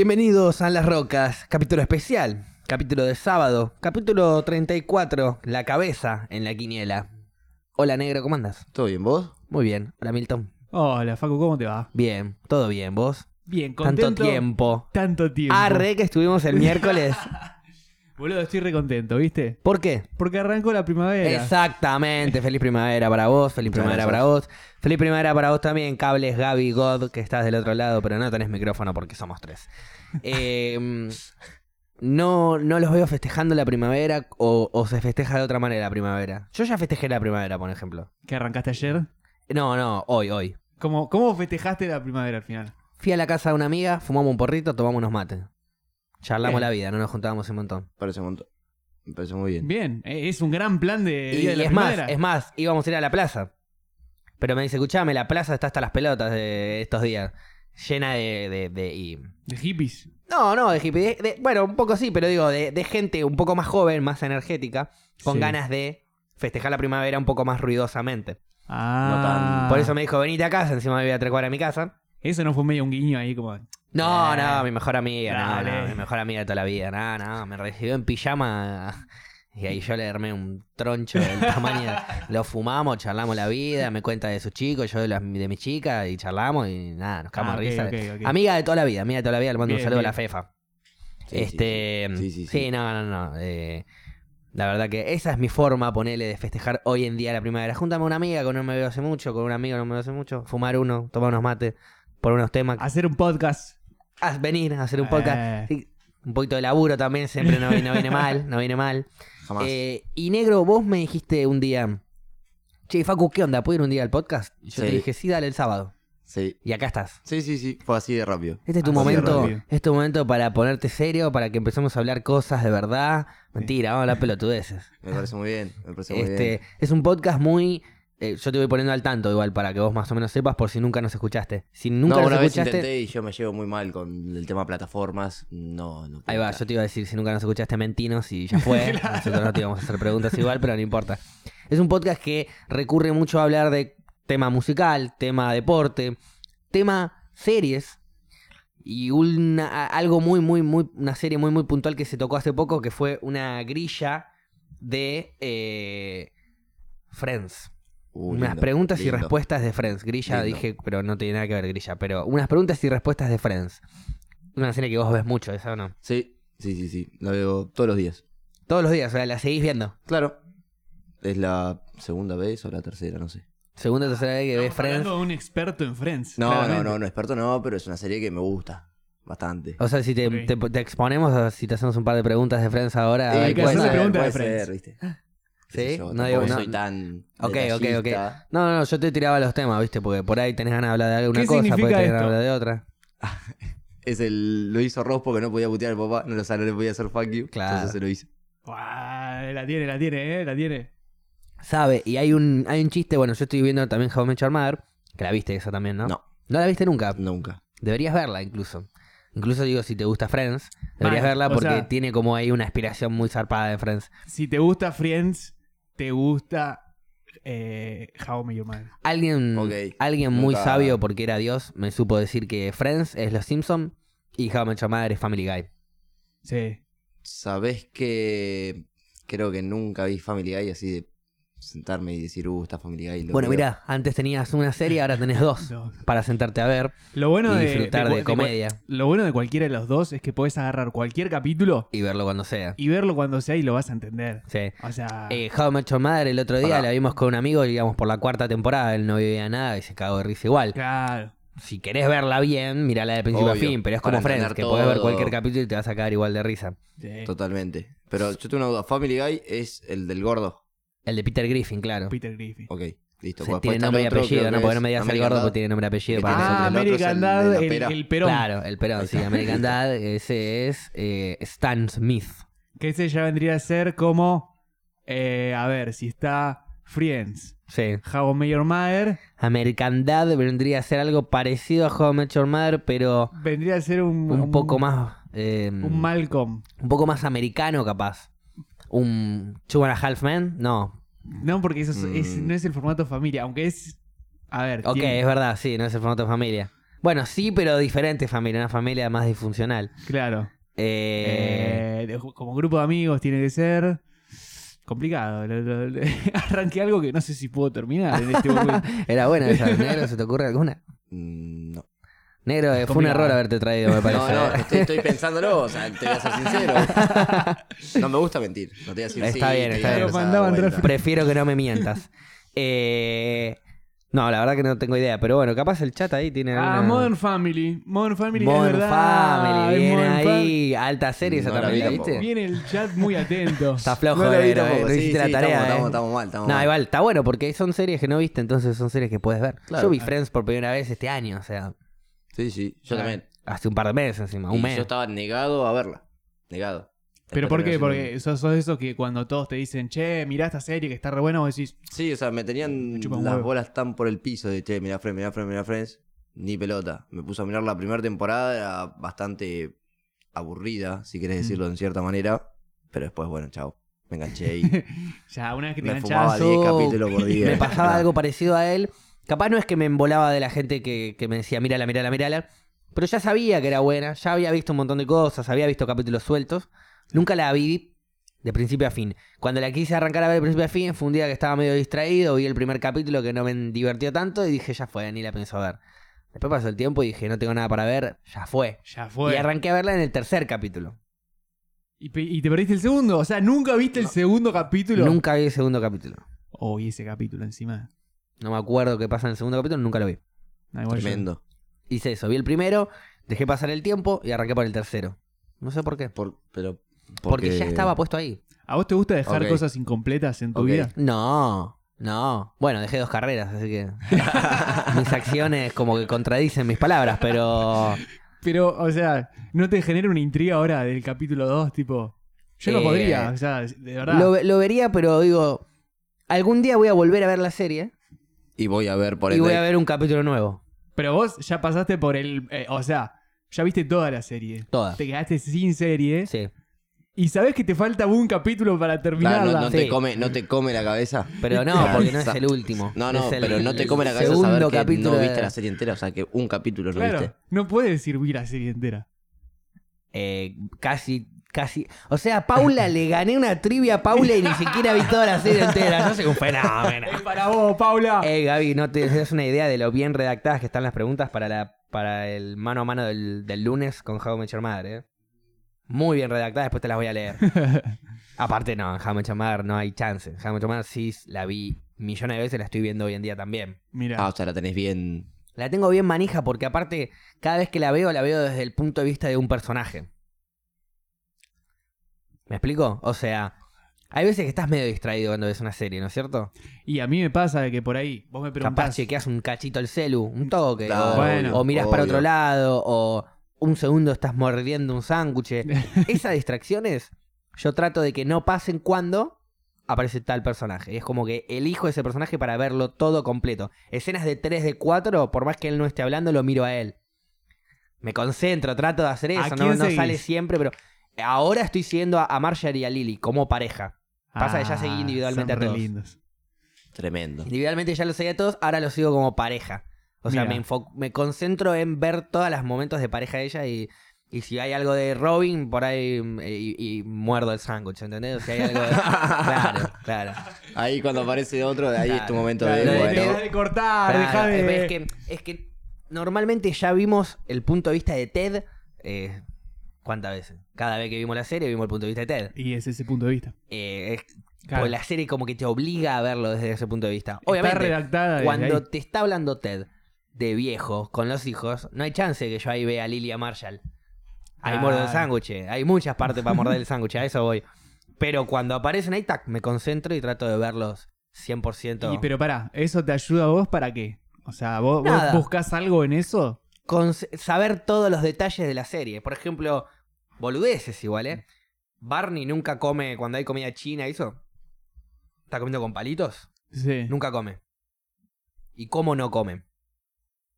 Bienvenidos a Las Rocas, capítulo especial, capítulo de sábado, capítulo 34, la cabeza en la quiniela. Hola negro, ¿cómo andas? ¿Todo bien vos? Muy bien, hola Milton. Hola, Facu, ¿cómo te va? Bien, todo bien, vos. Bien, contento. Tanto tiempo. Tanto tiempo. Arre que estuvimos el miércoles. Boludo, estoy recontento, ¿viste? ¿Por qué? Porque arrancó la primavera. Exactamente, feliz primavera para vos, feliz Muchas primavera para gracias. vos. Feliz primavera para vos también, cables Gaby God, que estás del otro lado, pero no tenés micrófono porque somos tres. Eh, mm, no, no los veo festejando la primavera o, o se festeja de otra manera la primavera. Yo ya festejé la primavera, por ejemplo. ¿Que arrancaste ayer? No, no, hoy, hoy. ¿Cómo, ¿Cómo festejaste la primavera al final? Fui a la casa de una amiga, fumamos un porrito, tomamos unos mates. Charlamos Bien. la vida, no nos juntábamos un montón. Parece un montón. Me parece muy bien. Bien, eh, es un gran plan de Y día de la es más, primavera. es más, íbamos a ir a la plaza. Pero me dice, escuchame, la plaza está hasta las pelotas de estos días. Llena de... de- de- y- De hippies. No, no, de hippie. de- de- bueno, un poco sí, pero digo, de, de gente un poco más joven, más energética, con Sí. ganas de festejar la primavera un poco más ruidosamente. Ah. Por eso me dijo, venite a casa, encima me voy a tres cuadras de mi casa. Eso no fue medio un guiño ahí como... No, Eh, no, mi mejor amiga, no, no, dale. mi mejor amiga de toda la vida, no, no, me recibió en pijama y ahí yo le armé un troncho del tamaño, lo fumamos, charlamos la vida, me cuenta de sus chicos, yo de, las- de mis chicas y charlamos y nada, nos cagamos Ah, de ok, risa. ok, ok. Amiga de toda la vida, amiga de toda la vida, le mando un Bien, saludo a bien. la Fefa. Sí, sí, este, sí. sí, Sí, sí, sí. no, no, no, eh, la verdad que esa es mi forma, ponele, de festejar hoy en día la primavera. Júntame a una amiga que no me veo hace mucho, con un amigo que no me veo hace mucho, fumar uno, tomar unos mates, por unos temas Hacer un podcast. a venir a hacer un podcast. Sí, Un poquito de laburo también, siempre no, vi- no viene mal, no viene mal. Jamás. Eh, y negro, vos me dijiste un día, che, Facu, ¿qué onda? ¿Puedo ir un día al podcast? Y yo Sí. te dije, sí, dale el sábado. Sí. Y acá estás. Sí, sí, sí. Fue así de rápido. Este es tu Así de momento, rápido. este es tu momento para ponerte serio, para que empecemos a hablar cosas de verdad. Mentira, vamos a hablar pelotudeces. Me parece muy bien. Me parece muy bien. Este, es un podcast muy. eh, yo te voy poniendo al tanto igual para que vos más o menos sepas por si nunca nos escuchaste. Si nunca no, nos una vez escuchaste. intenté y yo me llevo muy mal con el tema plataformas. No, no. puedo Ahí va, entrar. yo te iba a decir, si nunca nos escuchaste, mentinos y ya fue. Nosotros no te íbamos a hacer preguntas igual, pero no importa. Es un podcast que recurre mucho a hablar de tema musical, tema deporte, tema series. Y una, a- algo muy, muy, muy, una serie muy, muy puntual que se tocó hace poco, que fue una grilla de eh, Friends. Uh, unas lindo, preguntas y lindo. respuestas de Friends. Grilla Lindo. dije, pero no tiene nada que ver grilla, pero unas preguntas y respuestas de Friends. Una serie que vos ves mucho, ¿esa o no? Sí, sí, sí, sí. La veo todos los días. Todos los días, o sea, la seguís viendo. Claro. Es la segunda vez o la tercera, no sé. Segunda o tercera vez que ves Estamos hablando Friends. de un experto en Friends. No, claramente. no, no, no, experto no, pero es una serie que me gusta bastante. O sea, si te, Ok. te- te exponemos, o si te hacemos un par de preguntas de Friends ahora, a Eh, ver que cuál- hacerle ser, puede preguntas de Friends. ser, ¿viste? Sí, Qué sé yo, no tampoco digo- no- soy tan Ok, ok, ok. detallista. No, no, yo te tiraba los temas, ¿viste? Porque por ahí tenés ganas de hablar de alguna ¿Qué cosa, porque significa tenés ganas esto? de hablar de otra. Es el, lo hizo Ross porque no podía putear al papá, no, lo no le podía hacer fuck you. Claro. Entonces se lo hizo. Guau, la tiene, la tiene, eh, la tiene. Sabe, y hay un, hay un chiste, bueno, yo estoy viendo también How I Met Your Mother, que la viste esa también, ¿no? No. No la viste nunca. Nunca. Deberías verla incluso. Incluso digo, si te gusta Friends, deberías Mal, verla o porque sea- tiene como ahí una aspiración muy zarpada de Friends. Si te gusta Friends, te gusta eh, How I Met Your Mother. Alguien, Ok. alguien muy Nunca- sabio, porque era Dios, me supo decir que Friends es Los Simpson y How I Met Your Mother es Family Guy. Sí. Sabés que creo que nunca vi Family Guy así de sentarme y decir, uh, está Family Guy. lo bueno, veo. mira, antes tenías una serie, ahora tenés dos No. para sentarte a ver Lo bueno y de disfrutar cu- de, cu- comedia Lo bueno de cualquiera de los dos es que podés agarrar cualquier capítulo y verlo cuando sea. y verlo cuando sea y lo vas a entender. Sí. O sea, Eh, How I Met Your Mother el otro día Pará. la vimos con un amigo, digamos, por la cuarta temporada, él no vivía nada y se cagó de risa igual. claro. Si querés verla bien, mirala de principio a Obvio, fin, pero es para como Friends, entender que podés ver todo. cualquier capítulo y te vas a cagar igual de risa. Sí. Totalmente. Pero yo tengo una duda. Family Guy es el del gordo. El de Peter Griffin, claro. Peter Griffin. Ok, listo. Se- Pues tiene después está nombre y el otro, apellido, creo no, que porque es no me digas el American gordo, Dad. porque tiene nombre y apellido Que para tiene- nosotros. Ah, el otro es el American de Dad, la el, pera. el Perón. Claro, el Perón, sí, American Dad, ese es eh, Stan Smith. Que ese ya vendría a ser como. eh, a ver, si está Friends, Sí. How I Met Your Mother, American Dad vendría a ser algo parecido a How I Met Your Mother, pero vendría a ser un. un poco más. eh, Un Malcolm. un poco más americano, capaz. Un Two and a Half Men, no. No, porque eso es- es- Mm. no es el formato familia, aunque es. A ver. Ok, tiene- es verdad, sí, no es el formato de familia. Bueno, sí, pero diferente familia, una familia más disfuncional. Claro. Eh, Eh, de- como grupo de amigos tiene que ser complicado. Lo- lo- lo- Arranqué algo que no sé si puedo terminar en este momento. Era buena esa. ¿Negro se te ocurre alguna? Mm, No. Negro, eh, fue un Complicado. error haberte traído, me parece. No, no, estoy, estoy pensándolo, o sea, te voy a ser sincero. No me gusta mentir, no te voy a decir Está sí, bien, te está voy a bien. dar esa Mandaban vuelta. Rafi- Prefiero que no me mientas. Eh, no, la verdad que no tengo idea, pero bueno, capaz el chat ahí tiene Ah, alguna- Modern Family. Modern Family Modern es verdad. Family, es viene Modern Fam- ahí, alta serie esa No la también, ¿la vi viste? tampoco. Viene el chat muy atento. Está flojo, No la vi Vero, eh, tampoco, no sí, hiciste sí, la tarea, estamos- eh. estamos- estamos mal, estamos No, mal. igual, está bueno porque son series que no viste, entonces son series que puedes ver. Claro. yo vi Friends por primera vez este año, o sea, Sí, sí, Ah, yo también. hace un par de meses encima, un Y mes. yo estaba negado a verla. Negado. ¿Pero Después por qué? terminó siendo- Porque sos, sos de esos que cuando todos te dicen, che, mirá esta serie que está re buena, vos decís, Sí, o sea, me tenían Me chupa un las huevo. bolas tan por el piso de, che, mirá Friends, mirá Friends, mirá Friends. Ni pelota. Me puse a mirar la primera temporada, era bastante aburrida, si querés Mm. decirlo en cierta manera. Pero después, bueno, chao. Me enganché y ya, una vez que te me fumaba enganchás, 10 yo- capítulos por día. me pasaba algo parecido a él. Capaz no es que me embolaba de la gente que, que me decía, mírala, mírala, mírala. Pero ya sabía que era buena, ya había visto un montón de cosas, había visto capítulos sueltos. Nunca la vi de principio a fin. Cuando la quise arrancar a ver de principio a fin, fue un día que estaba medio distraído, vi el primer capítulo que no me divertió tanto y dije, ya fue, ni la pienso ver. Después pasó el tiempo y dije, no tengo nada para ver, ya fue. ya fue. Y arranqué a verla en el tercer capítulo. Y, pe- y te perdiste el segundo, o sea, nunca viste el segundo capítulo. Nunca vi el segundo capítulo. Oh, y ese capítulo encima. No me acuerdo qué pasa en el segundo capítulo, nunca lo vi. No, igual yo- Tremendo. Hice eso, vi el primero, dejé pasar el tiempo y arranqué por el tercero. No sé por qué. Por- pero Porque, ya estaba puesto ahí. ¿A vos te gusta dejar Ok. cosas incompletas en tu Ok. vida? No, no. Bueno, dejé dos carreras, así que mis acciones como que contradicen mis palabras, pero Pero, o sea, ¿no te genera una intriga ahora del capítulo 2? Tipo, yo no Eh, podría, o sea, de verdad. lo, lo vería, pero digo, algún día voy a volver a ver la serie Y voy a ver por y ende, voy a ver un capítulo nuevo. Pero vos ya pasaste por el. eh, o sea, ya viste toda la serie. Toda. Te quedaste sin serie. Sí. Y sabés que te falta un capítulo para Claro, terminarla. no, no te Sí. come, no te come la cabeza. Pero no, porque no es el último. No, no, Es el- pero no te come la el cabeza segundo saber que capítulo no de- viste la serie entera, o sea que un capítulo no Claro, viste. no puedes decir vi la serie entera. Eh, casi, casi. O sea, a Paula le gané una trivia a Paula y ni siquiera vi toda la serie entera. Yo soy un fenómeno. Es para vos, Paula. Eh, Gaby, no te das una idea de lo bien redactadas que están las preguntas para la para el mano a mano del, del lunes con How I Met Your Mother, ¿eh? Muy bien redactadas, después te las voy a leer. Aparte, no, en How I Met Your Mother no hay chance. En How I Met Your Mother sí la vi millones de veces, la estoy viendo hoy en día también. Mira, Ah, o sea, la tenés bien. La tengo bien manija porque aparte, cada vez que la veo, la veo desde el punto de vista de un personaje. ¿Me explico? O sea, hay veces que estás medio distraído cuando ves una serie, ¿no es cierto? y a mí me pasa que por ahí, vos me Capaz preguntás. chequeas un cachito al celu, un toque, Claro, o, Bueno. o miras para otro obvio. lado, o un segundo estás mordiendo un sándwich. Esas distracciones, yo trato de que no pasen cuando aparece tal personaje. Es como que elijo ese personaje para verlo todo completo. Escenas de 3, de 4, por más que él no esté hablando, lo miro a él. Me concentro, trato de hacer ¿A eso, no, quién no seguís? sale siempre, pero ahora estoy siguiendo a, a Marshall y a Lily como pareja. pasa que ya seguí Ah, individualmente son a re todos. lindos. Tremendo. Individualmente ya los seguía a todos, ahora los sigo como pareja. O sea, Mira. me, enfo- me concentro en ver todos los momentos de pareja de ella y, y si hay algo de Robin, por ahí mm, y, y muerdo el sándwich, ¿entendés? O si hay algo de... claro, claro. Ahí cuando aparece otro, de ahí Claro, es tu momento Dale, de. lo bueno, dejá de cortar, Claro, Ah, dejá de. Es, que, es que normalmente ya vimos el punto de vista de Ted. eh, ¿Cuántas veces? Cada vez que vimos la serie vimos el punto de vista de Ted. Y es ese punto de vista. Eh, es- Claro. Porque la serie como que te obliga a verlo desde ese punto de vista. Está Obviamente, redactada. desde Cuando ahí. te está hablando Ted de viejo con los hijos, no hay chance que yo ahí vea a Lilia Marshall. Ahí Claro. muerdo el sándwich. Hay muchas partes para morder el sándwich, a eso voy. Pero cuando aparecen ahí, tac, me concentro y trato de verlos 100%. Y, pero pará, ¿eso te ayuda a vos para qué? O sea, ¿vos, vos Nada. buscás algo en eso? con s- saber todos los detalles de la serie. Por ejemplo, boludeces igual, ¿eh? Barney nunca come cuando hay comida china, ¿hizo? ¿Está comiendo con palitos? Sí. Nunca come. ¿Y cómo no come?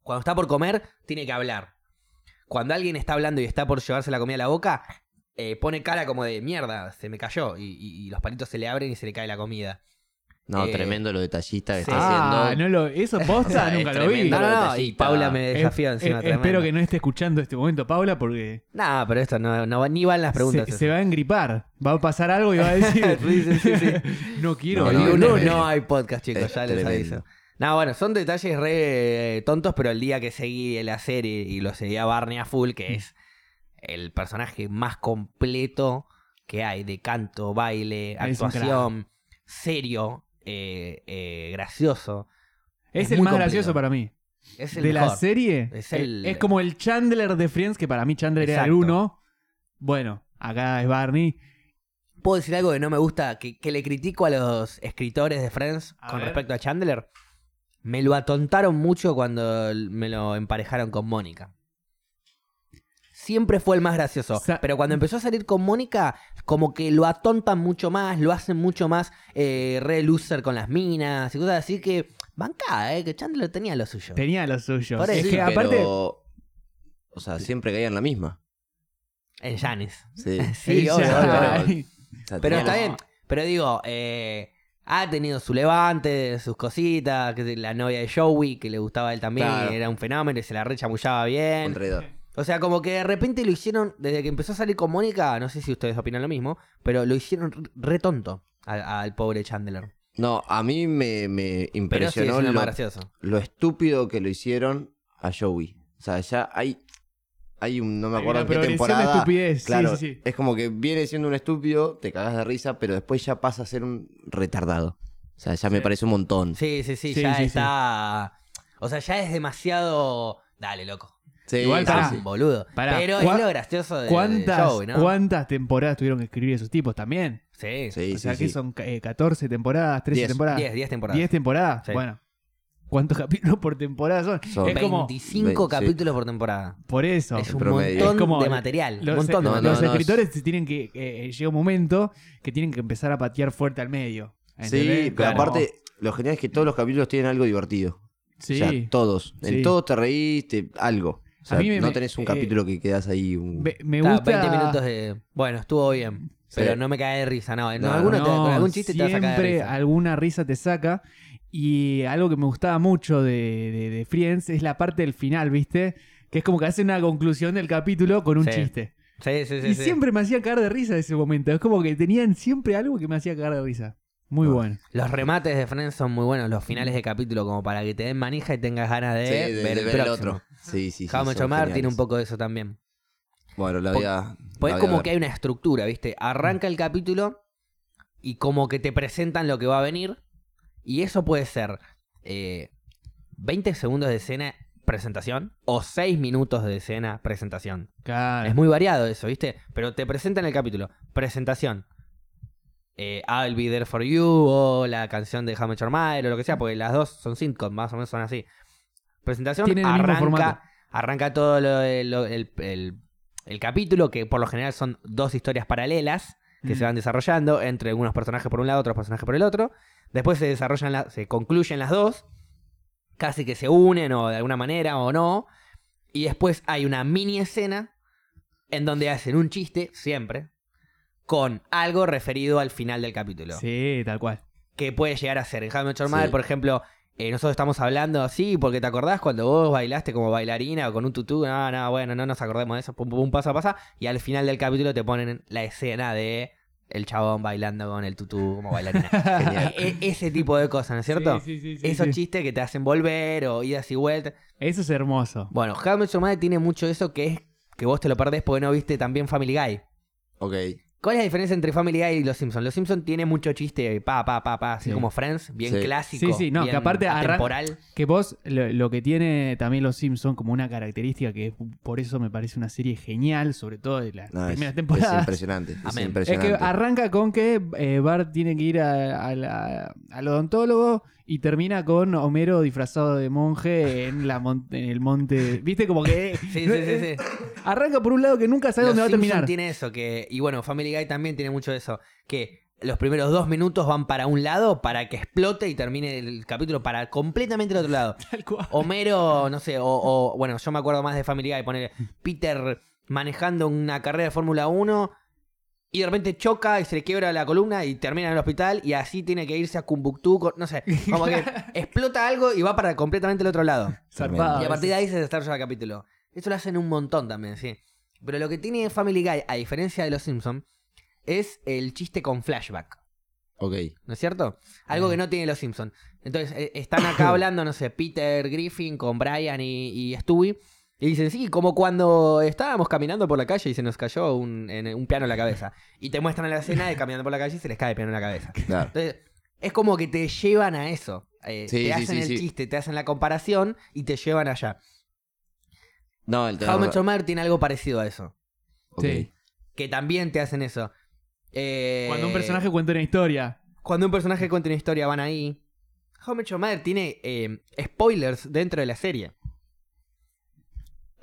Cuando está por comer, tiene que hablar. Cuando alguien está hablando y está por llevarse la comida a la boca, eh, pone cara como de mierda, se me cayó. Y, y- y los palitos se le abren y se le cae la comida. No, Eh, tremendo lo detallista que sí. está Ah, haciendo. no lo, eso posta O sea, nunca es lo vi. No, tremendo. no, no, y detallista. Paula me Eh, desafió eh, encima. espero que no esté escuchando este momento, Paula, porque Nah, pero esto no, no va- ni van las preguntas. se, esas. se va a engripar. Va a pasar algo y va a decir: Sí, sí, sí, sí. No quiero. No, no, no, es no, tremendo. hay podcast, chicos, Es ya les tremendo. aviso. No, bueno, son detalles re eh, tontos, pero el día que seguí la serie y lo seguí a Barney a full, Mm. que es el personaje más completo que hay de canto, baile, Ah, es un crack. actuación, serio, eh, eh, gracioso. es, es el muy más complejo. gracioso para mí. Es el De la mejor. serie. eh, Es el- es como el Chandler de Friends, que para mí Chandler era el Exacto. uno. Bueno, acá es Barney. ¿Puedo decir algo que no me gusta, que, que le critico a los escritores de Friends A con ver. respecto a Chandler? Me lo atontaron mucho cuando l- me lo emparejaron con Mónica. Siempre fue el más gracioso. Sa- pero cuando empezó a salir con Mónica, como que lo atontan mucho más, lo hacen mucho más eh, re loser con las minas y cosas así que bancada, eh, que Chandler tenía lo suyo. Tenía lo suyo. Por Es eso. que aparte. Pero, o sea, siempre caían la misma. En Janis. Sí. Sí, ella- obvio, obvio. Ay, O Pero sea, tenía está la- bien. Pero digo, eh, ha tenido su levante, sus cositas, que la novia de Joey, que le gustaba a él también, Claro. era un fenómeno y se la rechamullaba bien. Contreras. O sea, como que de repente lo hicieron, desde que empezó a salir con Mónica, no sé si ustedes opinan lo mismo, pero lo hicieron re- re tonto al, al pobre Chandler. No, a mí me, me Pero sí, es impresionó lo más lo, gracioso. lo estúpido que lo hicieron a Joey. O sea, ya hay. Hay un. No me Hay acuerdo una en qué progresión de temporada. estupidez, sí, Claro, sí, sí. Es como que viene siendo un estúpido, te cagas de risa, pero después ya pasa a ser un retardado. O sea, ya me Sí. parece un montón. Sí, sí, sí, Sí, ya sí, sí. está. O sea, ya es demasiado. Dale, loco. Sí, Igual sí, para- Tan sí. boludo. Pará, Pero es ¿cuá- lo gracioso Eh, de, de ¿Cuántas, Joey, ¿no? ¿Cuántas temporadas tuvieron que escribir esos tipos también? Sí, Sí, o sea, sí, que sí. son eh, 14 temporadas, 13 Diez. temporadas. 10, 10 temporadas. 10 temporadas. Sí. Bueno, ¿cuántos capítulos por temporada son? Son- Es como, 25 Ve- sí. capítulos por temporada. por eso. es un promedio. montón Es como de material. Los, eh, un montón de no, material. los no, no, escritores se tienen que. eh, llega un momento que tienen que empezar a patear fuerte al medio. ¿entendés? Sí, pero Claro. aparte, lo genial es que todos los capítulos tienen algo divertido. Sí. O sea, todos. Sí. En todos te reíste, algo. O sea, A mí me- no tenés un eh, capítulo que quedás ahí. un- me, me Está, gusta. 20 minutos de. Bueno, estuvo bien. Pero no me cae de risa, no. En No, alguno te- No, con algún chiste te vas a caer de siempre risa. alguna risa te saca. Y algo que me gustaba mucho de, de, de Friends es la parte del final, ¿viste? Que es como que hace una conclusión del capítulo con un Sí. chiste. Sí, sí, sí. y sí. siempre me hacía caer de risa ese momento. Es como que tenían siempre algo que me hacía caer de risa. Muy Ah. bueno. Los remates de Friends son muy buenos. Los finales de capítulo, como para que te den manija y tengas ganas de, Sí, de- de ¿eh? ver, el próximo. otro. Sí, sí, sí. How I son Met Your Mother tiene geniales. un poco de eso también. Bueno, la Po- había. Pues la es voy a como ver. que hay una estructura, ¿viste? Arranca el capítulo y como que te presentan lo que va a venir. Y eso puede ser eh, 20 segundos de escena, presentación, o 6 minutos de escena, presentación. Claro. Es muy variado eso, ¿viste? Pero te presentan el capítulo, presentación. eh, I'll be there for you, o la canción de Hammer Mother, o lo que sea, porque las dos son sitcom, más o menos son así. Presentación, Tienen el mismo formato. arranca, arranca todo lo, de- lo- el, el- el capítulo, que por lo general son dos historias paralelas que se van desarrollando entre unos personajes por un lado, otros personajes por el otro. Después se desarrollan, la- se concluyen las dos, casi que se unen o de alguna manera o no. Y después hay una mini escena en donde hacen un chiste, siempre, con algo referido al final del capítulo. Sí, tal cual. Que puede llegar a ser. En How I Met Your Mother, Sí. por ejemplo, eh, nosotros estamos hablando así, porque te acordás cuando vos bailaste como bailarina o con un tutú, no, no, bueno, no nos acordemos de eso, pum, pum, pum, pasa, pasa. Y al final del capítulo te ponen la escena de el chabón bailando con el tutú como bailarina. Genial. E- e- ese tipo de cosas, ¿no es cierto? Sí, sí, sí, sí, Esos sí. chistes que te hacen volver o idas y vueltas. Eso es hermoso. Bueno, How I Met Your Mother tiene mucho eso que es que vos te lo perdés porque no viste también Family Guy. Ok. ¿Cuál es la diferencia entre Family Guy y Los Simpsons? Los Simpsons tiene mucho chiste, pa, pa, pa, pa, así Sí. como Friends, bien Sí. clásico. Sí, sí, no, bien que aparte arran- atemporal. Que vos, lo, lo que tiene también Los Simpson como una característica que por eso me parece una serie genial, sobre todo de las No, es- primeras Es temporadas. impresionante. Es Amén. Es impresionante. que arranca con que eh, Bart tiene que ir a- a la- al odontólogo y termina con Homero disfrazado de monje en, la mon- en el monte. ¿Viste? Como que. Sí, sí, sí, sí. Arranca por un lado que nunca sabe Los dónde va a Simpsons terminar. tiene eso, que, y bueno, Family Guy también tiene mucho de eso, que los primeros dos minutos van para un lado para que explote y termine el capítulo para completamente el otro lado. Tal cual. Homero, no sé, o, o, bueno, yo me acuerdo más de Family Guy, poner Peter manejando una carrera de Fórmula 1 Y de repente choca y se le quiebra la columna y termina en el hospital y así tiene que irse a Kumbuktú, con- no sé, como que explota algo y va para completamente el otro lado. Zarpado. Y a partir de ahí se desarrolla el capítulo. Esto lo hacen un montón también, sí. Pero lo que tiene Family Guy, a diferencia de Los Simpsons, es el chiste con flashback. Ok. ¿No es cierto? Algo que no tiene Los Simpsons. Entonces, eh, están acá hablando, no sé, Peter Griffin con Brian y, y Stewie. Y dicen, sí, como cuando estábamos caminando por la calle y se nos cayó un, en- un piano en la cabeza. Y te muestran la escena de caminando por la calle y se les cae el piano en la cabeza. Claro. Entonces, es como que te llevan a eso. Eh, Sí, sí, te hacen sí, el sí. chiste, te hacen la comparación y te llevan allá. No, el How tema. Much Mother tiene algo parecido a eso. Ok. Sí. Que también te hacen eso. Eh, Cuando un personaje cuenta una historia. Cuando un personaje cuenta una historia, van ahí. How Much Mother tiene eh, spoilers dentro de la serie.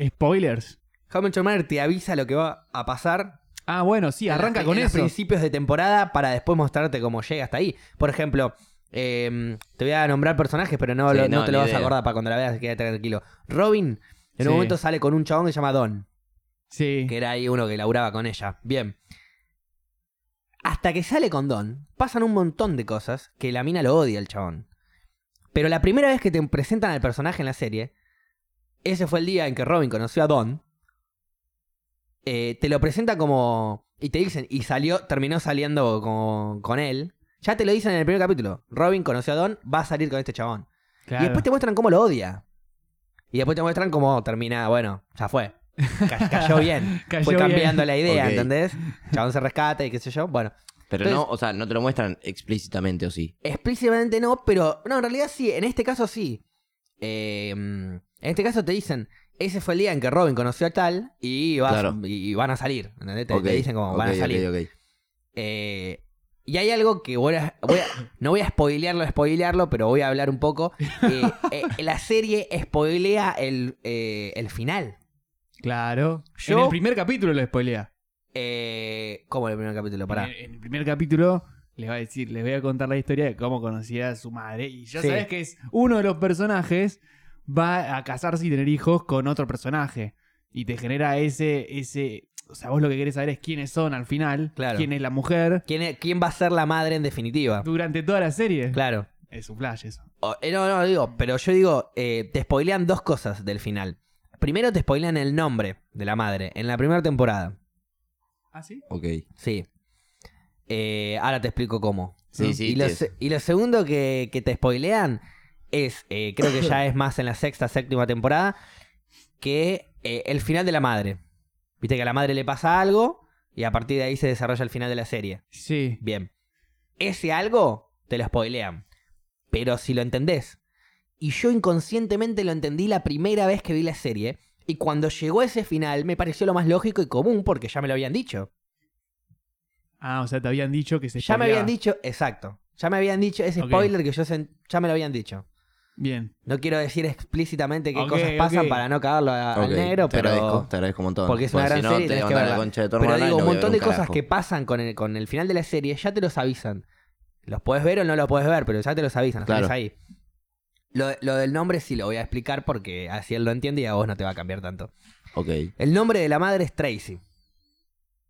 Spoilers. How Much Mother te avisa lo que va a pasar. Ah, bueno, sí, arranca en las- con en los eso. principios de temporada para después mostrarte cómo llega hasta ahí. Por ejemplo, eh, te voy a nombrar personajes, pero no, Sí, lo- no no, te lo ni vas a idea. acordar para cuando la veas, quédate tranquilo. Robin, en Sí. un momento sale con un chabón que se llama Don. Sí. que era ahí uno que laburaba con ella. Bien. Hasta que sale con Don, pasan un montón de cosas que la mina lo odia el chabón. Pero la primera vez que te presentan al personaje en la serie, ese fue el día en que Robin conoció a Don. eh, te lo presenta como. Y te dicen, y salió, terminó saliendo con, con él. Ya te lo dicen en el primer capítulo. Robin conoció a Don, va a salir con este chabón. Claro. Y después te muestran cómo lo odia. Y después te muestran cómo termina, bueno, ya fue. Ca- cayó bien. Cayó fue bien. cambiando la idea, Ok. ¿entendés? Chabón se rescata y qué sé yo. Bueno, Pero no, o sea, no te lo muestran explícitamente o sí. explícitamente no, pero no, en realidad sí, en este caso sí. Eh, en este caso te dicen, ese fue el día en que Robin conoció a tal y, vas- Claro. y van a salir, ¿entendés? Te, te Ok, dicen como van a ok, ok, salir. ok. Eh, y hay algo que voy a, voy a- No voy a spoilearlo, spoilearlo, pero voy a hablar un poco. Eh, eh, la serie spoilea el, eh, el final. Claro. Yo- En el primer capítulo lo spoilea. Eh, ¿Cómo el primer capítulo? Pará. En el, en el primer capítulo les va a decir, les voy a contar la historia de cómo conocía a su madre. Y ya Sí. sabes que es uno de los personajes va a casarse y tener hijos con otro personaje. Y te genera ese, ese. O sea, vos lo que querés saber es quiénes son al final, Claro. quién es la mujer, ¿Quién, es- ¿Quién va a ser la madre en definitiva? durante toda la serie. Claro. Es un flash eso. O- eh, no, no, digo, pero yo digo, eh, te spoilean dos cosas del final. Primero te spoilean el nombre de la madre en la primera temporada. ¿Ah, sí? Ok. Sí. Eh, ahora te explico cómo. Sí, ¿no? sí, Y lo, te- se- y lo segundo que, que te spoilean es, eh, creo que ya es más en la sexta, séptima temporada, que eh, el final de la madre. Viste que a la madre le pasa algo y a partir de ahí se desarrolla el final de la serie. Sí. Bien. Ese algo te lo spoilean. Pero si lo entendés. Y yo inconscientemente lo entendí la primera vez que vi la serie. Y cuando llegó ese final me pareció lo más lógico y común porque ya me lo habían dicho. Ah, o sea, te habían dicho que se Ya me spoileaba. habían dicho, exacto. Ya me habían dicho ese Ok. spoiler que yo sen- ya me lo habían dicho. Bien. No quiero decir explícitamente qué Ok, cosas pasan ok. para no cagarlo a- Ok, al negro, te pero. agradezco, te agradezco un montón. porque es una gran si no, serie y te tenés que levantan la verla. concha de tu Pero hermana y digo, no un voy a montón de ver cosas carajo. que pasan con el, con el final de la serie ya te los avisan. Los puedes ver o no los puedes ver, pero ya te los avisan, los Claro. tenés ahí. Lo, lo del nombre sí lo voy a explicar porque así él lo entiende y a vos no te va a cambiar tanto. Ok. El nombre de la madre es Tracy.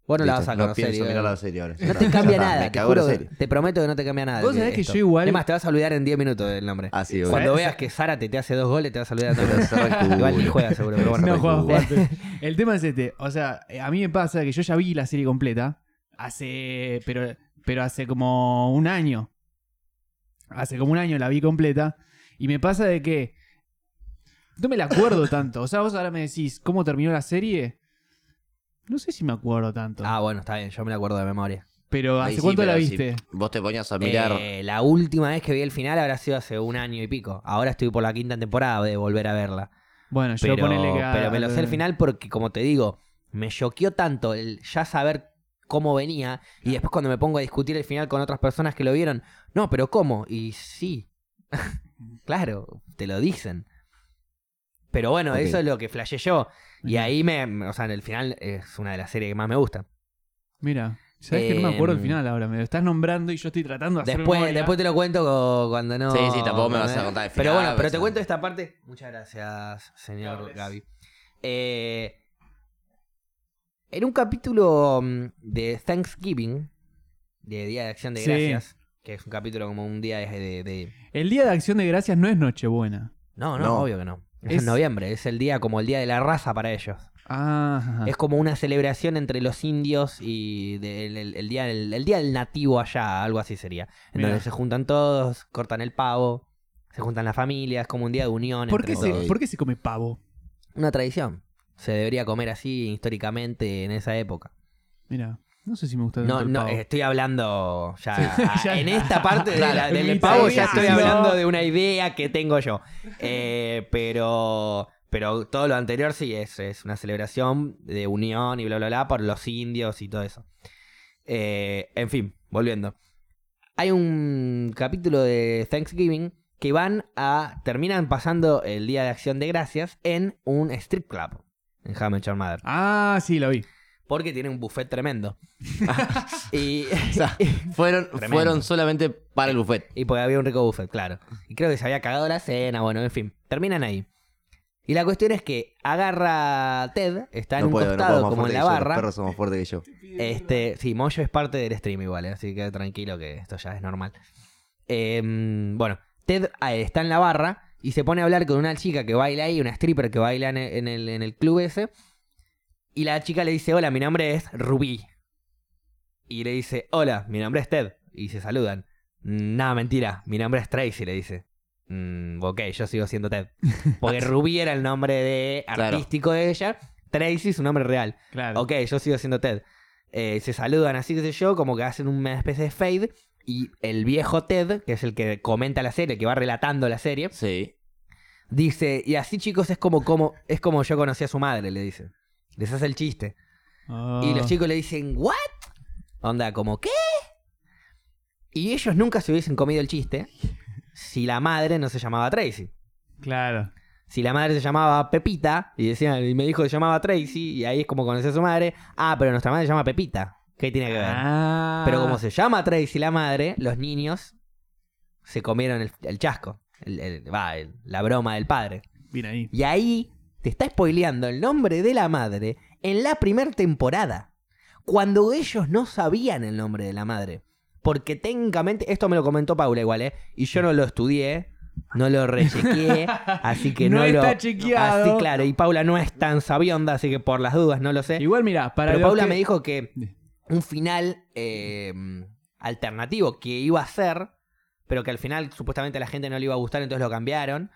Vos no la vas Listo, a conocer. No pienso igual. mirar la serie ahora. No te cambia Ya está, nada, Me te, cago en juro la que- serie. te prometo que no te cambia nada. Vos sabés que esto. yo igual- Además, te vas a olvidar en 10 minutos del nombre. Ah, sí, Cuando veas que Zárate te hace dos goles, te vas a olvidar Pero también. cerra el culo. Igual ni juega seguro, pero bueno. No, Perfecto. Juan, Juan, te- El tema es este. O sea, eh, a mí me pasa que yo ya vi la serie completa hace. Pero, pero hace como un año. Hace como un año la vi completa. Y me pasa de que. No me la acuerdo tanto. O sea, vos ahora me decís cómo terminó la serie. No sé si me acuerdo tanto. Ah, bueno, está bien, yo me la acuerdo de memoria. pero Ahí ¿hace sí, cuánto pero la si viste? Vos te ponías a mirar. Eh, la última vez que vi el final habrá sido hace un año y pico. Ahora estoy por la quinta temporada de volver a verla. Bueno, yo Pero, ponele que. a- pero me lo sé el final porque, como te digo, me choqueó tanto el ya saber cómo venía. Y después cuando me pongo a discutir el final con otras personas que lo vieron, no, pero ¿cómo? Y sí. claro, te lo dicen. Pero bueno, Ok. eso es lo que flashé yo. Y ahí me. O sea, en el final es una de las series que más me gusta. Mira. ¿Sabes que no me acuerdo el Em, final ahora? Me lo estás nombrando y yo estoy tratando de hacer Después, memoria. después te lo cuento co- cuando no. Sí, sí, tampoco me vas a contar el Pero final, bueno, pero pues, te ah. cuento esta parte. Muchas gracias, señor Gracias. Gaby. Eh, En un capítulo mm, de Thanksgiving, de Día de Acción de Sí. Gracias, que es un capítulo como un día de. de- de- El día de Acción de Gracias no es Nochebuena. No, no, No. obvio que no. Es, Es- en noviembre, es el día como el día de la raza para ellos. Ah, Es como una celebración entre los indios y de- el, el- el día, del- el día del nativo allá, algo así sería. En Mirá. donde se juntan todos, cortan el pavo, se juntan las familias, es como un día de unión. ¿por, entre qué se, todos. por qué se come pavo? Una tradición. Se debería comer así históricamente en esa época. Mira, no sé si me gusta tanto No, el no, pavo. estoy hablando ya. Ya. en esta parte de la- Claro. del Sí, pavo sí, ya sí, estoy sí. hablando de una idea que tengo yo. Eh, pero, pero todo lo anterior sí es, es una celebración de unión y bla, bla, bla por los indios y todo eso. Eh, en fin, volviendo. Hay un capítulo de Thanksgiving que van a. terminan pasando el Día de Acción de Gracias en un strip club en Hamilton Mother. Ah, sí, lo vi. Porque tiene un buffet tremendo. y. O sea, fueron, Tremendo. fueron solamente para el buffet. Y porque había un rico buffet, claro. Y creo que se había cagado la cena, bueno, en fin. Terminan ahí. Y la cuestión es que agarra Ted, está en no un puedo, no costado puedo más como fuerte en la que yo. barra. Los perros son más fuertes que yo. Este, sí, Moyo es parte del stream igual, ¿eh? así que tranquilo que esto ya es normal. Em, bueno, Ted ah, está en la barra y se pone a hablar con una chica que baila ahí, una stripper que baila en el, en el- en el club ese. Y la chica le dice, hola, mi nombre es Rubí. Y le dice, hola, mi nombre es Ted. Y se saludan. Nada, mentira, mi nombre es Tracy, le dice. "Mm, ok, yo sigo siendo Ted. Porque Rubí era el nombre de Claro. artístico de ella. Tracy es su nombre real. Claro. Ok, yo sigo siendo Ted. Eh, se saludan así, qué sé yo, como que hacen una especie de fade. Y el viejo Ted, que es el que comenta la serie, que va relatando la serie, Sí. dice, y así chicos es como, como, es como yo conocí a su madre, le dice. Les hace el chiste. Ah. Y los chicos le dicen, ¿what? Onda, como, ¿qué? Y ellos nunca se hubiesen comido el chiste si la madre no se llamaba Tracy. Claro. Si la madre se llamaba Pepita y decían, y me dijo que se llamaba Tracy, y ahí es como conocí a su madre. Ah, pero nuestra madre se llama Pepita. ¿Qué tiene que ver? Ah. Pero como se llama Tracy la madre, los niños se comieron el, el chasco. el- el- va, el- la broma del padre. Bien ahí. Y ahí te está spoileando el nombre de la madre en la primera temporada. Cuando ellos no sabían el nombre de la madre. Porque técnicamente, esto me lo comentó Paula igual, ¿eh? Y yo no lo estudié, no lo rechequeé, así que no, No lo- está chequeado. Así, claro, y Paula no es tan sabionda, así que por las dudas no lo sé. Igual, mira, para Pero los Paula que- me dijo que Sí. un final eh, alternativo que iba a ser, pero que al final supuestamente a la gente no le iba a gustar, entonces lo cambiaron.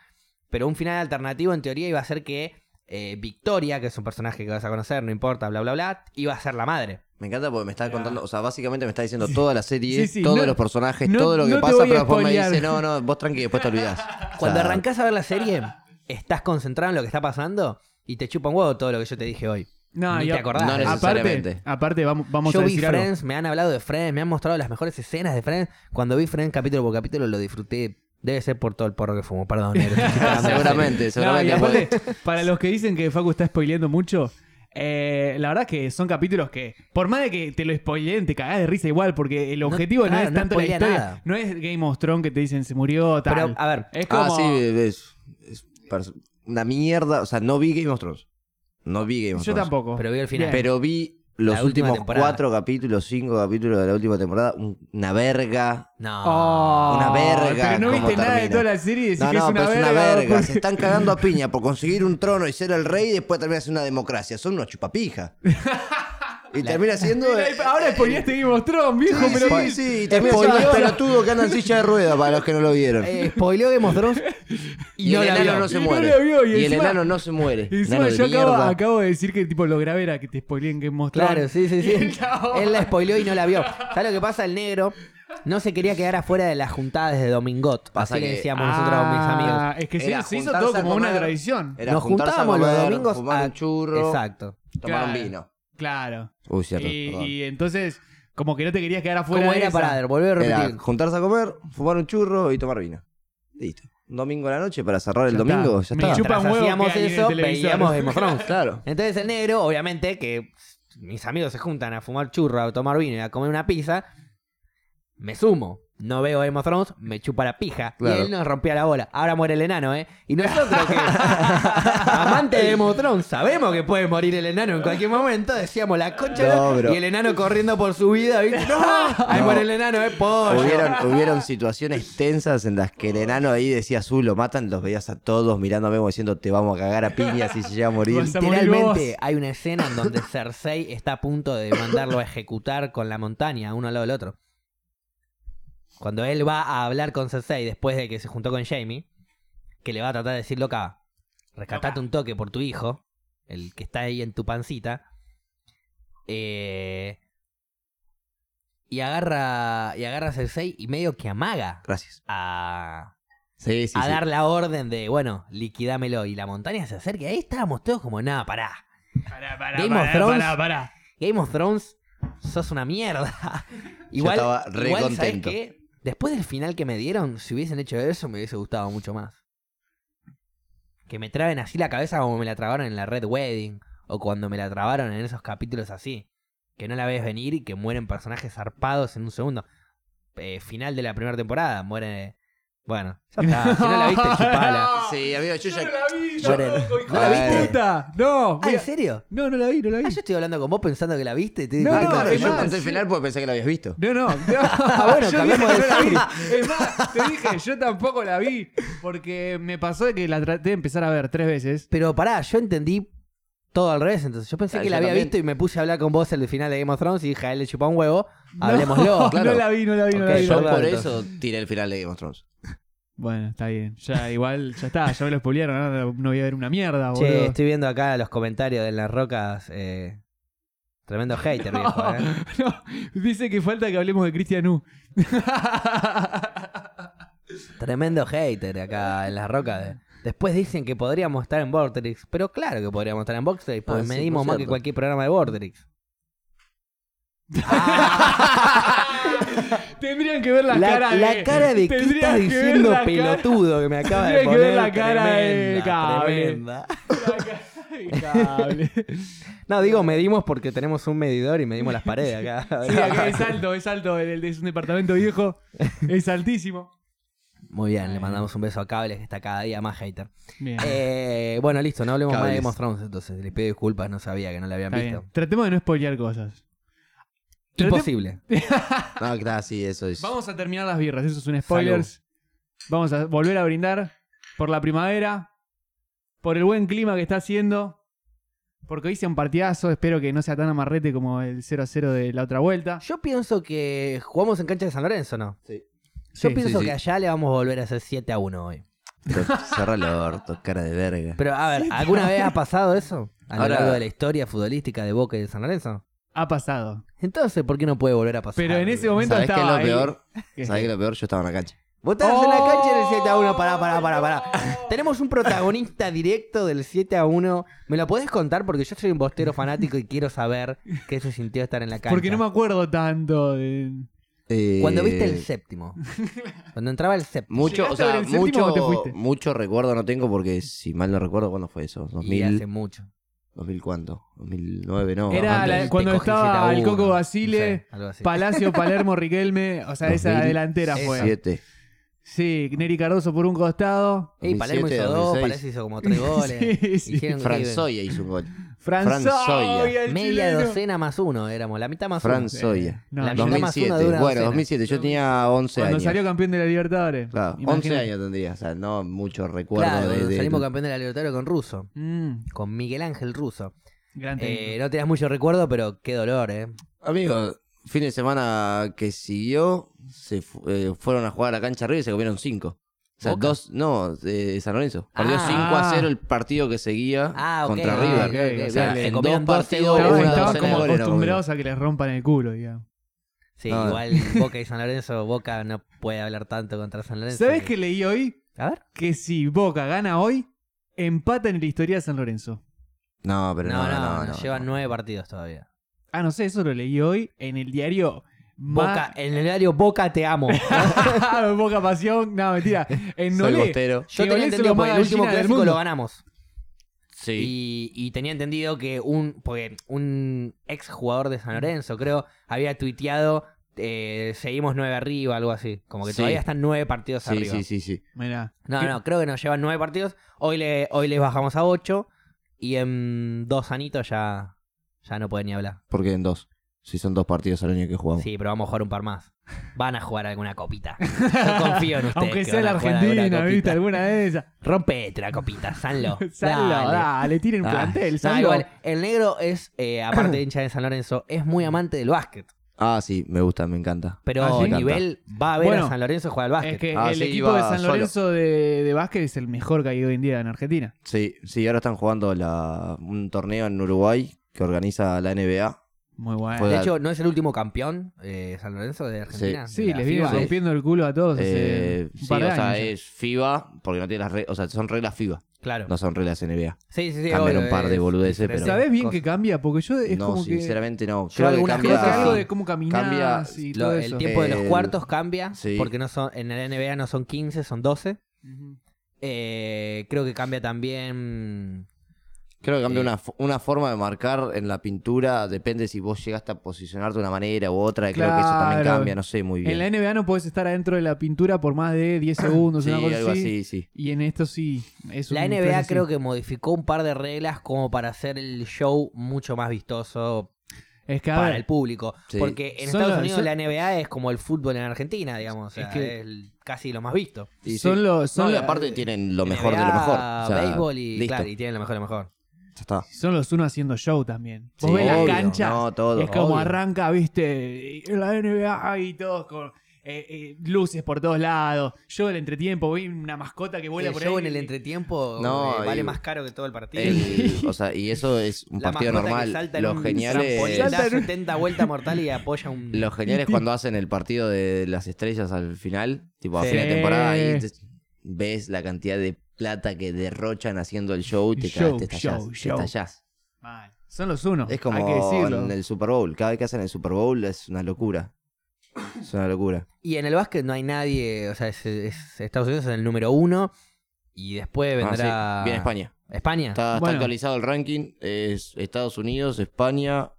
Pero un final alternativo en teoría iba a ser que eh, Victoria, que es un personaje que vas a conocer, no importa, bla, bla, bla, iba a ser la madre. Me encanta porque me está Mirá. contando, o sea, básicamente me está diciendo toda la serie, Sí, sí, todos no- los personajes, no- todo lo que no te pasa, voy a pero después me spoilear. dice, no, no, vos tranqui, después te olvidás. Cuando O sea, arrancás a ver la serie, estás concentrado en lo que está pasando y te chupa un huevo todo lo que yo te dije hoy. No, Ni y te a- acordás. No Aparte, necesariamente. aparte, vamos, vamos yo a vi decir algo. Friends, me han hablado de Friends, me han mostrado las mejores escenas de Friends. Cuando vi Friends capítulo por capítulo lo disfruté. Debe ser por todo el porro que fumo, perdón. negro, estoy chupando. seguramente, No, y seguramente. porque- aparte, para los que dicen que Facu está spoileando mucho, eh, la verdad que son capítulos que, por más de que te lo spoileen, te cagás de risa igual, porque el No, objetivo no, claro, es no tanto la spoilea historia. nada. No es Game of Thrones que te dicen se murió, tal. Pero, a ver, es como... Ah, sí, es, es pers- una mierda, o sea, no vi Game of Thrones. No vi Game of yo Thrones. tampoco. pero vi el final. Pero vi los La última últimos temporada. cuatro capítulos, cinco capítulos de la última temporada, un- una verga. No. Oh, Ah, Una verga, Pero no ¿cómo viste nada de termina? toda la serie y decís No, que no, es una pero es verga. una verga. porque- Se están cagando a piña por conseguir un trono y ser el rey y después termina siendo una democracia. Son unos chupapijas. Y termina siendo. eh, Mira, Ahora spoileaste Game of Thrones, viejo, Sí, pero... sí, sí, y termina siendo un Spoileó. pelotudo que anda en silla de rueda para los que no lo vieron. Eh, spoileó Game of Thrones y, Y, no el la enano vio. no se Y no muere. la vio, y y el encima- enano no se muere. Y encima Enano de yo acabo, mierda. acabo de decir que tipo lo grave era que te spoileé en Game of Thrones. Claro, sí, sí, Y sí. el chabón- Él la spoileó y no la vio. ¿Sabes lo que pasa? El negro no se quería quedar afuera de las juntadas de Domingot. Pasa así que que- decíamos nosotros, mis amigos. Ah, Es que Era se, se hizo juntarse todo a como una comer. tradición. Era Nos juntarse a juntábamos los comer, domingos fumar a- un churro, Exacto. tomar un Claro. vino. Claro. Uy, cierto, y, perdón. y entonces, como que no te querías quedar afuera. ¿Cómo de era esa. para volver a Era repetir? juntarse a comer, fumar un churro y tomar vino. Listo. Un domingo a la noche para cerrar el Ya domingo, ya está. Me está. chupa Mientras un huevo hacíamos que hay en el eso, televisor. veíamos Game of Thrones. Claro. Entonces el negro, obviamente, que mis amigos se juntan a fumar churro, a tomar vino y a comer una pizza, me sumo. No veo Game of Thrones, me chupa la pija. Y Claro. él nos rompía la bola. Ahora muere el enano, ¿eh? Y nosotros que, amantes de Game of Thrones, sabemos que puede morir el enano en cualquier momento. Decíamos la concha de la-". No, pero- y el enano corriendo por su vida, ¿viste? ¡No! Ahí No. muere el enano, ¿eh? Pollo. Hubieron, hubieron situaciones tensas en las que el enano ahí decía azul, lo matan, los veías a todos mirándome como diciendo te vamos a cagar a piñas si se llega a morir. Vas a morir Literalmente vos. hay una escena en donde Cersei está a punto de mandarlo a ejecutar con la montaña, uno al lado del otro. Cuando él va a hablar con Cersei después de que se juntó con Jamie, que le va a tratar de decir, loca, rescatate un toque por tu hijo, el que está ahí en tu pancita. Eh, y agarra y agarra a Cersei y medio que amaga Gracias. a, Sí, sí, a sí. dar la orden de, bueno, liquidámelo. Y la montaña se acerca. y Ahí estábamos todos como, nada, pará. Pará, pará, Game pará, of Thrones. pará, pará. Game of Thrones, sos una mierda. Yo igual, estaba re igual, ¿sabés contento. qué? Después del final que me dieron, si hubiesen hecho eso, me hubiese gustado mucho más. Que me traben así la cabeza como me la trabaron en la Red Wedding. O cuando me la trabaron en esos capítulos así. Que no la ves venir y que mueren personajes zarpados en un segundo. Eh, final de la primera temporada, muere. Bueno, ya está. Si no la viste, chupala. Ah, Sí, amigo, yo ya- vi, Yo- tampoco, ¿No hijo la de viste? puta. No, Ah, ¿en mira, serio? no, no la vi, no la vi. Ah, yo estoy hablando con vos pensando que la viste. te- No, Ah, te- no, claro, es yo más, conté el sí. final porque pensé que lo habías visto. No, no, no. Ah, bueno, yo cambiamos dije de que no la serie. vi. Es más, te dije, yo tampoco la vi. Porque me pasó de que la traté de empezar a ver tres veces. Pero pará, yo entendí todo al revés. Entonces yo pensé Ah, Claro, que la yo había también. visto y me puse a hablar con vos en el final de Game of Thrones y dije, a él le chupá un huevo. Hablemoslo. no, claro. No la vi, no la vi, no la Ok, vi. no Yo perdón, la vi. por entonces. eso tiré el final de Game of Thrones. Bueno, está bien. Ya igual, ya está, ya me lo spoilearon, ahora no, voy a ver una mierda, boludo. Che, este- estoy viendo acá los comentarios de las rocas. eh, tremendo hater, viejo. no, eh. no. dice que falta que hablemos de Cristian U. Tremendo hater acá en las rocas. eh. Después dicen que podríamos estar en Vortex. Pero claro que podríamos estar en Vortex, porque Ah, sí, medimos por más que cierto. cualquier programa de Vortex. Tendrían que ver la, la, cara de... la cara de qué tendrían estás que ver diciendo la cara- pelotudo que me acaba de Tendría que poner. ver la cara de tremenda, cable. tremenda. la cara de cable. No, digo medimos porque tenemos un medidor y medimos las paredes acá. Sí, acá es alto, es alto. el- el- Es un departamento viejo. Es altísimo. Muy bien, le mandamos un beso a Cables que está cada día más hater. Bien. Eh, bueno, listo, no hablemos más de Cables. Game of Thrones entonces. Les pido disculpas, no sabía que no la habían Está visto. bien. Tratemos de no spoilear cosas. Tratem- Imposible. No, claro, sí, eso es. Vamos a terminar las birras, eso es un spoilers. Vamos a volver a brindar por la primavera, por el buen clima que está haciendo, porque hoy sea un partidazo, espero que no sea tan amarrete como el 0 a 0 de la otra vuelta. Yo pienso que jugamos en cancha de San Lorenzo, ¿no? Sí. Yo Sí, pienso sí, sí. que allá le vamos a volver a hacer 7 a 1 hoy. Pero Cerra el orto, cara de verga. Pero a ver, ¿alguna vez ha pasado eso? A lo Ahora- largo de la historia futbolística de Boca y de San Lorenzo. Ha pasado. Entonces, ¿por qué no puede volver a pasar? Pero en ese momento ¿Sabés qué es estaba lo ahí. peor? ¿Qué? ¿Sabés qué es lo peor? Yo estaba en la cancha. Vos estabas en la cancha del 7 a 1. ¡Oh, Pará, pará, pará, pará. Tenemos un protagonista directo del 7 a 1. ¿Me lo podés contar? Porque yo soy un bostero fanático y quiero saber qué se sintió estar en la cancha. Porque no me acuerdo tanto de... Eh, Cuando viste el séptimo. Cuando entraba el séptimo. Mucho, o ¿Llegaste a ver sea, el séptimo o te mucho, fuiste? mucho recuerdo no tengo porque si mal no recuerdo, ¿cuándo fue eso? Y hace 2000, mucho. 2000 cuánto? 2009, no. Era antes. la- Te cuando cogí estaba 7 a el 1, Coco no Basile, sé, algo así. Palacio, Palermo, Riquelme, o sea, esa 2007. delantera fue. Siete. Sí, Neri Cardoso por un costado. Ey, Palermo 2007, hizo dos, 2006. Palermo hizo como tres goles. Sí, sí. Hicieron- Franzoya hizo un gol. Franzoya, Franzoya. el Media chileno. docena más uno éramos, la mitad más uno. Franzoya. No, La yo- mitad más uno de 2007. una Bueno, docena. 2007. Yo tenía 11 Cuando años. salió campeón de la Libertadores. Claro, 11 Imagínate. años tendría. O sea, no mucho recuerdo Claro, de, cuando de- salimos campeón de la Libertadores con Russo, Mm, con Miguel Ángel Russo. gran Eh, técnico. no tenías mucho recuerdo, pero qué dolor, ¿eh? Amigo, fin de semana que siguió, se fu- eh, fueron a jugar a la cancha arriba y se comieron 5. O sea, ¿Boca? dos, no, eh, San Lorenzo. Perdió Ah. 5 a 0 el partido que seguía Ah, ok. contra Ah, River. ok, ok. O sea, Le en dos comieron 12 partidos, goles. Estaban, Estaban una docena estaban de como goles. no, acostumbrados a que les rompan el culo, digamos. Sí, No. igual Boca y San Lorenzo, Boca no puede hablar tanto contra San Lorenzo. ¿Sabes qué leí hoy? A ver. Que si Boca gana hoy, empata en el historia de San Lorenzo. No, pero No, no, no, no, no, llevan no. nueve partidos todavía. Ah, no sé, eso lo leí hoy en el diario Boca, en el horario Boca te amo. Boca. Boca Pasión. No, mentira. En Soy Nolé. bostero. Yo Que tenía Olé se lo entendido porque más el último gallina del clásico mundo. lo ganamos. Sí. Y, y tenía entendido que un, porque un ex jugador de San Lorenzo, creo, había tuiteado eh, seguimos nueve arriba, algo así. Como que Sí. todavía están nueve partidos Sí, arriba. sí, sí, sí. Mirá. No, ¿Qué- no, creo que nos llevan nueve partidos. Hoy, le, hoy les bajamos a ocho y en dos anitos ya, ya no pueden ni hablar. Porque en dos. Si son dos partidos al año que Oh. jugamos. Sí, pero vamos a jugar un par más. Van a jugar alguna copita. Yo confío en ustedes. Aunque que sea van la a jugar alguna Argentina, ¿viste? copita. Alguna de esas. Rompete la copita, sanlo. Sallo, Dale. dale, tiren un Ah, plantel, no, sallo. igual, el negro es, eh, aparte de hincha de San Lorenzo, es muy amante del básquet. Ah, sí, me gusta, me encanta. Pero Ah, ¿sí? el nivel va a ver Bueno, a San Lorenzo jugar al básquet. Es que Ah, el sí, equipo iba de San solo. Lorenzo de, de básquet es el mejor que hay hoy en día en Argentina. Sí, sí, ahora están jugando la, un torneo en Uruguay que organiza la NBA. Muy bueno. Fue- de hecho, ¿no es el último campeón eh, San Lorenzo de Argentina? Sí, De la les viene FIBA. sí. rompiendo el culo a todos. hace Eh, un sí, par de o sea, años ya. es FIBA, porque no tiene las reglas, o sea, son reglas FIBA, Claro. no son reglas NBA. Sí, sí, sí. Cambiaron obvio, un par de es- boludeces, diferente. pero- ¿Sabés bien Cosa- que cambia? Porque yo es No, como que... sinceramente no. Creo Creo que algunas Creo que cambia... cosas- algo de cómo caminás cambia y lo- todo el eso. tiempo de los El- cuartos cambia, Eh, Sí. porque no son, en la NBA no son 15, son 12. Ujú. Eh, creo que cambia también... Creo que cambia Eh. una, fo- una forma de marcar en la pintura, depende si vos llegaste a posicionarte de una manera u otra, creo que eso también Claro. cambia, no sé muy bien. En la NBA no podés estar adentro de la pintura por más de 10 segundos, sí, una cosa algo así. así, sí. Y en esto sí. Es La NBA creo que modificó un par de reglas como para hacer el show mucho más vistoso que... Es que, a para ver, el público. Sí. Porque en Son Estados los- Unidos son- la NBA es como el fútbol en Argentina, digamos. O sea, es, Es que- el- casi lo más visto. Y sí. son los... Son No, y la- aparte tienen lo mejor NBA, de lo mejor. O sea, béisbol y, listo, claro, y tienen lo mejor de lo mejor. ya está. Son los uno haciendo show también. Vos Sí, ves las obvio, canchas. no, todo, es como obvio. arranca, viste, en la NBA y todos con eh, eh, luces por todos lados. Yo en el entretiempo vi una mascota que vuela el por show ahí. en el entretiempo No, eh, vale y- más caro que todo el partido. El- o sea, y eso es un La partido mascota que normal. salta en Lo un genial, trampolín, es, da 70 vueltas mortal y apoya un... lo genial es cuando hacen el partido de las estrellas al final, tipo a Sí. fin de temporada, y te- ves la cantidad de plata que derrochan haciendo el show y te, Show, ca- te estallás, show, te show. estallás. Mal. Son los uno. Es como hay que decirlo. en el Super Bowl. Cada vez que hacen el Super Bowl es una locura. Es una locura. Y en el básquet no hay nadie, o sea, es- es- Estados Unidos es el número uno y después Ah, sí, vendrá... Viene España. España. Está, está Bueno. actualizado el ranking. Es Estados Unidos, España,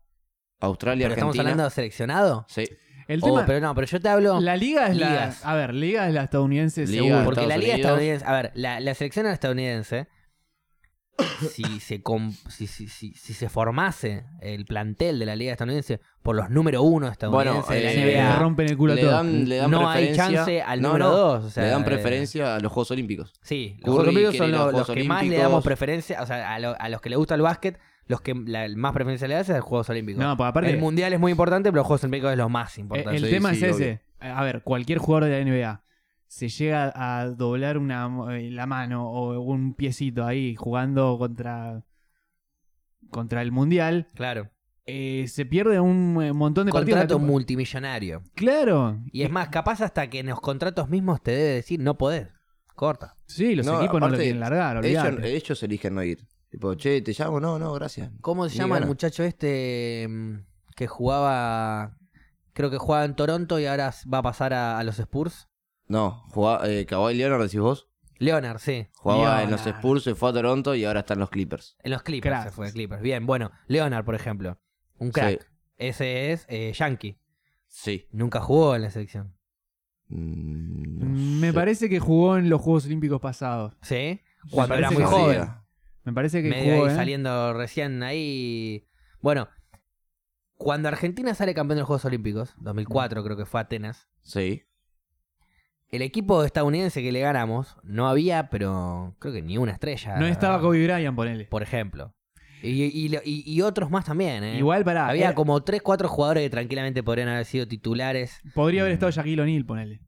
Australia, Pero estamos Argentina. hablando de seleccionado. Sí. El Oh, tema, pero no, pero yo te hablo... la liga es Ligas. la. A ver, liga es la estadounidense Liga, seguro. Porque la Estados liga Unidos. estadounidense, a ver, la, la selección estadounidense, si se, com- si, si- si- si se formase el plantel de la liga estadounidense por los número uno estadounidenses Bueno, de la eh, Le NBA, rompen el culo a le todos. dan, le dan no hay preferencia- chance al No, número no. dos. o sea, le dan eh, preferencia a los Juegos Olímpicos. sí, los Curry Juegos Olímpicos quiere son ir a los, los los Juegos que más le Olímpicos. damos preferencia, o sea, a, lo- a los que les gusta el básquet, los que la, el más preferencia le das es a los Juegos Olímpicos. No, porque aparte. el Mundial es muy importante, pero los Juegos Olímpicos es lo más Eh, importante. El, Sí, tema sí, es ese. A ver, cualquier jugador de la NBA se llega a doblar una, eh, la mano o un piecito ahí jugando contra, contra el Mundial, claro. eh, se pierde un eh, montón de Contrato partidos. multimillonario. Claro. Y es más, capaz hasta que en los contratos mismos te debe decir no podés. Corta. Sí, los No, equipos no lo aparte, quieren largar, Ellos, eh, olvidate. ellos eligen no ir. Tipo, che, te llamo, no, no, gracias. ¿Cómo se Ni llama el ganas. muchacho este mm, que jugaba. Creo que jugaba en Toronto y ahora va a pasar a, a los Spurs? No, jugaba, eh, Kawhi Leonard, decís vos. Leonard, sí. Jugaba Leonard. en los Spurs, se fue a Toronto y ahora están los Clippers. En los Clippers Cracks. se fue, Clippers. Bien, bueno, Leonard, por ejemplo. Un crack. Ese es eh, Yankee. Sí. Nunca jugó en la selección. Mm, no Me sé. parece que jugó en los Juegos Olímpicos pasados. ¿Sí? Me Cuando era parece muy que joven. sí. Me parece que medio jugó. ahí ¿eh? saliendo recién ahí. Bueno, cuando Argentina sale campeón de los Juegos Olímpicos, 2004 creo que fue Atenas, Sí. el equipo estadounidense que le ganamos no había, pero creo que ni una estrella. No estaba Kobe Bryant, ponele. Por ejemplo. Y, y lo- y- y otros más también, ¿eh? Igual, pará. Había era- como 3, 4 jugadores que tranquilamente podrían haber sido titulares, Podría haber estado Shaquille O'Neal, ponele.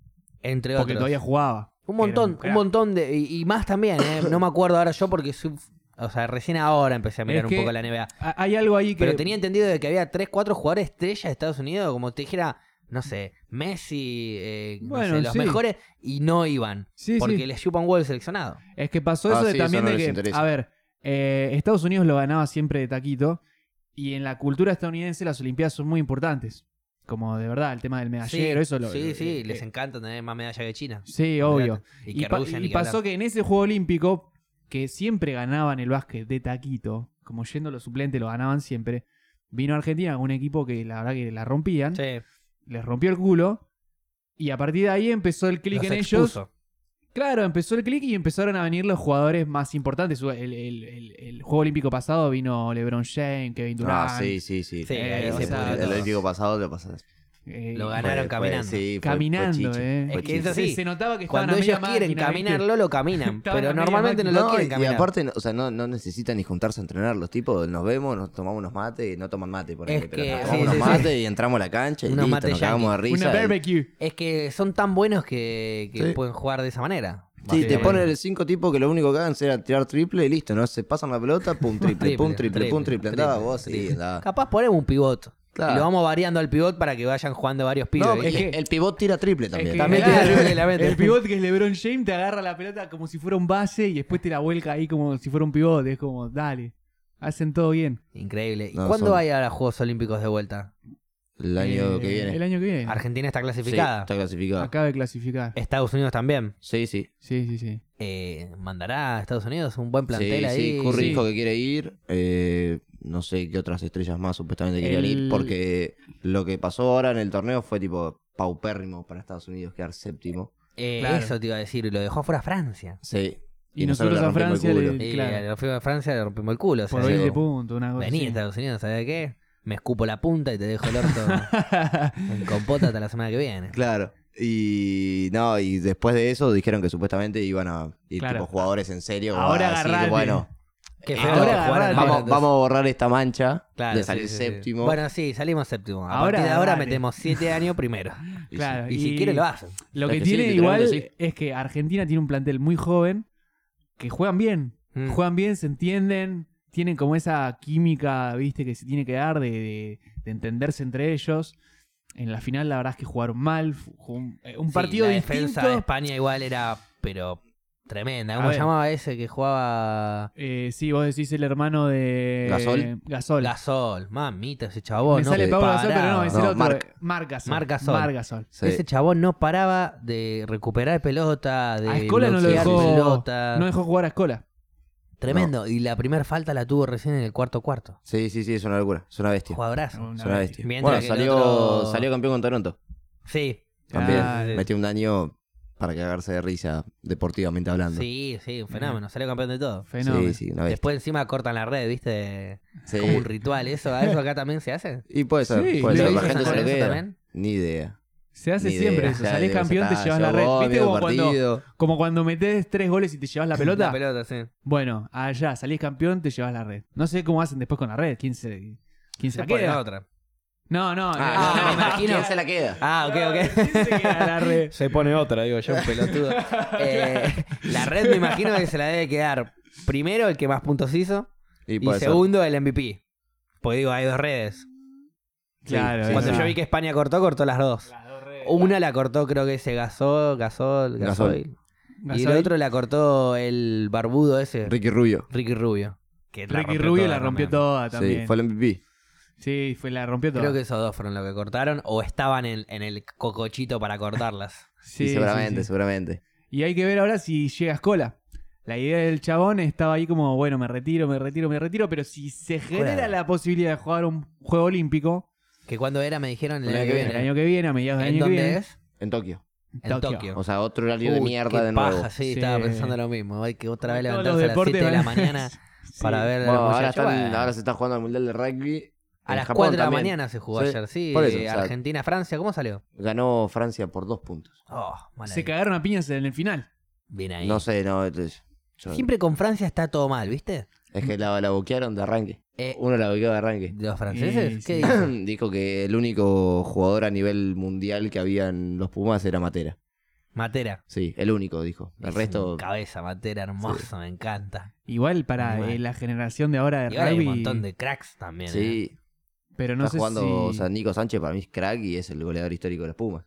entre Porque Mm. otros. todavía jugaba. Un Era montón, un crack. montón de. Y, y más también, ¿eh? No me acuerdo ahora yo porque. soy- o sea, recién ahora empecé a mirar Es un que- poco la NBA. Ah, Hay algo ahí que. Pero tenía entendido de que había 3, 4 jugadores estrellas de Estados Unidos, como te dijera, no sé, Messi, eh, no Bueno, sé, los sí. mejores, y no iban. Sí, porque sí. les chupa un huevo el seleccionado. Es que pasó Ah, eso de sí, eso también no de les que. interesa. A ver, eh, Estados Unidos lo ganaba siempre de taquito. Y en la cultura estadounidense las Olimpiadas son muy importantes. Como de verdad, el tema del medallero, sí, eso lo. sí, lo- sí, eh, les eh, encanta tener más medalla que China. Sí, obvio. Y, que pa- Rusia y ni que pasó hablar. que en ese juego olímpico, que siempre ganaban el básquet de taquito, como yendo los suplentes, lo ganaban siempre. Vino Argentina con un equipo que la verdad que la rompían. Sí. les rompió el culo. Y a partir de ahí empezó el clic Los en ellos. expuso. Claro, empezó el clic y empezaron a venir los jugadores más importantes. El, el- el- el Juego Olímpico pasado vino LeBron James, Kevin Durant. Ah, sí, sí, sí. Sí, Eh, ahí El- o se sea, pudrió el todo. Olímpico pasado lo pasaste. Eh, Lo Ganaron caminando. sí, fue- caminando, fue chiche, eh. fue Es que chiche. eso Se- sí. Se notaba que estaban Cuando a media ellos quieren máquina, ¿viste? caminarlo, lo caminan. Estaban a Pero media normalmente no máquina. lo No, quieren y, y caminar. aparte, no- o sea, no, no necesitan ni juntarse a entrenar los tipos. Nos vemos, nos tomamos unos mates, no toman mate por ahí, Es pero que- nos sí, tomamos sí, unos sí. mates y entramos a la cancha y Unos listo, mates nos cagamos de Una risa. y- barbecue. Es que son tan buenos que, que Sí. pueden jugar de esa manera. Sí, te básicamente. ponen el cinco tipos que lo único que hagan será tirar triple y listo, ¿no? Se pasan la pelota, pum, triple, pum, triple, pum, triple. Andaba vos, sí, triple. andaba. Capaz ponemos un pivot. Claro. Y lo vamos variando al pivot para que vayan jugando varios pibes. No, ¿viste? es que el pivot tira triple también. Es que, También claro, tiene triple, la mete. El pivot que es LeBron James te agarra la pelota como si fuera un base y después te la vuelca ahí como si fuera un pivot. Es como, dale, hacen todo bien. Increíble. ¿Y No, cuándo son- va a ir a los Juegos Olímpicos de vuelta? El año Eh, que viene. El año que viene. Argentina Eh. está Sí, clasificada. está clasificado. Acaba de clasificar. Estados Unidos también. Sí, sí. Sí, sí, sí. Eh, ¿Mandará a Estados Unidos un buen plantel sí, ahí? sí, Curry Sí. dijo que quiere ir. eh, no sé qué otras estrellas más supuestamente querían El- ir. Porque lo que pasó ahora en el torneo fue tipo paupérrimo para Estados Unidos quedar séptimo. Eh, Claro. Eso te iba a decir. Y lo dejó fuera Francia. Sí. Y nosotros le a rompimos el Francia culo. le- Y Claro. a la firma de Francia le rompimos el culo. o sea, Por Sí. 20 puntos, una cosa vení así. Estados Unidos, ¿sabes qué? Me escupo la punta y te dejo el orto en compota hasta la semana que viene. Claro. Y no, y después de eso dijeron que supuestamente iban a ir Claro. tipo jugadores en serio. Ahora a decir, agarrate. Eh, bueno, Qué Ah, feo ahora que jugaran ahora, agarrate. vamos, entonces. vamos a borrar esta mancha Claro, de sí, salir sí, sí. séptimo. Bueno, sí, salimos séptimo. A Ahora partir de ahora agarrate. metemos siete años primero. Y Claro. Y, si quiere lo hacen. Lo Es que, que sí, tiene igual literalmente es que Argentina tiene un plantel muy joven que juegan bien. Mm. Juegan bien, se entienden, tienen como esa química, viste, que se tiene que dar de, de- de entenderse entre ellos. En la final, la verdad es que jugaron mal. fu- jugó Un, eh, un Sí, partido la distinto. defensa de España igual era, pero tremenda. ¿Cómo A se ver. llamaba ese que jugaba Eh, sí, vos decís el hermano de. ¿Gasol? Gasol. La Sol? Mamita, ese chabón. Me no sale Pablo Gasol, pero no, paraba. es el No, otro. Marc. eh, Marc Gasol. Marc Gasol. Marc Gasol. Sí. Ese chabón no paraba de recuperar pelota, de a Escola no lo bloquear dejó. pelota. No dejó jugar a Escola. Tremendo. Y la primera falta la tuvo recién en el cuarto cuarto. sí, sí, sí, es una locura. Es una bestia. Jugadorazo. Es una bestia. Mientras Bueno, que el salió, otro- salió campeón con Toronto. Sí. También Ah, el- metió un daño para cagarse de risa deportivamente hablando. Sí, Sí, sí, un fenómeno. Salió campeón de todo. Fenómeno. sí, una bestia. Después encima cortan la red, ¿viste? Sí. Como un ritual. ¿Eso, ¿A eso acá también se hace? Y puede ser, Sí, puede ¿lo ser. La hizo gente San se lo Lorenzo queda. también? Ni idea. Se hace ni siempre idea. eso. Ya Salís digo, ya campeón, te está, llevas yo la red. voy, ¿Viste veo como cuando, partido. como cuando metés tres goles y te llevas la pelota? La pelota, sí. Bueno, allá salís campeón, te llevas la red. No sé cómo hacen después con la red. ¿Quién se, quién se, Se la pone queda? la otra. No, no. Ah, no, no, me no, no, imagino. ¿quién se la queda? Ah, ok, ok. ¿Quién se queda la red? Se pone otra, digo yo, un pelotudo. Eh, la red me imagino que se la debe quedar primero el que más puntos hizo Y, y, puede ser. segundo el MVP. Porque digo, hay dos redes. Claro, Sí, Cuando sí. yo vi que España cortó, cortó las dos. Una la cortó, creo que ese Gasol, Gasol, Gasol. Uh, Y el Gasol. otro la cortó el barbudo ese, Ricky Rubio. Ricky Rubio. que la Ricky rompió Rubio toda la rompió Ah, también. toda también. Sí, fue el MVP. Sí, fue, la rompió toda. Creo que esos dos fueron los que cortaron o estaban en, en el cocochito para cortarlas. Sí, Y sí, seguramente, sí. seguramente. Y hay que ver ahora si llega Escola. La idea del chabón estaba ahí como, bueno, me retiro, me retiro, me retiro, pero si se genera Claro. la posibilidad de jugar un juego olímpico que cuando era me dijeron el El año que año viene. el año que viene, a mediados del ¿En año que dónde viene, es? En Tokio. En Tokio. O sea, otro horario de Uy, mierda qué de nuevo. paja, sí, Sí. estaba pensando lo mismo. Hay que otra vez Todos los levantarse a las deportes 7 de la van- mañana Sí. para ver Bueno, a los ahora, muchachos. están- Bueno, ahora se está jugando el Mundial de Rugby. a en las Japón 4 de la también. mañana se jugó Sí, ayer, sí. por eso, eh, o sea- Argentina, Francia, ¿cómo salió? Ganó Francia por dos puntos. Oh, mal se ahí. cagaron a piñas en el final. Bien ahí. No sé, no. entonces, yo- Siempre con Francia está todo mal, ¿viste? Es que la, la boquearon de arranque. Eh, Uno la boqueó de arranque. ¿Los franceses? Eh, ¿Qué sí. dicen? Dijo que el único jugador a nivel mundial que había en los Pumas era Matera. Matera. Sí, el único, dijo. El Es resto. un Cabeza, Matera, hermoso, me encanta. Igual para Mal. eh, la generación de ahora de Y ahora hay un rugby, montón de cracks también. ¿eh? Sí, pero no está sé jugando. si... O sea, Nico Sánchez para mí es crack y es el goleador histórico de los Pumas.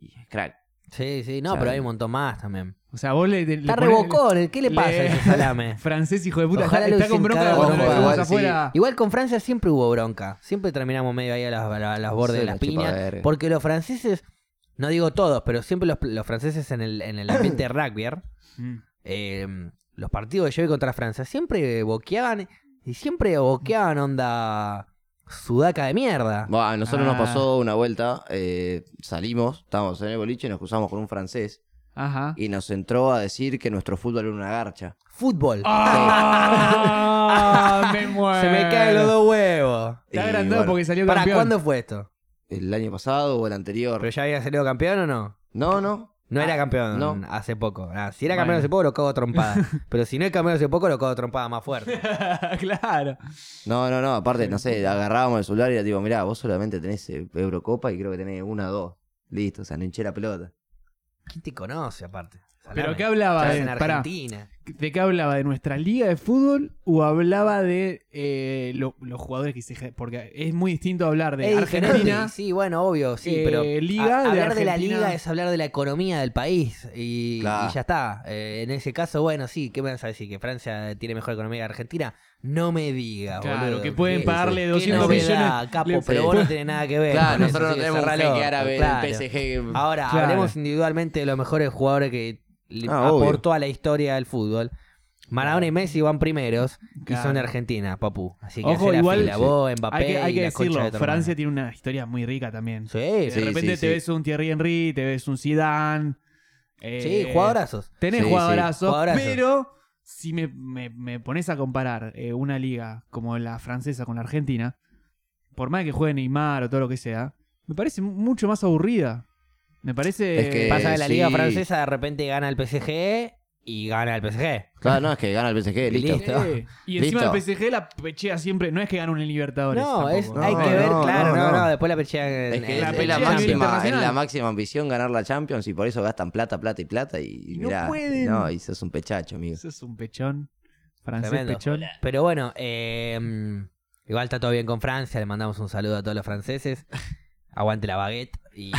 Y es crack. Sí, sí, no, O sea, pero hay un montón más también. o sea, vos le, le Está ponés- rebocón, ¿qué le le- pasa a ese salame? Francés, hijo de puta, Ojalá está, lo está con hubiesen bronca cagado cuando lo a dejamos trompadas, sí. afuera. Igual con Francia siempre hubo bronca. Siempre terminamos medio ahí a las, a las- a las bordes Sí, de las la chupa piñas. verga. Porque los franceses, no digo todos, pero siempre los, los franceses en el, en el ambiente rugby, Mm. eh, los partidos que yo vi contra Francia, siempre boqueaban y siempre boqueaban onda sudaca de mierda. Bueno, a nosotros Ah. nos pasó una vuelta, eh, salimos, estábamos en el boliche y nos cruzamos con un francés Ajá. y nos entró a decir que nuestro fútbol era una garcha. Fútbol. ¡Ah! me muero. Se me caen Ah, los dos huevos. Está Y agrandado bueno, porque salió ¿Para campeón. cuándo fue esto? El año pasado o el anterior. ¿Pero ya había salido campeón o no? No, no. No era campeón Ah, no. hace poco. Ah, si era campeón Bueno. hace poco, lo cago a trompada. Pero si no es campeón hace poco, lo cago a trompada más fuerte. claro. No, no, no. Aparte, no sé, agarrábamos el celular y era tipo, mirá, vos solamente tenés eh, Eurocopa y creo que tenés una o dos. Listo, o sea, no hinché la pelota. ¿Quién te conoce, aparte? ¿Pero Salame. qué hablaba? Estás De, en pará. Argentina. ¿De qué hablaba? ¿De nuestra liga de fútbol o hablaba de eh, lo- los jugadores que se... ejer- Porque es muy distinto hablar de Es Argentina. diferente. Sí, bueno, obvio, sí, eh, pero liga a- de hablar de la Argentina. liga es hablar de la economía del país y, Claro. y ya está. Eh, en ese caso, bueno, sí, ¿qué me vas a decir? ¿Que Francia tiene mejor economía que Argentina? No me digas, Claro, boludo. que pueden ¿Qué- pagarle qué 200 novedad, millones? capo, Le- pero vos no tenés nada que ver. con eso, así que cerralo, claro. Ah, PSG. Ahora, Claro. hablemos individualmente de los mejores jugadores que le Ah, obvio. aportó a la historia del fútbol. Maradona y Messi van primeros y Claro. son de Argentina, papu. Así que Ojo, hacé la igual- fila, vos, Mbappé Hay que, hay y que la concha decirlo, de tu Francia tiene una historia muy rica también. hermana. Sí, de sí, sí, repente sí, te sí. ves un Thierry Henry, te ves un Zidane. eh, sí, jugadorazos. Tenés Sí, sí, jugadorazos, jugadorazos. pero si me, me- me pones a comparar eh, una liga como la francesa con la argentina, por más que juegue Neymar o todo lo que sea, me parece mu- mucho más aburrida. Me parece... Es que- Pasa de la liga Eh, sí. francesa, de repente gana el PSG y gana el PSG. Claro, Ah, no, es que gana el PSG, listo. Listo. Eh, y encima Listo. el PSG la pechea siempre. No es que gana un Libertadores. No, tampoco. es, No, hay que ver, no, claro, no, no, no, no. después la pechean en, Es en- que es- la es en- la, pelea máxima, es internacional. la máxima ambición ganar la Champions y por eso gastan plata, plata y plata. Y, Y no mirá, pueden. No, y sos un pechacho, amigo. Eso es un pechón. Francés Tremendo. pechón. Pero bueno, eh, igual está todo bien con Francia. Le mandamos un saludo a todos los franceses. Aguante la baguette y,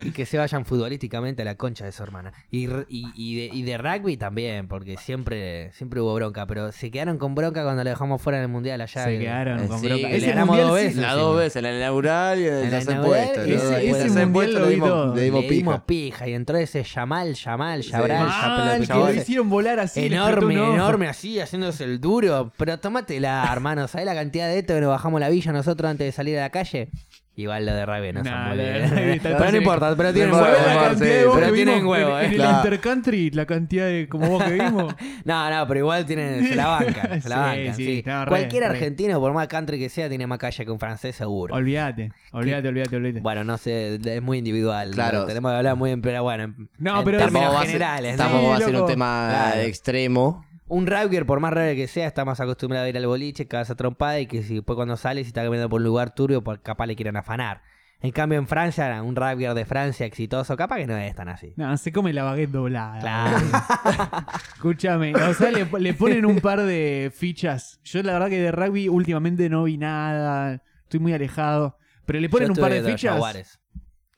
y que se vayan futbolísticamente a la concha de su hermana. Y, r- y- y de, y de rugby también, porque siempre, siempre hubo bronca. Pero se quedaron con bronca cuando lo dejamos fuera en el mundial allá. Se que- quedaron Eh, con sí, bronca. le Ese ganamos mundial dos sí- veces. Las encima. dos veces, en la inaugural y en En el la tercer inaugural, puesto. ese- ¿no? ese Después del tercer mundial puesto lo le vi dimos- todo. le dimos Le pija. Ah, dimos pija y entró ese Yamal, Yamal, Yabral, Mal, que lo Yapel- hicieron volar así. le explotó enorme, un ojo. enorme, así, haciéndose el duro. Pero tómatela, hermano. ¿Sabés la cantidad de esto que nos bajamos la villa nosotros antes de salir a la calle? Igual lo de Rabe no, son Nah, muy lo de bien. Rabe está- Pero no importa, pero tienen Me huevo. mueve ¿Sabés la Mar- cantidad de sí, vos pero que tienen vimos huevo, en, eh. en el Claro. Intercountry, la cantidad de como vos que vimos. No, no, pero igual tienen, se la bancan, se la Sí, bancan. sí, sí. está re, Cualquier re. argentino, por más country que sea, tiene más calle que un francés seguro. olvídate, olvídate, olvídate, olvídate. Bueno, no sé, es muy individual. Claro. ¿no? Tenemos que hablar muy en, pero bueno, en, No, en pero- términos Tampoco va a ser- generales. ¿no? Tampoco va a Sí, ser un loco. tema Claro. extremo. Un rugby, por más raro que sea, está más acostumbrado a ir al boliche, cagarse a trompada y que si después cuando sale, si está caminando por un lugar turbio, por- capaz le quieran afanar. En cambio, en Francia, un rugby de Francia exitoso, capaz que no es tan así. No, se come la baguette doblada. Claro. Escúchame, o sea, le, le ponen un par de fichas. Yo la verdad que de rugby últimamente no vi nada, estoy muy alejado. Pero le ponen Yo un par estuve de viendo los fichas. Jaguares,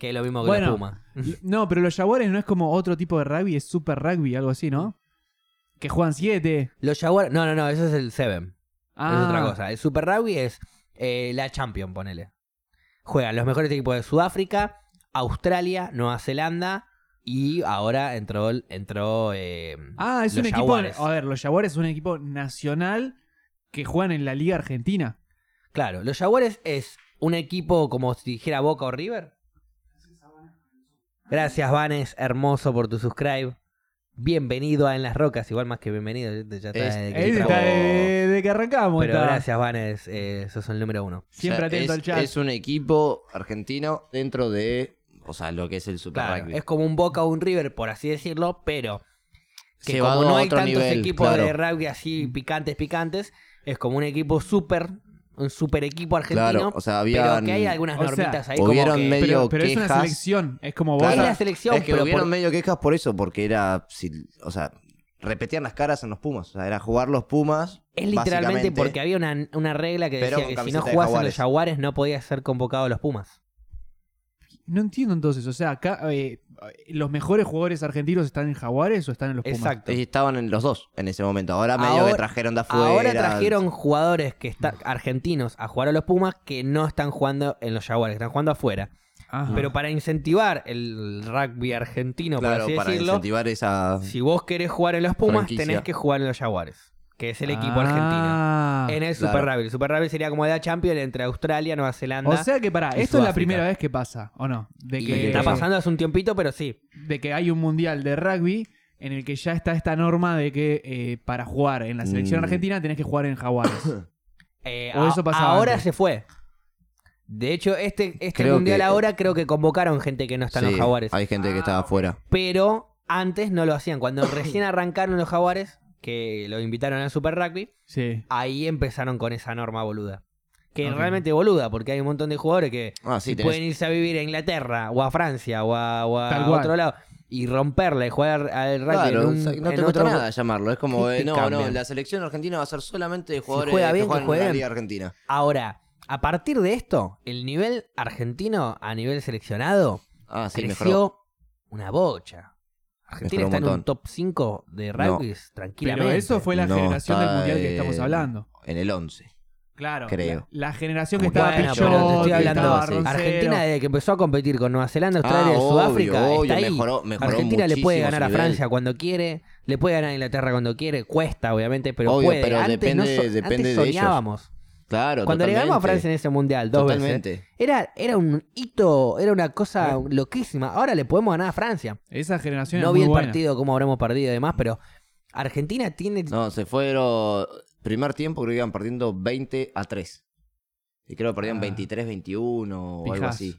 que es lo mismo que Bueno. los Pumas. No, pero los jaguares no es como otro tipo de rugby, es super rugby, algo así, ¿no? Que juegan siete. Los Jaguares. No, no, no, eso es el Seven. Ah, Es otra cosa. El Super Rugby es eh, la Champion, ponele. Juegan los mejores equipos de Sudáfrica, Australia, Nueva Zelanda y ahora entró. el- entró eh, Ah, es los un equipo. Jaguares. A ver, los jaguares es un equipo nacional que juegan en la Liga Argentina. Claro, los Jaguares es un equipo como si dijera Boca o River. Gracias, Vanes, hermoso por tu subscribe. Bienvenido a En las Rocas, igual más que bienvenido. Ya está Es- desde que Ese entramos. está de, de que arrancamos. Pero está. gracias, Vanes, eh, sos el número uno. Siempre O sea, atento es, al chat. Es un equipo argentino dentro de, o sea, lo que es el Super Claro, Rugby. es como un Boca o un River, por así decirlo, pero que Llevado como no a hay otro tantos nivel, equipos claro. de rugby así picantes, picantes, es como un equipo súper, un super equipo argentino. Claro, o sea, había pero que hay algunas o sea, normitas ahí hubieron como que- medio pero pero es una quejas. selección. Es como vos. Es Claro. la selección, Es que pero hubieron por- medio quejas por eso, porque era, si- o sea, repetían las caras en los Pumas. O sea, era jugar los Pumas. es literalmente básicamente. porque había una, una regla que Pero decía con que si no camiseta de jugabas en Jaguares. los Jaguares no podías ser convocado a los Pumas. No entiendo entonces. O sea, acá eh, los mejores jugadores argentinos están en Jaguares o están en los Pumas. Exacto. Y estaban en los dos en ese momento. Ahora medio Ahora- que trajeron de afuera. Ahora trajeron jugadores que están argentinos a jugar a los Pumas que no están jugando en los Jaguares, están jugando afuera. Ajá. Pero para incentivar el rugby argentino, Claro, por así para decirlo, incentivar esa. si vos querés jugar en los Pumas, Franquicia. Ah, tenés que jugar en los Jaguares. que es el equipo argentino. Ah. En el Super claro. Rugby. El Super Rugby sería como la Champions entre Australia, Nueva Zelanda. O sea que pará, y esto es la Sudáfrica. primera vez que pasa, ¿o no? De y que, está pasando hace un tiempito, pero sí. de que hay un mundial de rugby en el que ya está esta norma de que eh, para jugar en la selección Mm. argentina tenés que jugar en Jaguares. Eh, O a- eso pasaba ahora antes. se fue. De hecho, este, este Creo mundial que- ahora creo que convocaron gente que no está en Sí, los jaguares. Ah, Hay gente que estaba afuera. Pero antes no lo hacían. Cuando recién arrancaron los jaguares, que lo invitaron al Super Rugby, sí. ahí empezaron con esa norma boluda. Que Ok. realmente boluda, porque hay un montón de jugadores que Ah, sí, tenés- pueden irse a vivir a Inglaterra o a Francia o a, o a Tal cual. otro lado y romperla y jugar al rugby. Claro, en o un- sea, no en te cuesta otro- nada llamarlo. Es como, ¿Qué eh, te no, no, cambian? la selección argentina va a ser solamente de jugadores juega bien, que que juegan en jueguen. la Liga Argentina. Ahora, a partir de esto, el nivel argentino a nivel seleccionado Ah, sí, creció mejoró. una bocha. Argentina Mejoró un está en un montón. top 5 de No. rugby's tranquilamente. Pero eso fue la No, generación del está, mundial que estamos eh, hablando. En el 11. Claro. creo. La, la generación que Bueno, estaba Bueno, Pichot, pero te estoy que hablando. estaba sí. Roncero. Argentina, desde que empezó a competir con Nueva Zelanda, Australia Ah, y obvio, Sudáfrica, obvio, está ahí. mejoró- mejoró Argentina le puede muchísimo ganar a su nivel. Francia cuando quiere, le puede ganar a Inglaterra cuando quiere, cuesta, obviamente, pero Obvio, puede. pero antes depende- no so- antes depende de ellos. soñábamos. Claro, Cuando le ganamos a Francia totalmente. en ese mundial dos veces, ¿eh? Totalmente. era, era un hito, era una cosa loquísima. Ahora le podemos ganar a Francia. Esa generación no es vi muy el buena. partido, cómo habremos perdido y demás, pero Argentina tiene. No, se fueron. Primer tiempo creo que iban perdiendo 20 a 3. Y creo que perdían Ah. 23, 21 o algo Fijás. así.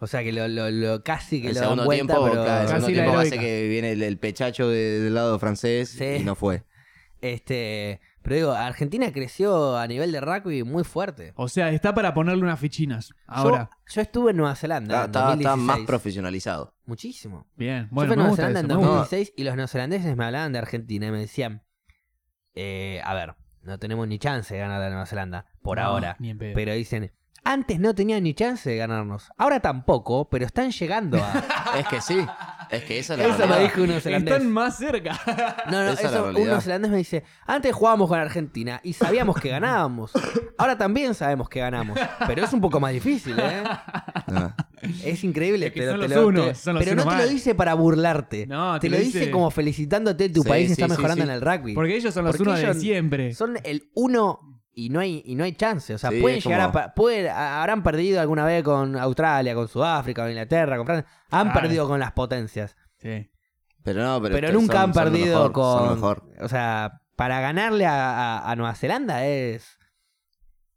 O sea, que lo, lo- lo- casi que El lo dan segundo vuelta, tiempo, pero claro, el Casi segundo la tiempo parece heroica. que viene el, el pechacho de- del lado francés Sí. y no fue. este, pero digo, Argentina creció a nivel de rugby muy fuerte. O sea, está para ponerle unas fichinas. Ahora. Yo, yo estuve en Nueva Zelanda. Está, en está- está Ah, más 2016. profesionalizado. Muchísimo. Bien. yo Bueno, fui a me Nueva gusta Zelanda eso. en me gusta. 2016 y los neozelandeses me hablaban de Argentina y me decían: eh, A ver, no tenemos ni chance de ganar a Nueva Zelanda por No, ahora. ni en pedo. Pero dicen: Antes no tenían ni chance de ganarnos. Ahora tampoco, pero están llegando a. Es que sí. Es que esa es la eso me realidad. dijo un neozelandés. Están más cerca. No, no, Esa es la Ah, eso, un realidad. neozelandés me dice, antes jugábamos con Argentina y sabíamos que ganábamos. Ahora también sabemos que ganamos. Pero es un poco más difícil, ¿eh? Ah. Es increíble. Es que pero son te los lo- unos, te- son los pero no unos te lo mal. dice para burlarte. No, te, lo dice como felicitándote, tu Sí, país sí, está sí, mejorando sí. en el rugby. Porque ellos son los Porque unos de ellos siempre. Son el uno y no hay, y no hay chance. O sea, Sí, pueden es llegar a, como- pa- pueden- a- Habrán perdido alguna vez con Australia, con Sudáfrica, con Inglaterra, con Francia. Han Claro. perdido con las potencias. Sí. Pero no, pero, pero, son- nunca han son lo perdido mejor, son lo con. mejor. O sea, para ganarle a, a- a Nueva Zelanda es.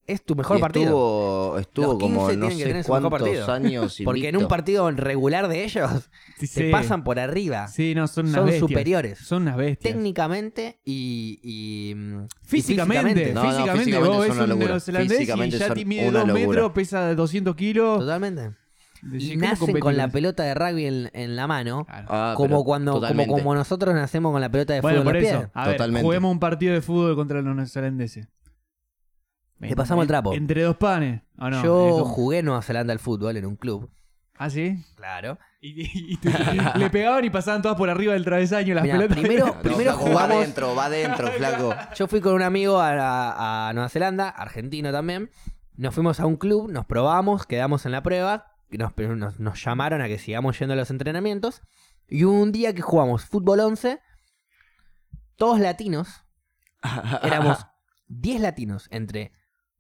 Es tu mejor Y partido. Estuvo, estuvo Los 15 como tienen no que tener sé su mejor cuántos partido. años y Porque en un partido regular de ellos Sí, se sí. pasan por arriba. Sí, no, son unas son bestias. superiores. Son unas bestias. Técnicamente y. y, mm, y Físicamente, No, no, físicamente, físicamente vos son ves una un locura. neozelandés y Físicamente ya son te mide una 2 locura. metros, pesa 200 kilos. Totalmente. Decís, Y ¿cómo nacen con competimos? la pelota de rugby en, en la mano. Claro. Ah, como pero cuando como, totalmente. como nosotros nacemos con la pelota de Bueno, fútbol por en los eso. pies. A ver, Totalmente. juguemos un partido de fútbol contra los neozelandeses. Le pasamos el trapo. Entre dos panes. ¿o no? Es Yo como- jugué en Nueva Zelanda al fútbol en un club. ¿Ah, sí? Claro. Y, y- y te- y le pegaban y pasaban todas por arriba del travesaño las Mirá, pelotas. primero, No, primero flaco, Va jugamos. adentro, va adentro, flaco. Yo fui con un amigo a, a- a Nueva Zelanda, argentino también. Nos fuimos a un club, nos probamos, quedamos en la prueba. y Nos, pero nos- nos llamaron a que sigamos yendo a los entrenamientos. Y hubo un día que jugamos fútbol 11, todos latinos. Éramos 10 latinos entre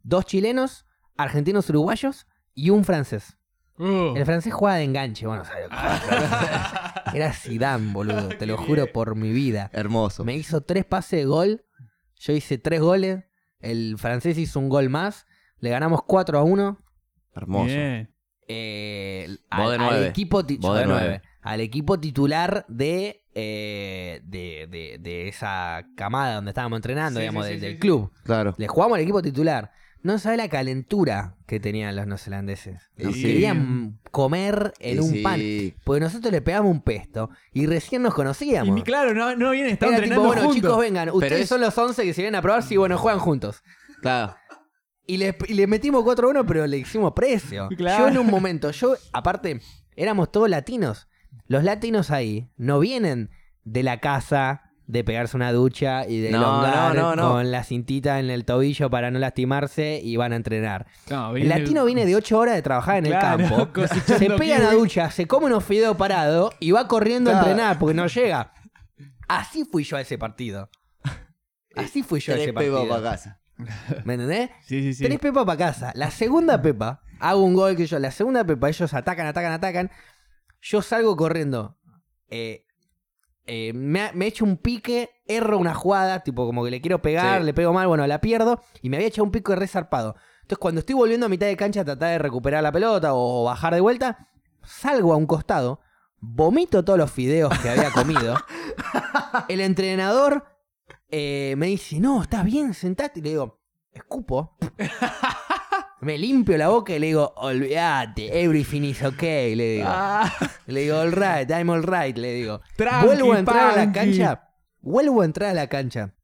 dos chilenos, argentinos uruguayos y un francés. Uh, El francés jugaba de enganche, bueno, sabe lo que juega el francés. Era Zidane, boludo, te lo juro por mi vida. Hermoso. Me hizo tres pases de gol. Yo hice tres goles. El francés hizo un gol más. Le ganamos 4 a 1. Hermoso. bien. eh, Vos al, de al nueve. equipo ti- Vos yo de de nueve. nueve. Al equipo titular de, eh, de, de- de esa camada donde estábamos entrenando, Sí, digamos, sí, del, sí, del sí, club. Claro. Le jugamos al equipo titular. No sabe la calentura que tenían los neozelandeses. Nos Sí. querían comer en Y un sí, pan. Porque nosotros le pegamos un pesto y recién nos Y conocíamos. ni- claro, no, no vienen, están Era tipo, entrenando bueno, juntos. chicos, vengan. Ustedes es- son los 11 que se vienen a probar. Sí, bueno, juegan juntos. Claro. Y le, y le metimos 4-1, pero le hicimos precio. Claro. Yo en un momento, yo, aparte, éramos todos latinos. Los latinos ahí no vienen de la casa de pegarse una ducha y de No, elongar no, no, no. con la cintita en el tobillo para no lastimarse y van a entrenar. No, El latino viene de 8 horas de trabajar en Claro, el campo, cosechando se pega en la kiwi. ducha, se come unos fideos parados y va corriendo a Claro. entrenar porque no llega. Así fui yo a ese partido. Así fui yo a Tres ese partido. pegos para casa. ¿Me entendés? Sí, sí, sí. Tres Pepa para casa. La segunda Pepa, hago un gol que yo. La segunda Pepa, ellos atacan, atacan, atacan. Yo salgo corriendo. Eh, eh, me, me echo un pique, erro una jugada, tipo como que le quiero pegar, Sí. le pego mal, bueno, la pierdo. Y me había echado un pico de resarpado. Entonces, cuando estoy volviendo a mitad de cancha a tratar de recuperar la pelota o, o bajar de vuelta, salgo a un costado, vomito todos los fideos que había comido. El entrenador eh, me dice, no, estás bien, sentate. Y le digo, escupo. Me limpio la boca y le digo, olvídate, everything is okay, le digo. Ah, Le digo, all right, I'm all right, le digo. tranqui, vuelvo a entrar a la panqui. cancha, vuelvo a entrar a la cancha.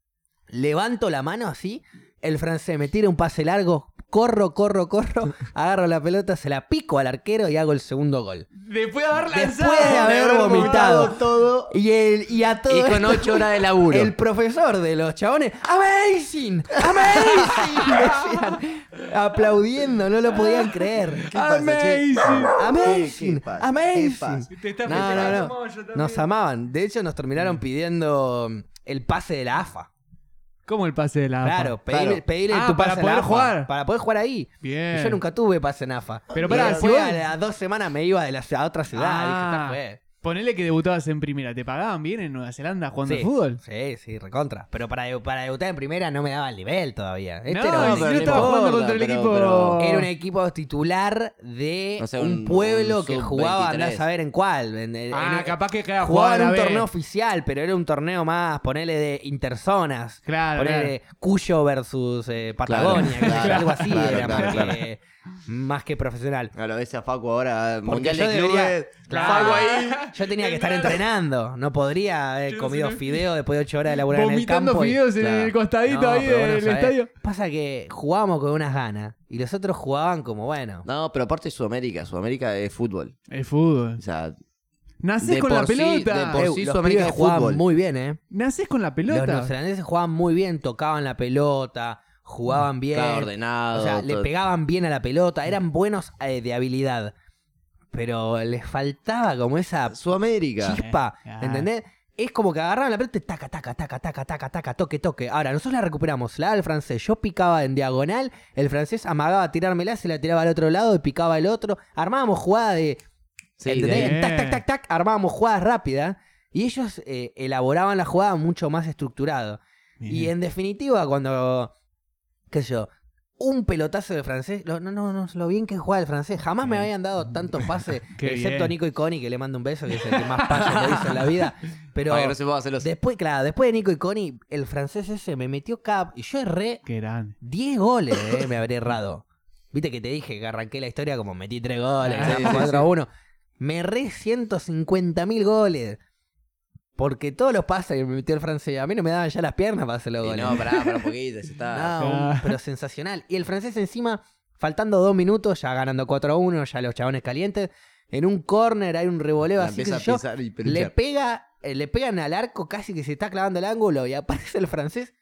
Levanto la mano así, el francés me tira un pase largo, corro, corro, corro, agarro la pelota, se la pico al arquero y hago el segundo gol. Después de haber Después lanzado. de haber vomitado. todo. Y, el, y a todo Y con esto, ocho horas de laburo. el profesor de los chabones, ¡Amazing! ¡Amazing! Decían, aplaudiendo, no lo podían creer. ¿Qué pasa, che? Amazing. ¡Amazing! ¿Qué pasa? ¿Qué ¡Amazing! pasa? Te está No, festejando no, no. como yo también. Nos amaban. De hecho, nos terminaron pidiendo mm, el pase de la AFA. ¿Cómo el pase de la AFA? Claro, pedirle, Claro. pedirle Ah, tu pase para a la poder AFA, jugar. Para poder jugar ahí. Bien. Y yo nunca tuve pase en AFA. Pero Y pará, si después vos- a las dos semanas me iba de la, a otra ciudad. Ah. Dije, "Esta Ponele que debutabas en primera. ¿Te pagaban bien en Nueva Zelanda jugando Sí. al fútbol? fue". Sí, sí, recontra. Pero para, debu- para debutar en primera no me daba el nivel todavía. Este no, era, un, si no pero no estaba jugando importa, contra el pero- equipo. pero- era un e- equipo titular de O sea, un, un- pueblo un que sub jugaba andá a 23. saber en cuál. En, en- Ah, en- capaz que cada jugaba en jugada un la B. torneo oficial, pero era un torneo más, ponele de interzonas. Claro, Ponele Cuyo versus eh, Patagonia, Claro, que- claro, algo así claro, era claro, más, claro. Que, más que profesional. A lo ves a Facu ahora, Porque Mundial yo de debería, Clubes. claro, Facu ahí. yo tenía que estar entrenando, no podría haber Yo no comido sé, no- fideo después de 8 horas de laburar en el Vomitando campo. y- fideos en claro. el costadito No, ahí pero vos no del sabés. estadio. Pasa que jugábamos con unas ganas y los otros jugaban como bueno. No, pero aparte Sudamérica. Sudamérica es fútbol. El fútbol. O sea, Nacés De con la por sí, de pelota. por Eh, sí los Sudamérica pibes es jugaban fútbol. muy bien, ¿eh? Nacés con la Los pelota. neozelandeses jugaban muy bien, tocaban la pelota, jugaban bien. está Mm, ordenado. O sea, le todo. Mm. pegaban bien a la pelota, eran buenos eh, de habilidad. Pero les faltaba como esa Sudamérica. chispa, Claro. ¿entendés? Es como que agarraban la pelota y taca, taca, taca, taca, taca, taca, toque, toque. Ahora, nosotros la recuperamos, la del francés. Yo picaba en diagonal, el francés amagaba tirármela, se la tiraba al otro lado y picaba el otro. Armábamos jugada de Sí, ¿Entendés? de- bien. Tac, tac, tac, tac, armábamos jugadas rápidas y ellos eh, elaboraban la jugada mucho más estructurado. Y Bien. en definitiva, cuando, qué sé yo, un pelotazo de francés, lo- no, no, no, lo bien que juega el francés, jamás me Sí. habían dado tantos pases, Qué excepto a bien. Nico y Connie, que le mando un beso, que es el que más pases le hizo en la vida. Pero Para que no se pueda hacer los... después, claro, después de Nico y Connie, el francés ese me metió cap y yo erré Qué grande. 10 goles, eh, me habré errado. Viste que te dije que arranqué la historia como metí 3 goles, Ah, sí, ganamos 4 a 1. Me erré 150 mil goles. Porque todos los pases que me metió el francés, a mí no me daban ya las piernas para hacer los Y goles. no, pará, pará un poquito. se está... No, un- Ah. pero sensacional. Y el francés encima, faltando 2 minutos, ya ganando 4 a 1, ya los chabones calientes. En un córner hay un revoleo La así que empieza a yo. pisar y Le peluchear. pega, eh, le pegan al arco casi que se está clavando el ángulo y aparece el francés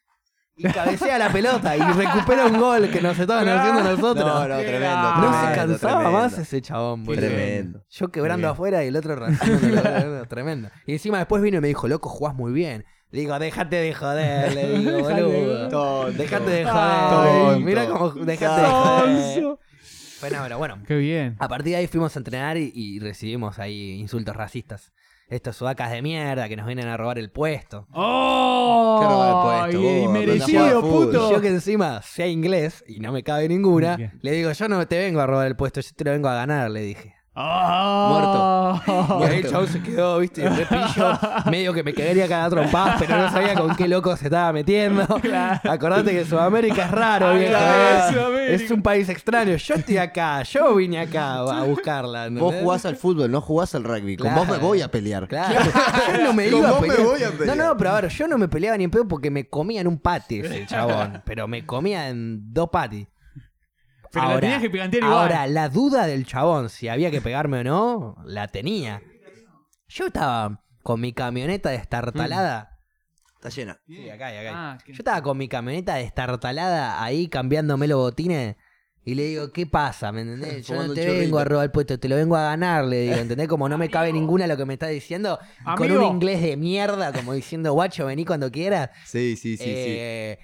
y cabecea la pelota y recupera un gol que nos estaban haciendo nosotros. No, No, no, Qué tremendo. grande. se tremendo, cansaba tremendo. más ese chabón, boludo. Tremendo. Yo quebrando Bien. afuera y el otro rascando. tremendo. Y encima después vino y me dijo, loco, jugás muy bien. Le Digo, déjate de joder, le digo, Déjate de boludo. Tonto. Dejate de Ay, joder. tonto. Mira cómo dejate de joder. Sonso. Fenómeno, bueno. Qué bien. A partir de ahí fuimos a entrenar y, y recibimos ahí insultos racistas. Estos sudacas de mierda que nos vienen a robar el puesto. ¡Oh! Qué robar el puesto, y- vos, y andá a merecido, jugar fútbol. Y puto. yo que encima sea inglés y no me cabe ninguna, Bien. le digo, yo no te vengo a robar el puesto, yo te lo vengo a ganar, le dije. ¡Oh! Y ahí el Muerto. chabón se quedó, viste, de pillo, medio que me quedaría cada trompaz, pero no sabía con qué loco se estaba metiendo. Claro. Acordate que Sudamérica es raro, viejo. Claro, ¿eh? Sudamérica. Es un país extraño. Yo estoy acá, yo vine acá a buscarla. Vos ¿entendés? jugás al fútbol, no jugás al rugby. Con vos me Claro. voy a pelear. Claro. Yo no me Con iba a vos me pelear. voy a pelear. No, no, pero a ver, yo no me peleaba ni en pedo porque me comían un pati ese chabón. pero me comían dos patis. Pero la tenías que picantear igual. Ahora, la duda del chabón, si había que pegarme o no, la tenía. Yo estaba con mi camioneta destartalada. Está llena. Sí, acá y acá. Ah, qué- Yo estaba con mi camioneta destartalada ahí cambiándome los botines. Y le digo, ¿qué pasa? ¿Me entendés? Yo no Fumando te un churrito. vengo a robar el puesto, te lo vengo a ganar, le digo, ¿entendés? Como no me cabe ninguna lo que me está diciendo, y con Amigo. un inglés de mierda, como diciendo, guacho, vení cuando quieras. Sí, sí, sí, Eh,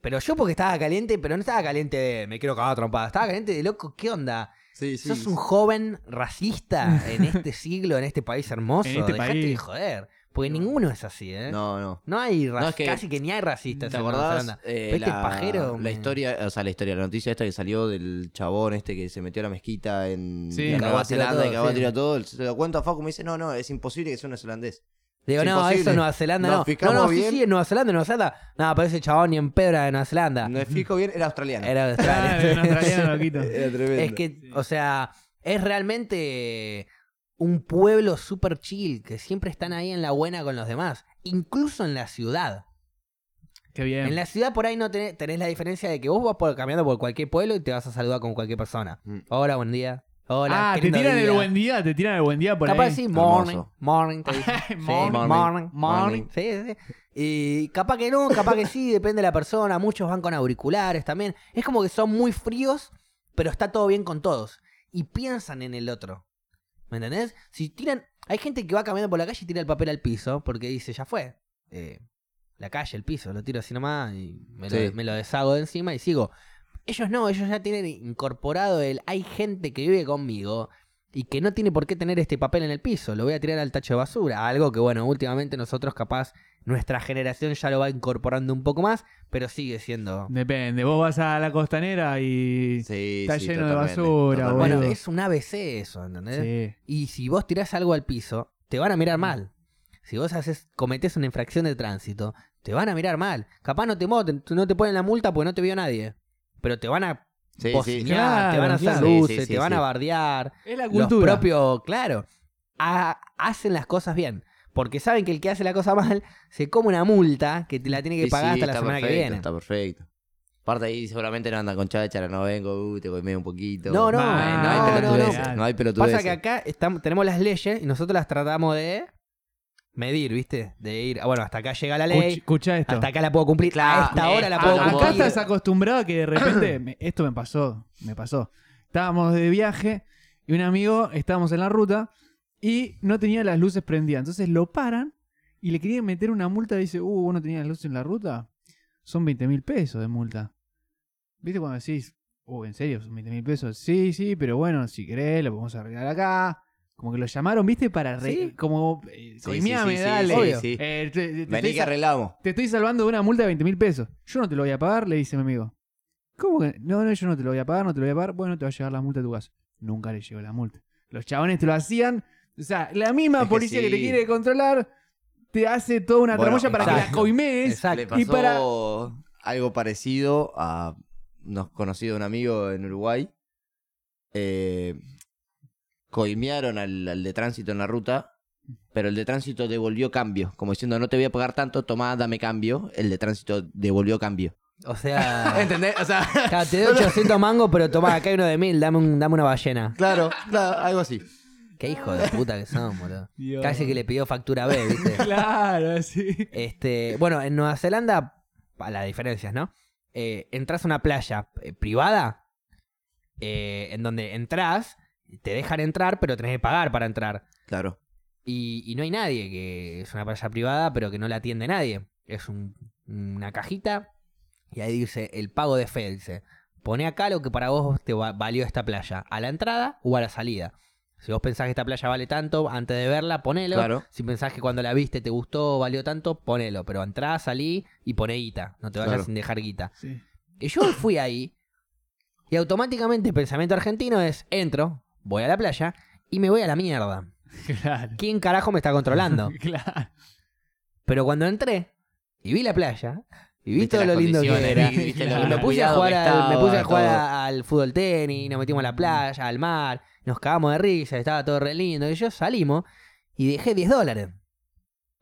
Pero yo porque estaba caliente, pero no estaba caliente de me quiero cagar a trompada, estaba caliente de loco, ¿qué onda? sí. Sí, sí. Sos un joven racista en este siglo, en este país hermoso. En este Dejate país. de joder. Porque ninguno es así, ¿eh? No, No, no. hay ra- No, es que- casi que ni hay racistas ¿Te en Nueva acordás? Zelanda. eh, Pero este pajero, La me- historia, o sea, la historia, la noticia esta que salió del chabón este que se metió a la mezquita en Sí. en Que acabó Nueva a tirar Zelanda y todo, que acabó a sí. tirar todo. Se lo cuento a Facu, me dice, no, no, es imposible que sea un neozelandés. Digo, Es no, imposible. eso en Nueva Zelanda Nos no. No, fijamos no, sí, bien. sí, en Nueva Zelanda, en Nueva Zelanda. No, pero ese chabón ni en pedra de Nueva Zelanda. No me fijo bien, era australiano. Ah. Era de Ah, Australia. de un australiano loquito. Era tremendo. Es que, o sea, es realmente un pueblo súper chill, que siempre están ahí en la buena con los demás, incluso en la ciudad. Qué bien. En la ciudad por ahí no tenés, tenés la diferencia de que vos vas por, caminando por cualquier pueblo y te vas a saludar con cualquier persona. Mm. Hola, buen día. Hola, ah, qué te lindo tiran el día. buen día, te tiran el buen día por capaz ahí. sí, morning, Hermoso. morning, te dicen. Sí, Morning. morning, Morning. morning. Sí, sí. Y capaz que no, capaz que sí, depende de la persona. Muchos van con auriculares también. Es como que son muy fríos, pero está todo bien con todos. Y piensan en el otro. ¿Me entendés? Si tiran. Hay gente que va caminando por la calle y tira el papel al piso porque dice, ya fue. Eh, la calle, el piso, lo tiro así nomás y me lo, Sí. me lo deshago de encima y sigo. Ellos no, ellos ya tienen incorporado el hay gente que vive conmigo y que no tiene por qué tener este papel en el piso, lo voy a tirar al tacho de basura, algo que bueno, últimamente nosotros capaz nuestra generación ya lo va incorporando un poco más, pero sigue siendo Depende, vos vas a la costanera y. Sí, Está sí, lleno de totalmente, basura, totalmente. bueno, boludo. es un ABC eso, ¿entendés? Sí. Y si vos tirás algo al piso, te van a mirar mal. Si vos haces, cometés una infracción de tránsito, te van a mirar mal. Capaz no te moten, no te ponen la multa porque no te vio nadie. Pero te van a Sí, sí, bocinear, te claro, van a hacer claro. luces, Sí, sí, sí, te van a sí. bardear. Es la Los cultura. propios, claro, ha- hacen las cosas bien. Porque saben que el que hace la cosa mal se come una multa que te la tiene que Sí, pagar sí, hasta la está semana que perfecto, viene. Está perfecto. Aparte ahí seguramente no andan con cháchara, no vengo, uy, te medio un poquito. No, no, no, hay no, no, pelotudeces, no. no hay pelotudeces. Pasa que acá estamos, tenemos las leyes y nosotros las tratamos de medir, ¿viste? De ir, ah, bueno, hasta acá llega la ley. Escucha esto. Hasta acá la puedo cumplir. Claro. a esta hora la Ah, puedo A- acá cumplir. estás acostumbrado a que de repente. me- esto me pasó. Me pasó. Estábamos de viaje y un amigo, estábamos en la ruta y no tenía las luces prendidas. Entonces lo paran y le querían meter una multa. Dice, uh, vos no tenías las luces en la ruta. Son 20 mil pesos de multa. ¿Viste cuando decís, uh, en serio, son 20 mil pesos? Sí, sí, pero bueno, si querés, lo podemos arreglar acá. Como que lo llamaron, ¿viste? Para. Re Sí. Como. Eh, Sí, coimeame, sí, sí, sí, dale. sí, sí. Eh, te- te- te Vení estoy que arreglamos. te estoy salvando de una multa de 20 mil pesos. Yo no te lo voy a pagar, le dice mi amigo. ¿Cómo que? No, no, yo no te lo voy a pagar, no te lo voy a pagar. Bueno, te va a llegar la multa a tu casa. Nunca le llegó la multa. Los chabones te lo hacían. O sea, la misma Es que policía que, sí. te quiere controlar te hace toda una Bueno, tramoya para que exacto. la coimees. Exacto. Le pasó Y para- algo parecido a unos conocidos de un amigo en Uruguay. Eh, coimearon al, al de tránsito en la ruta, pero el de tránsito devolvió cambio. Como diciendo, no te voy a pagar tanto, tomá, dame cambio. El de tránsito devolvió cambio. O sea, ¿Entendés? O sea, claro, te doy 800 mangos, pero toma, acá hay uno de mil, dame, un- dame una ballena. claro, claro, algo así. Qué hijo de puta que son, boludo. Dios. Casi que le pidió factura B, ¿viste? Claro, sí. Este, bueno, en Nueva Zelanda, a las diferencias, ¿no? Eh, entras a una playa eh, privada, eh, en donde entras, te dejan entrar, pero tenés que pagar para entrar. Claro. Y, y no hay nadie, que es una playa privada, pero que no la atiende nadie. Es un- una cajita y ahí dice el pago de fe. Dice, pone acá lo que para vos te va- valió esta playa, a la entrada o a la salida. Si vos pensás que esta playa vale tanto, antes de verla, ponelo. Claro. Si pensás que cuando la viste te gustó, valió tanto, ponelo. Pero entrá, salí y poné guita. No te vayas Claro. sin dejar guita. Sí. Y yo fui ahí y automáticamente el pensamiento argentino es, entro, voy a la playa y me voy a la mierda. Claro. ¿Quién carajo me está controlando? Claro. Pero cuando entré y vi la playa y vi Viste todo las lo lindo que condiciones, era, vi- viste lo- y me lo puse a cuidado jugar, que al, me puse a estaba, jugar todo. a- al fútbol tenis, nos metimos a la playa, al mar, nos cagamos de risa, estaba todo re lindo. Y yo salimos y dejé 10 dólares.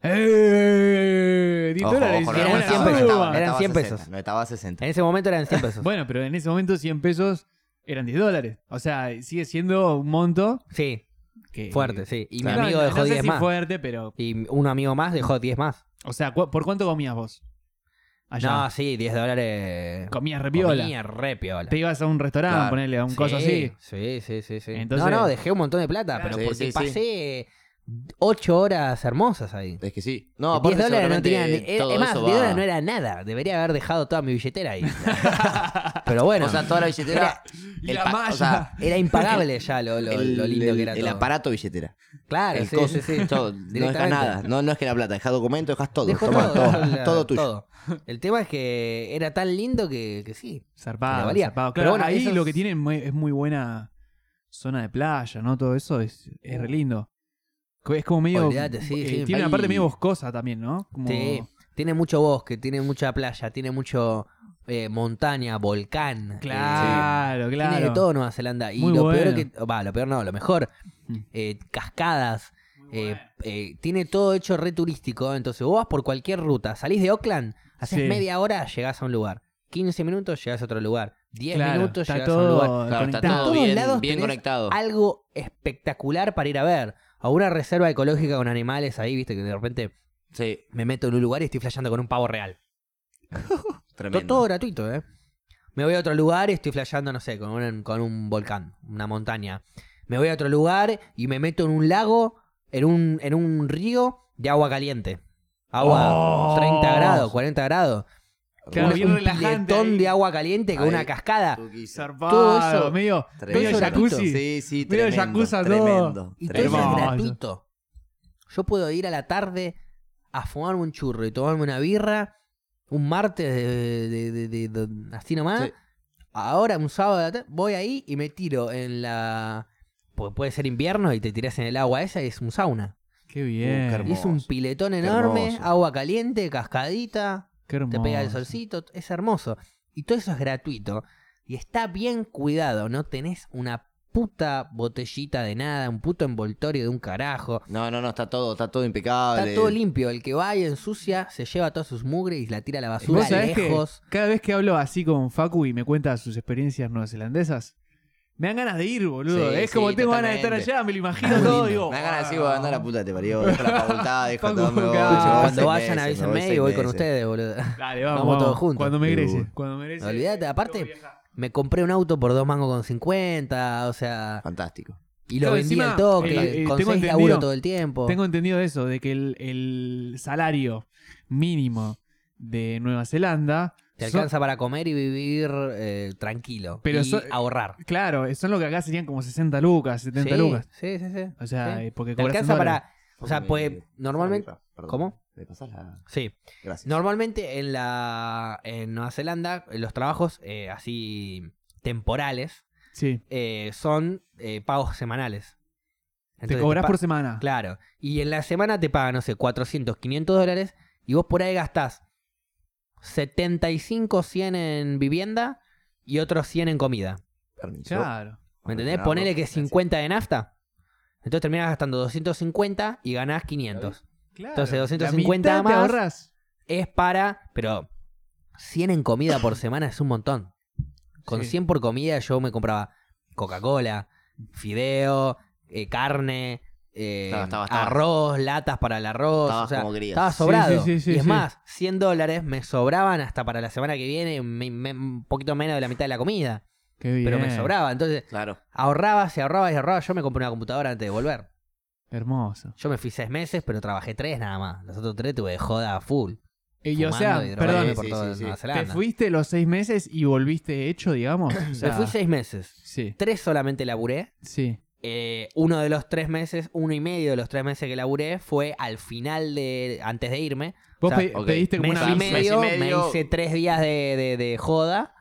¡Eh! 10 Ojo, dólares. ojo, eran no buena estaba- 100 no pesos. estaba- suma. no Eran estaba 100 60, pesos. No estaba a 60. En ese momento eran 100 pesos. Bueno, pero en ese momento 100 pesos eran 10 dólares. O sea, sigue siendo un monto Sí, que. fuerte, sí. Y mi Claro, amigo no- dejó no sé 10 si más. fuerte, pero. Y un amigo más dejó 10 más. O sea, ¿cu- ¿por cuánto comías vos? allá. No, sí, 10 dólares. comías repiola. Comía re piola. Te ibas a un restaurante, Claro. ponerle a un Sí, coso así. Sí, sí, sí. sí. No, Entonces- no, dejé un montón de plata, Claro. pero Sí, porque sí, sí. pasé 8 horas hermosas ahí. Es que sí. No, aparte 10 dólares no seguramente tenían. era- todo Es más, eso 10 va- dólares no era nada. Debería haber dejado toda mi billetera ahí. pero bueno. O sea, toda la billetera. Y el la pa- malla. O sea, Era impagable ya lo, lo- lo lindo el- que era el todo. aparato billetera. Claro, el sí, coso, sí, sí. todo. No Directamente. dejas nada. No, no es que la plata, dejas documento, dejas todo. Dejó todo, Tomá, todo, dejó la- todo tuyo. todo. El tema es que era tan lindo que, que sí. Zarpado, Pero valía. zarpado. Pero Claro, bueno, ahí esos- lo que tienen mu- es muy buena zona de playa, ¿no? Todo eso es, es re lindo. Co- Es como medio. Olvídate, sí, eh, sí. Tiene una Ahí- parte medio boscosa también, ¿no? Como- eh, Sí. Tiene mucho bosque, tiene mucha playa, tiene mucho eh, montaña, volcán. eh, Claro, claro. Tiene de todo Nueva Zelanda. Y Muy lo bueno. peor que. Va, lo peor no, lo mejor. Mm. eh, cascadas. eh, eh, tiene todo hecho re turístico. Entonces vos vas por cualquier ruta. Salís de Oakland, haces Sí. media hora, llegás a un lugar. 15 minutos, llegás a otro lugar. 10 Claro, minutos, está llegás todo a un lugar. Claro, está conectado. todo todos bien, lados bien tenés conectado. Algo espectacular para ir a ver. A una reserva ecológica con animales ahí, viste, que de repente Sí, me meto en un lugar y estoy flasheando con un pavo real. To- tremendo. Todo gratuito, ¿eh? Me voy a otro lugar y estoy flasheando, no sé, con un, con un volcán, una montaña. Me voy a otro lugar y me meto en un lago, en un, en un río de agua caliente. Agua Oh. 30 grados, 40 grados. Claro, un bien un relajante piletón ahí. de agua caliente con Ahí. una cascada. Zarpado, Todo eso- medio, Tremendo. medio gratuito. jacuzzi. Sí, sí, Medio tremendo. yakuza todo. tremendo, Y todo tremendo. eso es Hermoso. gratuito. Yo puedo ir a la tarde a fumarme un churro y tomarme una birra un martes de, de- de- de- de- así nomás. Sí. Ahora, un sábado, de la tarde, voy ahí y me tiro en la... Porque puede ser invierno y te tirás en el agua esa y es un sauna. Qué bien. Uh, qué Y hermoso. es un piletón enorme, hermoso. agua caliente, cascadita, Qué hermoso. te pega el solcito, es hermoso. Y todo eso es gratuito. Y está bien cuidado, no tenés una puta botellita de nada, un puto envoltorio de un carajo. No, no, no, está todo, está todo impecable. Está todo limpio. El que va y ensucia, se lleva todas sus mugres y la tira a la basura Vos sabés que lejos. cada vez que hablo así con Facu y me cuenta sus experiencias neozelandesas, me dan ganas de ir, boludo. Sí, es como sí, tengo ganas de estar totalmente. allá, me lo Ah, imagino Muy todo. lindo. Digo, "Ah, me dan ganas de decir, "Wow". "Vos andá a la puta, te parió. Dejo la facultad, dejo Facu, todo. me voy, claro. me voy Cuando seis vayan, meses, me avísenme seis y voy con meses". ustedes, boludo. Dale, vamos, Vamos todos vamos. juntos. Cuando me De egrese. una. Cuando me egrese. Olvídate, aparte- viajar. Me compré un auto por dos mangos con 50, o sea, Fantástico. y lo Claro, vendí encima, al toque, eh, eh, con tengo seis entendido- laburo todo el tiempo. Tengo entendido eso, de que el, el salario mínimo de Nueva Zelanda. Te son- alcanza para comer y vivir eh, tranquilo. Pero y so- ahorrar. claro, son lo que acá serían como 60 lucas, 70 sí, lucas. Sí, sí, sí. O sea, Sí. eh, porque Te cobras en alcanza dólares. para. O sea, pues normalmente. Perdón. ¿Cómo? ¿Me pasás la.? Sí. Gracias. Normalmente en la en Nueva Zelanda, los trabajos eh, así temporales Sí, eh, son eh, pagos semanales. Entonces, te cobras pa- por semana. Claro. Y en la semana te pagan, no sé, 400, 500 dólares y vos por ahí gastás 75, 100 en vivienda y otros 100 en comida. Permiso. Claro. ¿Me entendés? Ponele que 50 de nafta. Entonces terminás gastando 250 y ganás 500. Claro. Entonces, La 250 mitad te más. ahorras. Es para... Pero 100 en comida por semana es un montón. Con Sí. 100 por comida yo me compraba Coca-Cola, fideo, eh, carne, eh, Estaba- estaba- estaba- arroz, latas para el arroz. Estabas o sea, como querías. estaba Sí, sobrado. sí, sí, sí, y es sí. más, 100 dólares me sobraban hasta para la semana que viene, me- me- un poquito menos de la mitad de la comida. Qué bien. Pero me sobraba. Entonces Claro. ahorraba, se ahorraba y ahorraba. Yo me compré una computadora antes de volver. Hermoso. Yo me fui seis meses, pero trabajé tres nada más. Los otros tres tuve de joda a full. Y o sea, fumando y drogándome perdón, por Sí, todo sí, sí. Nueva te Zelanda. fuiste los seis meses y volviste hecho, digamos. O sea, Me fui seis meses. Sí, Tres solamente laburé. sí. Eh, uno de los tres meses, uno y medio de los tres meses que laburé fue al final de. antes de irme. Vos O sea, pe- ok, pediste como Mes una y, mes visa. y medio, medio. me hice tres días de, de- de joda.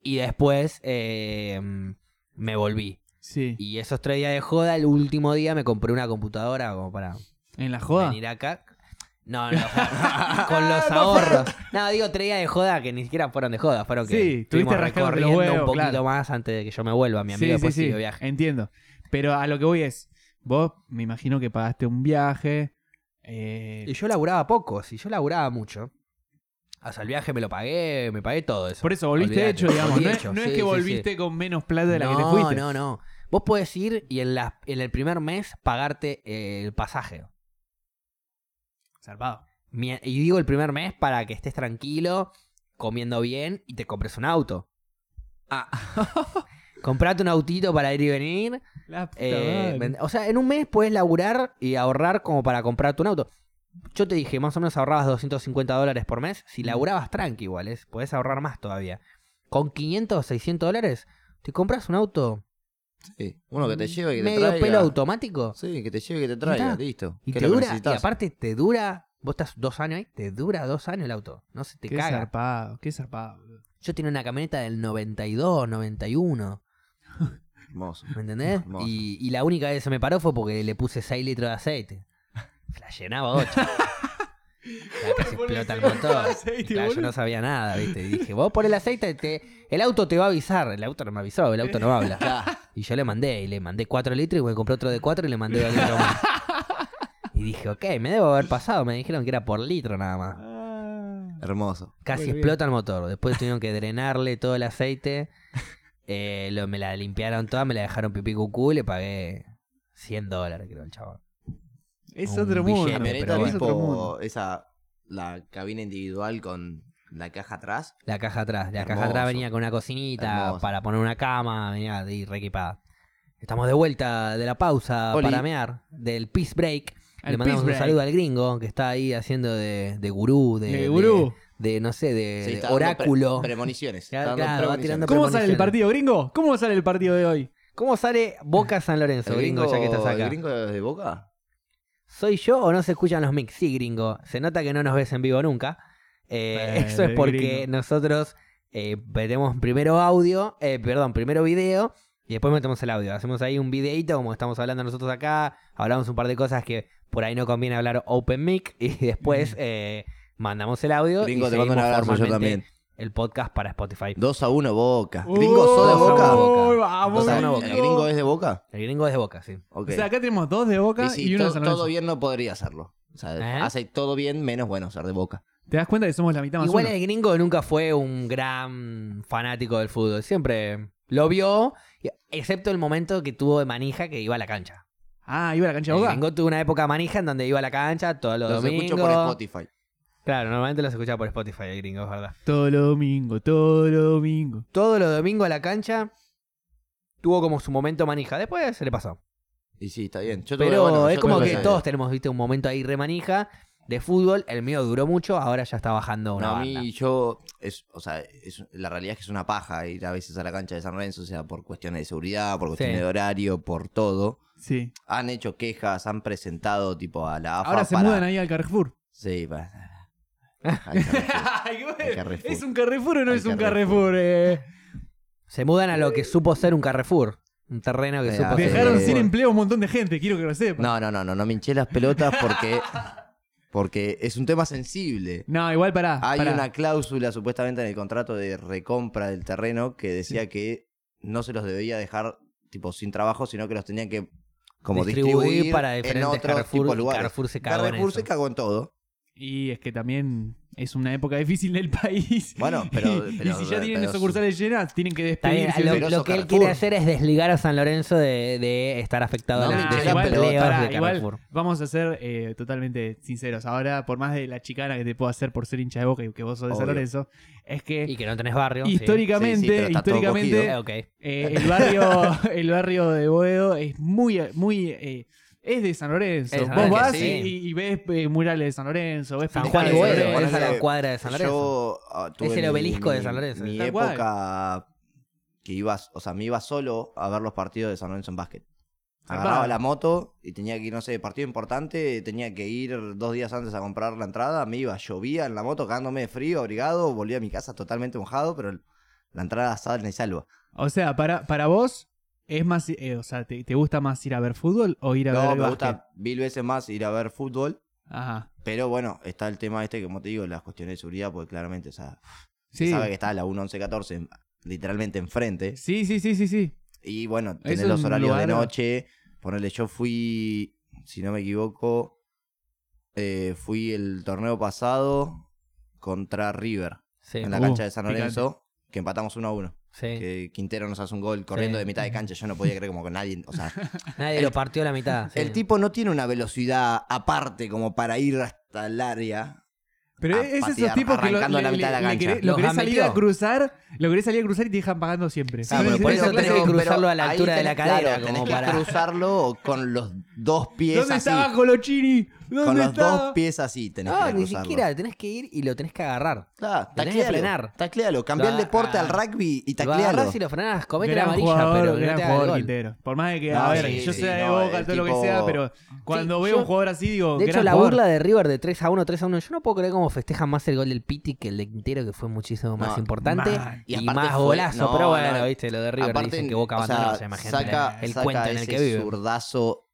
Y después eh, me volví. Sí. Y esos tres días de joda, el último día me compré una computadora como para En la joda. venir acá. No, no, o sea, con los ahorros. No, digo tres días de joda que ni siquiera fueron de joda, fueron que Sí, estuvimos tuviste rascándote los recorriendo huevos, un poquito claro. más antes de que yo me vuelva, mi Sí, amigo, después sí, siguió sí. viaje. Entiendo. Pero a lo que voy es, vos me imagino que pagaste un viaje. eh, Y yo laburaba poco, si yo laburaba mucho. Hasta el viaje me lo pagué, me pagué todo eso. por eso volviste Olvídate, hecho, digamos. volví No, es- hecho, sí, no es sí, que sí. volviste con menos plata de la que te no, fuiste. no, no. Vos podés ir y en, la- en el primer mes pagarte eh, el pasaje. Zarpado. mi- y digo el primer mes para que estés tranquilo, comiendo bien y te compres un auto. Ah. Comprate un autito para ir y venir. La puta eh, madre. ven- o sea, en un mes puedes laburar y ahorrar como para comprarte un auto. Yo te dije, más o menos ahorrabas 250 dólares por mes. Mm. Si laburabas tranqui igual, ¿eh? podés ahorrar más todavía. Con 500 o 600 dólares, te compras un auto Sí. Uno que te lleve y que te Mm, medio traiga. pelo automático. Sí, que te lleve y que te traiga, está. listo. Y ¿Qué te es lo que dura, y necesitas? aparte te dura, vos estás dos años ahí, te dura dos años el auto. No se te qué caga. zarpado, qué zarpado. boludo. Yo tenía una camioneta del 92, 91, Hermoso. ¿me entendés? Hermoso. Y, y la única vez que se me paró fue porque le puse 6 litros de aceite. La llenaba 8. casi explota el motor. aceite, Claro, yo boludo. no sabía nada, ¿viste? Y dije, vos por el aceite, te, el auto te va a avisar. El auto no me avisó, el auto no habla. Y yo le mandé, y le mandé 4 litros, y me compré otro de 4 y le mandé 2 litros más. Y dije, ok, me debo haber pasado. Me dijeron que era por litro nada más. Ah. Hermoso. Casi Bueno, bien. explota el motor. Después tuvieron que drenarle todo el aceite. Eh, lo- me la limpiaron toda, me la dejaron pipí cucú y le pagué 100 dólares, creo, al chaval. Es Un otro billete, mundo. pero Camioneta bueno. es otro mundo. tipo esa la cabina individual con la caja atrás. La caja atrás. La caja Hermoso. atrás venía con una cocinita Hermoso. para poner una cama, venía de re equipada. Estamos de vuelta de la pausa Oli. para mear del Peace Break. Al Le mandamos Peace un Break. saludo al gringo que está ahí haciendo de, de gurú, de, De gurú. de- de, no sé, eh, de, Sí, de está dando pre- oráculo. premoniciones. está Claro, dando claro, va tirando premoniciones. ¿Cómo sale el premoniciones. partido, gringo? ¿Cómo sale el partido de hoy? ¿Cómo sale Boca San Lorenzo, ¿El gringo, ya que estás ¿El acá? gringo de Boca? ¿Soy yo o no se escuchan los mix? Sí, gringo. Se nota que no nos ves en vivo nunca. Eh, Eh, eso es porque gringo. nosotros eh, metemos primero audio, eh, perdón, primero video y después metemos el audio. Hacemos ahí un videito como estamos hablando nosotros acá. Hablamos un par de cosas que por ahí no conviene hablar open mic y después eh, mandamos el audio Mm. Gringo, y te mando un seguimos abrazo yo formalmente también. el podcast para Spotify. 2 a 1 Boca. ¿Gringo sos de Uh, Dos a Boca? uno. Uy, Dos vamos, a ¿El uno, gringo. Boca. gringo es de Boca? El gringo es de Boca, sí. Ok. O sea, acá tenemos dos de Boca Y y, sí, uno de to- San Lorenzo. todo bien no podría hacerlo. O sea, ¿Eh? hace todo bien menos bueno ser de Boca. ¿Te das cuenta que somos la mitad más Igual uno? el gringo nunca fue un gran fanático del fútbol. Siempre lo vio, y- excepto el momento que tuvo de manija que iba a la cancha. Ah, iba a la cancha de El Boca. gringo tuvo una época manija en donde iba a la cancha todos los, Los domingos. escucho por Spotify. Claro, normalmente los escuchaba por Spotify el gringo, es verdad. Todo lo domingo, todo lo domingo. Todos los domingos a la cancha tuvo como su momento manija. Después se le pasó. Y sí, está bien. Yo tuve- Pero bueno, es yo como tuve que esa- todos tenemos, viste, un momento ahí re manija de fútbol. El mío duró mucho, ahora ya está bajando una No, a banda. mí yo, es, o sea, es- la realidad es que es una paja ir a veces a la cancha de San Lorenzo, o sea, por cuestiones de seguridad, por cuestiones Sí. de horario, por todo. Sí. Han hecho quejas, han presentado tipo a la AFA Ahora se para- mudan ahí al Carrefour. Sí, va. Ay, Carrefour. Ay, bueno, Al Carrefour. ¿Es un Carrefour o no Al es un Carrefour. Carrefour? eh? Se mudan a lo que supo ser un Carrefour. Un terreno que Eh, supo Ah, Dejaron sí. sin empleo a un montón de gente, quiero que lo sepan. No, no, no, no, no me hinché las pelotas porque, porque es un tema sensible. No, igual pará. Hay pará. una cláusula supuestamente en el contrato de recompra del terreno que decía que no se los debía dejar tipo sin trabajo, sino que los tenían que como distribuir, distribuir, para en diferentes otros Carrefour, tipos de lugares. Carrefour se cagó en Carrefour eso. se cagó en todo. Y es que también es una época difícil del país. Bueno, pero- Y- y, pero- si ya tienen pero- las sucursales llenas, tienen que Está bien, despedir. lo- pero lo, eso que él Carrefour. quiere hacer es desligar a San Lorenzo de, de estar afectado No, a no, la, de igual, los empleos pará, de Carrefour. vamos a ser eh, totalmente sinceros. Ahora, por más de la chicana que te puedo hacer por ser hincha de boca y que vos sos de San Obvio. Lorenzo, es que Y que no tenés barrio. sí. históricamente, Sí, sí, pero está todo históricamente, Eh, ok. Eh, el, barrio, el barrio de Boedo es muy, muy eh, es de San Lorenzo. Es de San Vos Lorenzo, vas sí. y, y ves eh, murales de San Lorenzo, ves San pinturas Juan y de San Boedo, Lorenzo. es a la cuadra de San Lorenzo. Yo, ah, tuve Es el mi- obelisco de mi- San Lorenzo. Mi Tal cual. época que ibas, o sea, me iba solo a ver los partidos de San Lorenzo en básquet. Zarpado. Agarraba la moto y tenía que ir, no sé, partido importante, tenía que ir dos días antes a comprar la entrada, me iba, llovía en la moto, cagándome de frío, abrigado, volví a mi casa totalmente mojado, pero el- la entrada sale y salva. O sea, para, para vos es más, eh, o sea, te, te gusta más ir a ver fútbol o ir a No, ver me básquet? gusta mil veces más ir a ver fútbol, Ajá. pero bueno, está el tema este, que como te digo, las cuestiones de seguridad, porque claramente, o sea, se Sí. sabe que está la 1114 en- literalmente enfrente. sí, sí, sí, sí, sí. Y bueno, tenés es los un horarios de lugar- noche. Ponele, yo fui, si no me equivoco, eh, fui el torneo pasado contra River Sí, en la Uh, cancha de San picante. Lorenzo, que empatamos 1 a 1. sí. Que Quintero nos hace un gol corriendo Eh. Sí. de mitad de cancha. Yo no podía creer como que nadie. O sea, Nadie el- lo partió a la mitad. sí. el tipo no tiene una velocidad aparte como para ir a- tan larga. Pero A es esos Ah, patear, tipos que lo, arrancando a la le- mitad de la le- le cancha. querés- Los lo querés salir a gambeteó. cruzar, lo querés salir a cruzar y te dejan pagando siempre. Ah, pero Sí, por sí, eso sí, tenés sí. que pero cruzarlo a la ahí altura de la tenés- cadera, claro, como tenés para- que cruzarlo con los dos pies ¿Dónde así. estaba Colochini? ¿Dónde Con los estaba? dos pies así tenés No, que Ah, ni cruzarlo. siquiera, tenés que ir y lo tenés que agarrar. Claro, Tenés que frenar. taclealo. Taclealo. Cambiá el Lo- deporte al ah. rugby y lo agarrás taclealo. y lo frenás, comete la Gran amarilla, jugador, pero que no gran te haga el jugador gol. Quintero. Por más de que, a No, ver, sí, yo sí, sea de no, boca, el todo lo que tipo- sea, pero cuando Sí, veo yo- un jugador así, digo, De gran hecho, la jugador. burla de River de 3 a 1, 3 a 1, yo no puedo creer cómo festejan más el gol del Piti que el de Quintero, que fue muchísimo más No, importante mal. y, Y aparte más fue- golazo. no, pero bueno, no, viste, lo de River Aparte, dicen que Boca o sea, abandonó, o sea, imagínate saca, el saca cuento en el ese que vive. zurdazo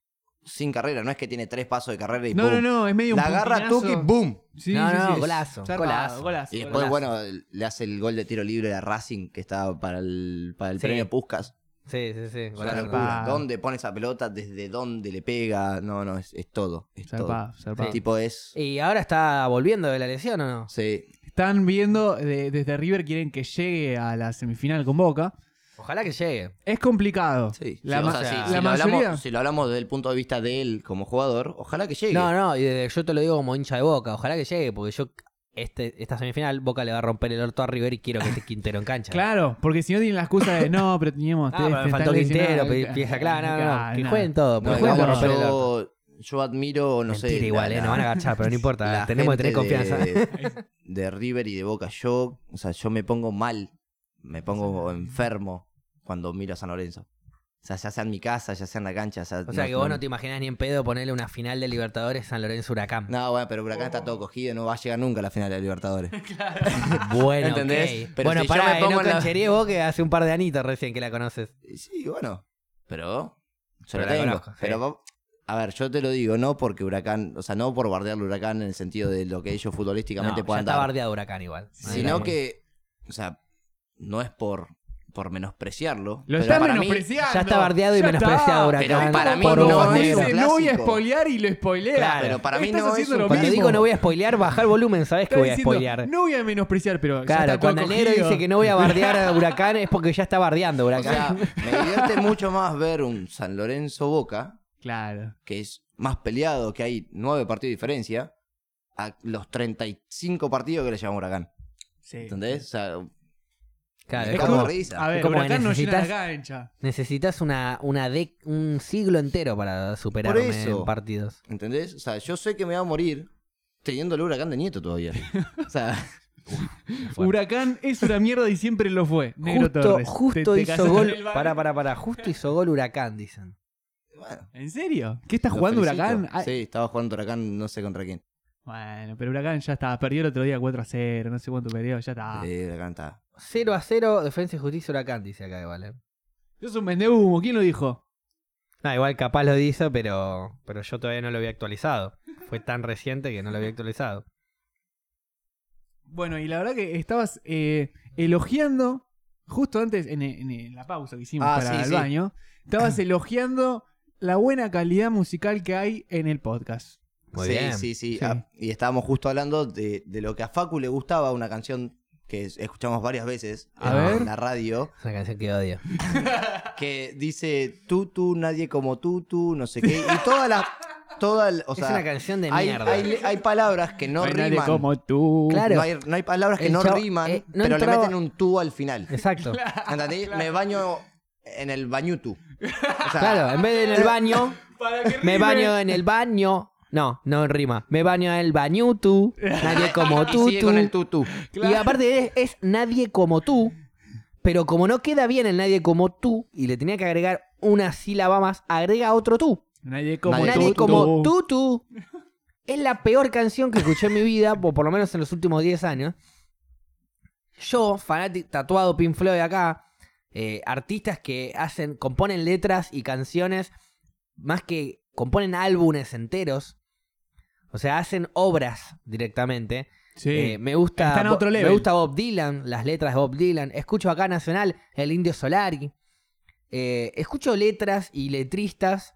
sin carrera. No es que tiene tres pasos de carrera y No, boom. no, no, es medio un La agarra puntinazo. Tuki, boom. Sí, No, sí, no, sí, es golazo, zarpado, golazo. Y después, bueno, le hace el gol de tiro libre a Racing, que estaba para el, para el Sí. premio Puskas. Sí, sí, sí. Una golazo. zarpado. locura. ¿Dónde pone esa pelota? ¿Desde dónde le pega? No, no, es, es todo. Es todo. Zarpado, zarpado. El tipo es. ¿Y ahora está volviendo de la lesión o no? Sí. Están viendo, de- desde River quieren que llegue a la semifinal con Boca. Ojalá que llegue. Es complicado. Sí, La, sí, o ma- sea, sí, la si, lo mayoría- hablamos, si lo hablamos desde el punto de vista de él como jugador, ojalá que llegue. No, no, y de- yo te lo digo como hincha de Boca. Ojalá que llegue, porque yo este, esta semifinal Boca le va a romper el orto a River y quiero que esté Quintero en cancha. Claro, porque si no tienen la excusa de no, pero teníamos. este, Ah, pero me faltó Quintero, pi- pieza clara, no, no, que jueguen todo, No, porque igual vamos a romper el yo, yo admiro, no Mentira sé. igual, la- eh, nos van a agachar, pero no importa. la tenemos que tener gente confianza. De, de River y de Boca. Yo, o sea, yo me pongo mal, me pongo enfermo cuando miro a San Lorenzo. O sea, ya sea en mi casa, ya sea en la cancha. O sea, O sea que vos no te imaginás ni en pedo ponerle una final de Libertadores San Lorenzo Huracán. No, bueno, pero Huracán está todo cogido, no va a llegar nunca a la final de la Libertadores. Bueno, ¿Entendés? ok. Pero bueno, si yo pará, me eh, pongo no en la- cancheré vos que hace un par de anitos recién que la conoces. Sí, bueno. Pero. Yo Pero lo la tengo. conozco, sí. Pero va- a ver, yo te lo digo, no porque Huracán, o sea, no por bardear al Huracán en el sentido de lo que ellos No, futbolísticamente ya puedan está dar. bardeado Huracán igual. Sino Ahí que, o sea, no es por, por menospreciarlo. Lo pero está para mí- menospreciando. ya está bardeado y Ya menospreciado está. Huracán. Pero para mí por Cuando no bandera. es dice, no voy a clásico". spoilear y lo spoilea. Claro, pero para mí Estás no es haciendo un lo Cuando mismo. digo no voy a spoilear, baja el volumen, sabés que Está voy a diciendo, spoilear. No voy a menospreciar, pero. ya está Claro, todo cuando el negro cogido. dice que no voy a bardear a Huracán es porque ya está bardeando O Huracán. sea, me divierte mucho más ver un San Lorenzo Boca, Claro. que es más peleado, que hay nueve partidos de diferencia, a los 35 partidos que le llevan Huracán. Sí. ¿Entendés? O sea, Claro, me es cago de como- risa. A ver, Es como que Huracán no llena la necesitas- cancha. Necesitas una, una dec- un siglo entero para superarme Por eso. en partidos. ¿Entendés? O sea, yo sé que me va a morir teniendo el huracán de nieto todavía. O sea, Fuerte. Huracán es una mierda y siempre lo fue. Negro justo Torres. justo Te- te hizo casás con gol. el bar. Pará, pará, pará. Justo hizo gol Huracán, dicen. bueno. ¿En serio? ¿Qué está lo jugando felicito. Huracán? Ah, Sí, estaba jugando huracán, no sé contra quién. Bueno, pero Huracán ya estaba. Perdió el otro día 4 a 0. No sé cuánto perdió. Ya está. Eh, huracán está. 0 a 0, Defensa y Justicia Huracán, dice acá, eh. ¿vale? Es un vendehumo. ¿Quién lo dijo? No, Ah, igual capaz lo hizo, pero, pero yo todavía no lo había actualizado. Fue tan reciente que no lo había actualizado. Bueno, y la verdad que estabas eh, elogiando. Justo antes, en, en la pausa que hicimos Ah, para sí, el sí. baño, estabas elogiando la buena calidad musical que hay en el podcast. Muy sí, bien. sí, sí, Sí. Ah, y estábamos justo hablando de, de lo que a Facu le gustaba, una canción que es- escuchamos varias veces A en ver. la radio, Es una canción que odio. que dice tú, tú, nadie como tú, tú, no sé qué. Y todas las. Toda, el- o es una sea, canción de hay, mierda. hay- hay palabras que no Hay nadie riman. como tú. Claro. No, hay, no hay palabras que El no chavo- riman, eh, no pero entraba- le meten un tú al final. Exacto. ¿Entendí? Me baño en el bañutu. O sea, Claro, en vez de en el baño, Para que me rime. baño en el baño. No, no rima. Me baño en el baño tú. Nadie como y tú. sigue tú. con el tutu. Y aparte es, es nadie como tú. Pero como no queda bien el nadie como tú, y le tenía que agregar una sílaba más, agrega otro tú. Nadie como Nadie nadie tú. como tú, tú. Es la peor canción que escuché en mi vida, o por lo menos en los últimos 10 años. Yo, fanático, tatuado Pink Floyd acá, eh, artistas que hacen, componen letras y canciones, más que componen álbumes enteros. O sea, hacen obras directamente. Sí. Eh, me gusta Está en otro Bo- level. me gusta Bob Dylan, las letras de Bob Dylan. Escucho acá Nacional, el Indio Solari. Eh, escucho letras y letristas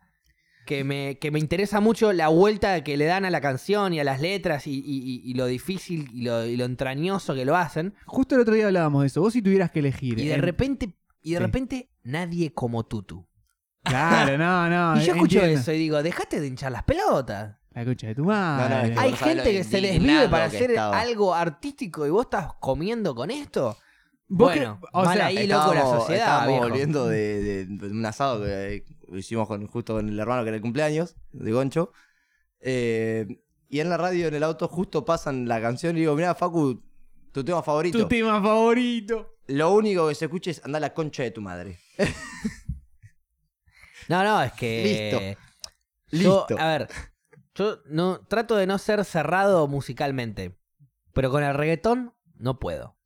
que me, que me interesa mucho la vuelta que le dan a la canción y a las letras y, y- y- y lo difícil y lo, y lo entrañoso que lo hacen. Justo el otro día hablábamos de eso. Vos si tuvieras que elegir. Y de en- repente, y de Sí. repente nadie como Tutu. Claro, no, no. y yo escucho Ah, entiendo. eso y digo, dejate de hinchar las pelotas. La concha de tu No, no, madre. es Hay vos sabés gente lo que se les indignado vive para que hacer estaba. algo artístico y vos estás comiendo con esto. ¿Vos bueno, cre- o mal sea, ahí, loco, Estábamos- la sociedad. Estábamos viejo. volviendo de, de- de un asado que eh, hicimos con, justo con el hermano que era el cumpleaños, de Goncho. Eh, y en la radio, en el auto, justo pasan la canción y digo, mirá, Facu, tu tema favorito. tu tema favorito. Lo único que se escucha es anda a la concha de tu madre. No, no, es que. Yo, Listo. a ver, yo no, trato de no ser cerrado musicalmente. Pero con el reggaetón no puedo.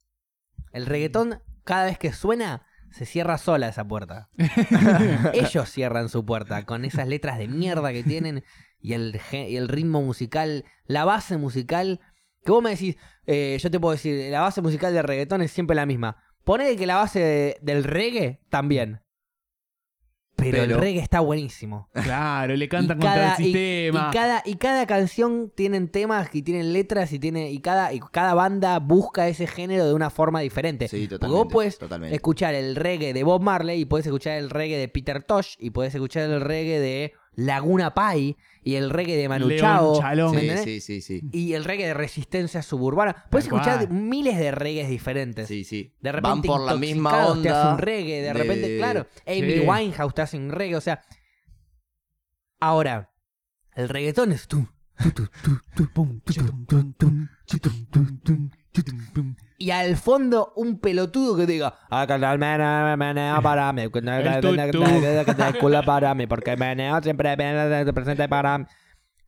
El reggaetón, cada vez que suena, se cierra sola esa puerta. Ellos cierran su puerta con esas letras de mierda que tienen y el, ge- y el ritmo musical, la base musical. Que vos me decís, eh, yo te puedo decir, la base musical del reggaetón es siempre la misma. Ponele que la base de- del reggae también. Pero el Pero- reggae está buenísimo Claro, le cantan contra el y- sistema. Y, cada, y cada canción tienen temas y tienen letras y tiene y cada, y cada banda busca ese género de una forma diferente. Sí, Porque totalmente. vos puedes totalmente. escuchar el reggae de Bob Marley y puedes escuchar el reggae de Peter Tosh y puedes escuchar el reggae de Laguna Pai y el reggae de Manu León Chao, Chalón. ¿me Sí, entendés? sí, sí, sí. Y el reggae de Resistencia Suburbana. Puedes Tal escuchar cual. miles de reggaes diferentes. Sí, sí. De repente Van por la misma Intoxicados onda. te hace un reggae, de de- repente, claro, Amy Sí. Winehouse te hace un reggae, o sea. Ahora, el reggaetón es tú. Y al fondo un pelotudo que diga para mí, porque meneo siempre presente para mí.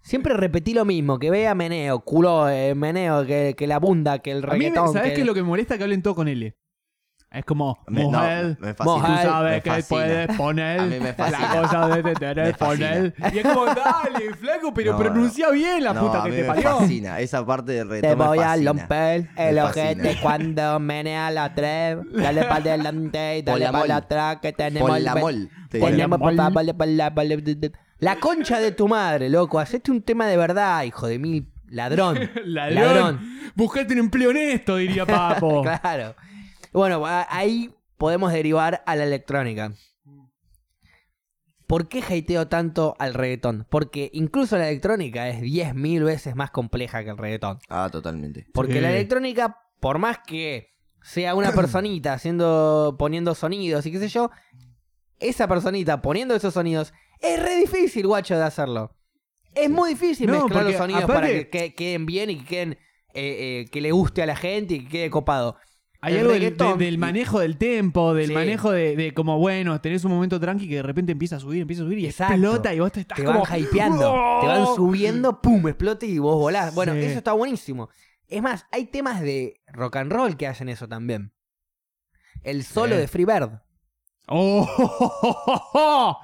Siempre repetí lo mismo, que vea meneo, culo, eh, meneo, que, que la bunda, que el A mí, me- reggaetón. ¿sabés que- qué es lo que me molesta? Que hablen todo con L. Es como, Me- no, mujer, me tú fascina. Mujer, me sabes que fascina. puedes A mí me poner la fascina. cosa de Me tener fascina. poner. Y es como, dale, flaco, pero No, pronuncia bien la No, puta a que mí te me parió. fascina. Esa parte del reto Te me voy a fascina. romper el Me ojete fascina. cuando menea la tres. Dale para adelante y dale Polamol. para atrás que tenemos... Por el la ve- mol. te diría. Tenemos Polamol. pa- pa- pa- pa- pa- pa- pa- La concha de tu madre, loco. Hacete un tema de verdad, hijo de mil ladrón. Ladrón, Ladrón. Buscate un empleo honesto, diría Papo. Claro. Bueno, a- ahí podemos derivar a la electrónica. ¿Por qué hateo tanto al reggaetón? Porque incluso la electrónica es 10.000 veces más compleja que el reggaetón. Ah, totalmente. Porque Sí. la electrónica, por más que sea una personita haciendo, poniendo sonidos y qué sé yo, esa personita poniendo esos sonidos es re difícil, guacho, de hacerlo. Es muy difícil No, mezclar los porque sonidos para aparte- que, que- queden bien y que queden eh, eh, que le guste a la gente y que quede copado. Hay El algo del- reggaetón- de- del manejo del tempo, del Sí. manejo de, de como, bueno, tenés un momento tranqui que de repente empieza a subir, empieza a subir y Exacto. explota y vos te estás te van como... hypeando, te van ¡Oh! subiendo, pum, explote y vos volás. Bueno, Sí. eso está buenísimo. Es más, hay temas de rock and roll que hacen eso también. El solo Sí. de Freebird. ¡Oh!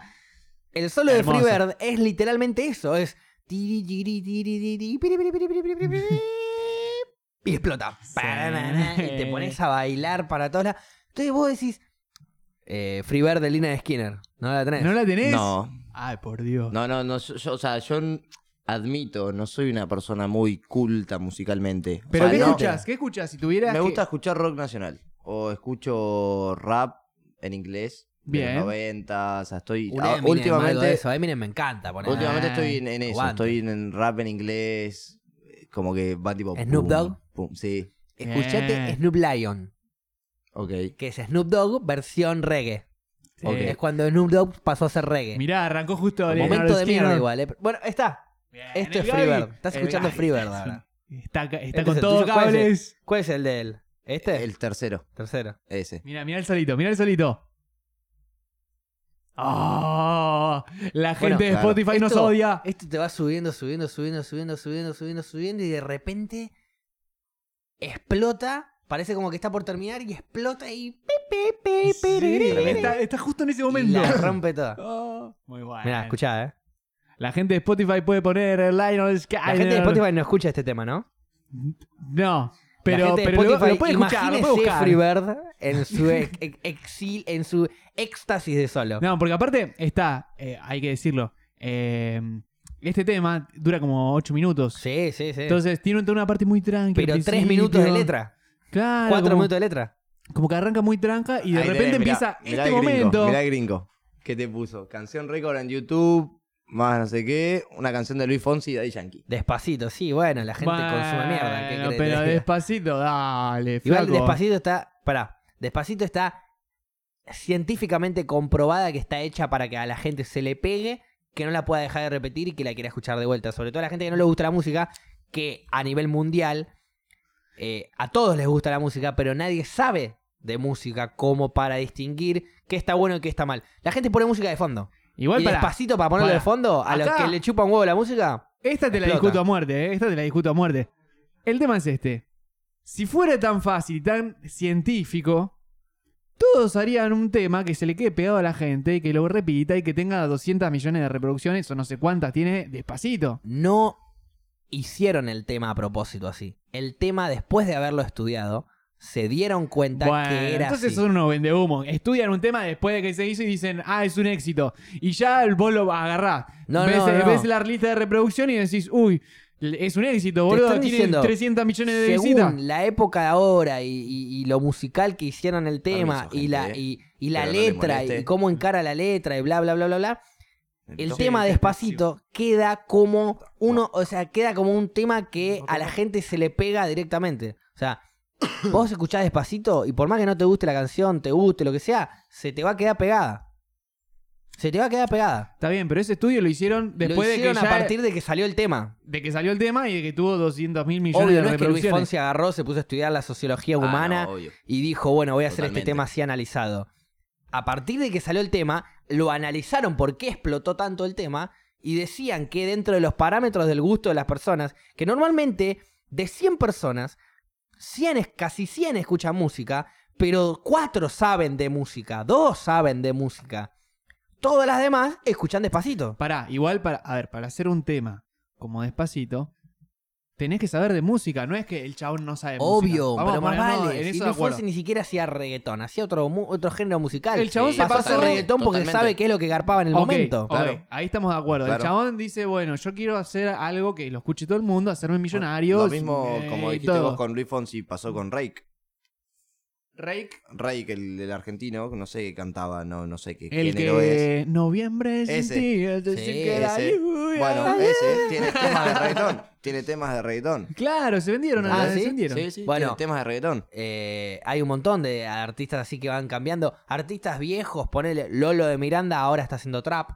El solo de Hermoso. Freebird es literalmente eso, es tiri, tiri, tiri, tiri, piri, piri, piri, piri, piri, piri, y explota. Pararana, Y te pones a bailar para todas las. Entonces vos decís eh, Freebird de Lina Skinner, no la tenés. ¿No la tenés? No, Ay, por Dios. no, no, no, yo, yo- o sea, yo n- admito, no soy una persona muy culta musicalmente. O ¿Pero sea, qué no- escuchás? ¿Qué escuchás? Si tuvieras Me que- gusta escuchar rock nacional. O escucho rap en inglés. De Bien. los 90, o sea, estoy. Un Eminem, ah, algo de últimamente, eso. A Eminem me encanta. poner. últimamente Ah, estoy en, en eso. aguante. Estoy en rap en inglés. eh, Como que va tipo. Snoop pum, Dogg. pum, sí, Escuchate Bien. Snoop Lion, ok. que es Snoop Dogg versión reggae. Sí. Ok. Es cuando Snoop Dogg pasó a ser reggae. Mirá, arrancó justo... Un Leonardo momento de Skinner. mierda igual. eh. Bueno, está. Bien, Esto el es Freebird. Gaby. Estás El escuchando Gaby. Freebird ahora. Está, está Este es con el todo tuyo, ¿cuál es el? cables. ¿Cuál es el de él? ¿Este? El tercero, Tercero. ese. Mira, mira el solito, mira el solito. Ah, la gente Bueno, de claro. Spotify nos Esto- odia. Esto te va subiendo, subiendo, subiendo, subiendo, subiendo, subiendo, subiendo y de repente explota. Parece como que está por terminar y explota y... pi, pi, pi, Sí, piriri, está, está justo en ese y momento. la rompe toda. Ah, muy bueno. Mirá, escuchá, eh. La gente de Spotify puede poner el Lionel Sky. La gente de Spotify no escucha este tema, ¿no? No, pero, la gente de pero lo- Spotify, lo, puede escuchar, lo puede imagínese buscar. Freebird en su ex- ex- exil, en su éxtasis de solo. No, porque aparte está, eh, hay que decirlo, eh, este tema dura como 8 minutos. Sí, sí, sí. Entonces tiene una parte muy tranquila. Pero tres minutos de letra. Claro. Cuatro como, minutos de letra. como que arranca muy tranca y de Ahí repente tenés, mirá, empieza mirá este el gringo, momento. Mirá el gringo. ¿Qué te puso? Canción récord en YouTube. más no sé qué, una canción de Luis Fonsi y Daddy Yankee. Despacito, sí, bueno, la gente consume mierda. ¿qué Bueno, querés que pero te diga? despacito, dale, Igual flaco. Despacito está. Pará. Despacito está científicamente comprobada que está hecha para que a la gente se le pegue, que no la pueda dejar de repetir y que la quiera escuchar de vuelta. Sobre todo a la gente que no le gusta la música, que a nivel mundial eh, a todos les gusta la música, pero nadie sabe de música como para distinguir qué está bueno y qué está mal. La gente pone música de fondo. Igual y para despacito para ponerlo pará. de fondo, a los Acá- que le chupa un huevo la música, Esta te la Explota. discuto a muerte, ¿eh? esta te la discuto a muerte. El tema es este. Si fuera tan fácil y tan científico, todos harían un tema que se le quede pegado a la gente y que lo repita y que tenga 200 millones de reproducciones o no sé cuántas tiene despacito. no hicieron el tema a propósito así. El tema, después de haberlo estudiado, se dieron cuenta Bueno, que era entonces así. son unos vendehumos. Estudian un tema después de que se hizo y dicen, ah, es un éxito. Y ya el- vos lo agarrás. No, ves, no, no. ves la lista de reproducción y decís, uy, es un éxito, boludo. estoy Tiene diciendo, 300 millones de Según visitas. la época de ahora y, y- y lo musical que hicieron el tema Permiso, y la, Ah, gente, eh. y, y la pero no le letra y moleste. cómo encara la letra y bla, bla, bla, bla, bla, el Entonces, tema despacito queda como uno, o sea, queda como un tema que a la gente se le pega directamente. O sea, vos escuchás despacito y por más que no te guste la canción, te guste, lo que sea, se te va a quedar pegada. Se te va a quedar pegada. Está bien, pero ese estudio lo hicieron después lo hicieron de que a ya- partir de que salió el tema. de que salió el tema y de que tuvo 200 mil millones Obvio, de no es que Luis reproducciones. Fonsi agarró, se puso a estudiar la sociología Ah, no, humana obvio. y dijo, bueno, voy a hacer este Totalmente. tema así analizado. A partir de que salió el tema, lo analizaron por qué explotó tanto el tema y decían que dentro de los parámetros del gusto de las personas, que normalmente de 100 personas, 100, es- casi 100 escuchan música, pero 4 saben de música, 2 saben de música. Todas las demás escuchan despacito. Pará, igual para, a ver, para hacer un tema como despacito, tenés que saber de música, no es que el chabón no sabe Eh, música. Obvio, Vamos a pero más ponernos vale. en Si eso de Luis acuerdo. Fonsi ni siquiera hacía reggaetón, hacía otro, mu- otro género musical. El chabón se pasó a hacer pasó- reggaetón porque Totalmente. sabe que es lo que garpaba en el Ok, momento. ok, Claro. ahí estamos de acuerdo. Claro. El chabón dice, bueno, yo quiero hacer algo que lo escuche todo el mundo, hacerme millonario. Lo mismo, eh, como y dijiste todo. vos con Luis Fonsi, pasó con Rake. Rake, Rake, el, el argentino, no sé qué cantaba, no, no sé qué el género es. que noviembre sin Ese. ti, el decir Sí, que la ese. lluvia- Bueno, ese tiene temas de reggaetón. Tiene temas de reggaetón. Claro, se vendieron, Ah, ¿no? ¿sí? se vendieron. Bueno. Tiene temas de reggaetón. Eh, hay un montón de artistas así que van cambiando. Artistas viejos, ponele Lolo de Miranda, ahora está haciendo trap.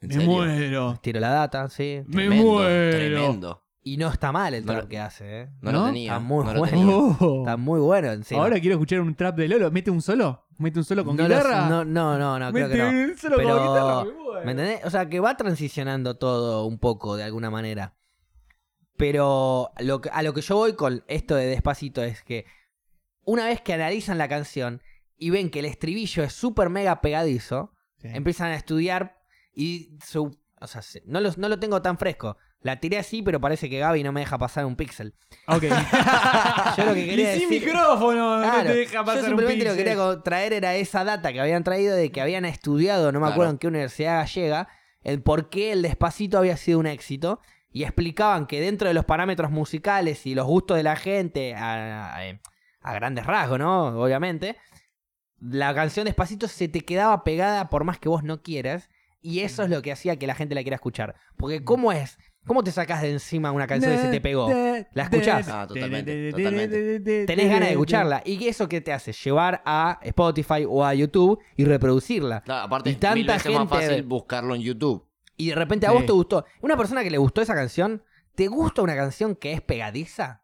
¿En Me serio? muero. Tiro la data, sí. Me Tremendo, muero. Tremendo. Y no está mal el No trap lo- que hace, ¿eh? No, ¿No? lo tenía. Está muy no lo bueno. tenía. Oh. Está muy bueno encima. Ahora quiero escuchar un trap de Lolo. ¿Mete un solo? ¿Mete un solo con no, lo- guitarra? no, no, no, no, creo ¿Mete que no. un solo Pero- con guitarra? Me muero. ¿Me entendés? O sea, que va transicionando todo un poco de alguna manera. Pero lo que- a lo que yo voy con esto de despacito es que una vez que analizan la canción y ven que el estribillo es súper mega pegadizo, Sí. empiezan a estudiar y su- o sea, se- no, los- no lo tengo tan fresco. La tiré así, pero parece que Gaby no me deja pasar un píxel. Ok. Yo lo que y quería sin decir... micrófono no Claro, te deja pasar yo un simplemente lo que pinche. quería co- traer era esa data que habían traído de que habían estudiado, no me Claro. acuerdo en qué universidad gallega, el por qué el despacito había sido un éxito. Y explicaban que dentro de los parámetros musicales y los gustos de la gente, a, a- eh, a grandes rasgos, ¿no? Obviamente, la canción despacito se te quedaba pegada por más que vos no quieras. Y eso es lo que hacía que la gente la quiera escuchar. Porque, Mm. ¿cómo es? ¿Cómo te sacás de encima una canción que se te pegó? ¿La escuchás? Ah, totalmente, totalmente. tenés ganas de escucharla. ¿Y eso qué te hace? Llevar a Spotify o a YouTube y reproducirla. Claro, aparte, Y tanta mil veces más gente- fácil buscarlo en YouTube. Y de repente a Sí. vos te gustó. Una persona que le gustó esa canción, ¿te gusta una canción que es pegadiza?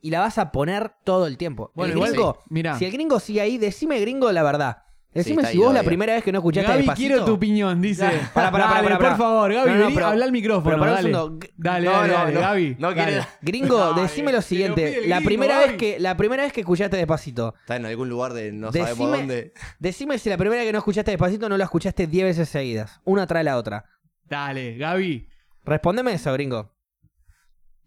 Y la vas a poner todo el tiempo. Bueno, el igual, gringo, mirá. si el gringo sigue ahí, decime gringo la verdad. Decime está si vos ido, la ido. primera vez que no escuchaste Gaby, Despacito- quiero tu opinión, dice. Pará, pará, pará, Dale, pará, pará. Por favor, Gaby, No, no, vení, pero- habla al micrófono. pero pará un dale. segundo. G- dale, No, dale, no, dale, no. Gaby. No quiere- dale. Gringo, Dale, decime lo te lo siguiente. pide el la gringo, primera vez Gaby. que la primera vez que escuchaste Despacito, Está en algún lugar de no Decime- sabemos dónde. decime si la primera que no escuchaste Despacito no la escuchaste 10 veces seguidas, una tras la otra. Dale, Gaby. Respóndeme eso, gringo.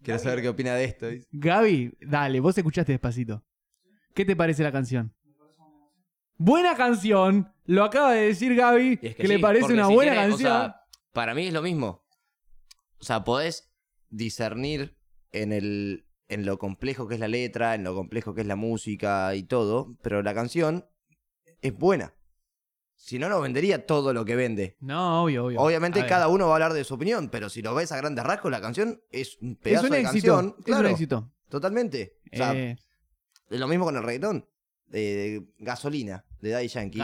Quiero saber qué opina de esto. Gaby, dale, vos escuchaste despacito. ¿Qué te parece la canción? Buena canción, lo acaba de decir Gaby, Y es que, que le sí, parece porque una si buena tiene- o canción. sea, para mí es lo mismo. O sea, podés discernir en el en lo complejo que es la letra, en lo complejo que es la música y todo, pero la canción es buena. Si no, no vendería todo lo que vende. No, obvio, obvio. Obviamente A ver, cada uno va a hablar de su opinión, pero si lo ves a grandes rasgos, la canción es un es pedazo un de éxito. canción. Es un Claro, éxito. totalmente. O sea, Eh, es lo mismo con el reggaetón. Eh, gasolina, de Daddy Yankee.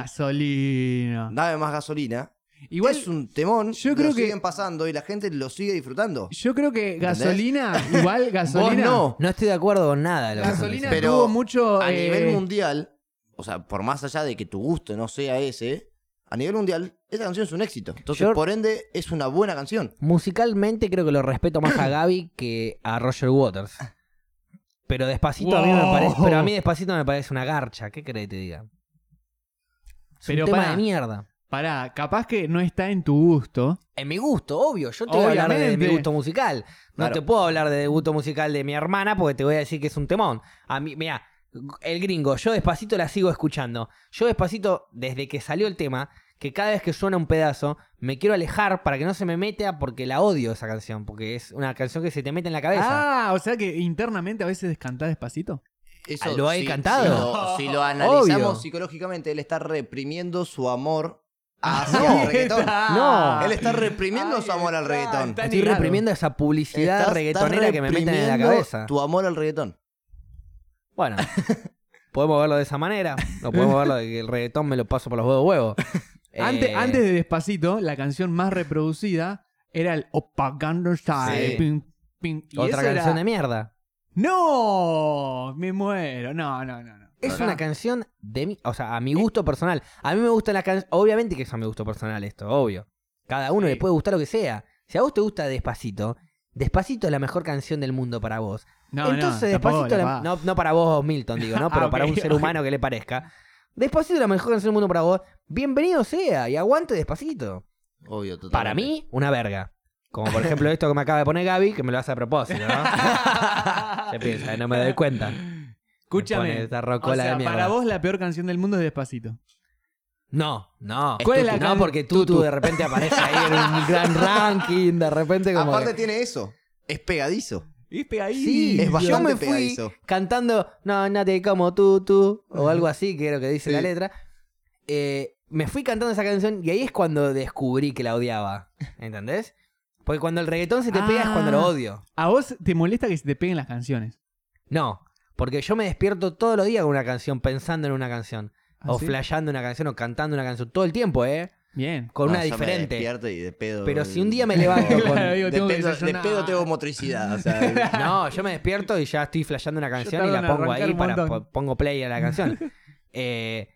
gasolina. Dame más gasolina. Igual es un temón. yo Yo creo creo lo que- siguen pasando y la gente lo sigue disfrutando. yo creo que ¿Entendés? gasolina, igual gasolina. no. No estoy de acuerdo con nada. de Lo que estás Gasolina diciendo. Pero tuvo mucho A eh, nivel mundial, o sea, por más allá de que tu gusto no sea ese, a nivel mundial, esa canción es un éxito. Entonces, Yo- por ende, es una buena canción. Musicalmente creo que lo respeto más a Gaby que a Roger Waters. Pero despacito a mí me Wow. parece. Pero a mí despacito me parece una garcha. ¿Qué crees que te diga? Es Pero un tema pará. de mierda. Pará, capaz que no está en tu gusto. En mi gusto, obvio. Yo te voy a hablar de, mi Obviamente. gusto musical. No Claro. te puedo hablar de gusto musical de mi hermana porque te voy a decir que es un temón. A mí, mira, el gringo, yo despacito la sigo escuchando. Yo despacito, desde que salió el tema, que cada vez que suena un pedazo, me quiero alejar para que no se me meta porque la odio esa canción. Porque es una canción que se te mete en la cabeza. Ah, o sea que internamente a veces cantás despacito. Eso, Lo ha si- cantado. Si lo, si lo analizamos Obvio. psicológicamente, él está reprimiendo su amor hacia el reggaetón. No. Él está reprimiendo su amor al reggaetón. Estoy reprimiendo esa publicidad Estás- reggaetonera estás que me meten en la reprimiendo cabeza. Tu amor al reggaetón. Bueno, podemos verlo de esa manera. No podemos verlo de que el reggaetón me lo paso por los huevos huevos. Eh, Antes, antes de Despacito, la canción más reproducida era el Opaganda Style. Sí. Pim, pim. Y Otra eso era- canción de mierda. ¡No! Me muero. No, no, no. no. Es No. una canción de mi. O sea, a Eh. mi gusto personal. A mí me gustan las canciones. Obviamente que es a mi gusto personal esto, obvio. Cada uno Sí. le puede gustar lo que sea. Si a vos te gusta Despacito, Despacito es la mejor canción del mundo para vos. No, Entonces, no, tampoco, Despacito, la- capaz. no, no para vos, Milton, digo, ¿no? Pero Ah, para ok, un ser ok. humano que le parezca. Despacito, la mejor canción del mundo para vos. Bienvenido sea y aguante despacito. Obvio, totalmente. Para mí, una verga. Como por ejemplo esto que me acaba de poner Gaby, que me lo hace a propósito, ¿no? Se piensa, no me doy cuenta. Me pone Escúchame. esta O rocola sea, de mierda. para vos la peor canción del mundo es Despacito. No, no. ¿Cuál es la Tutu. can- No, porque Tutu Tutu. de repente aparece ahí en un gran ranking, de repente como. Aparte que- tiene eso. Es pegadizo. ¿Viste ahí? Sí, es yo bastante me fui pegadizo. cantando No, no te como tú, tú, o algo así, que es lo que dice Sí. la letra. Eh, me fui cantando esa canción y ahí es cuando descubrí que la odiaba. ¿Entendés? Porque cuando el reggaetón se te pega es cuando lo Ah. odio. A vos te molesta que se te peguen las canciones. No, porque yo me despierto todos los días con una canción, pensando en una canción. ¿Ah, o sí? flasheando una canción, o cantando una canción. Todo el tiempo, ¿eh? Bien. Con No, una yo me diferente. despierto y de pedo- Pero si un día me levanto Claro, con- digo, de, tengo que pedo, de desayunar. pedo tengo motricidad. O sea, No, yo me despierto y ya estoy flasheando una canción y tardo la en pongo arrancar ahí un para montón. po- pongo play a la canción. Eh,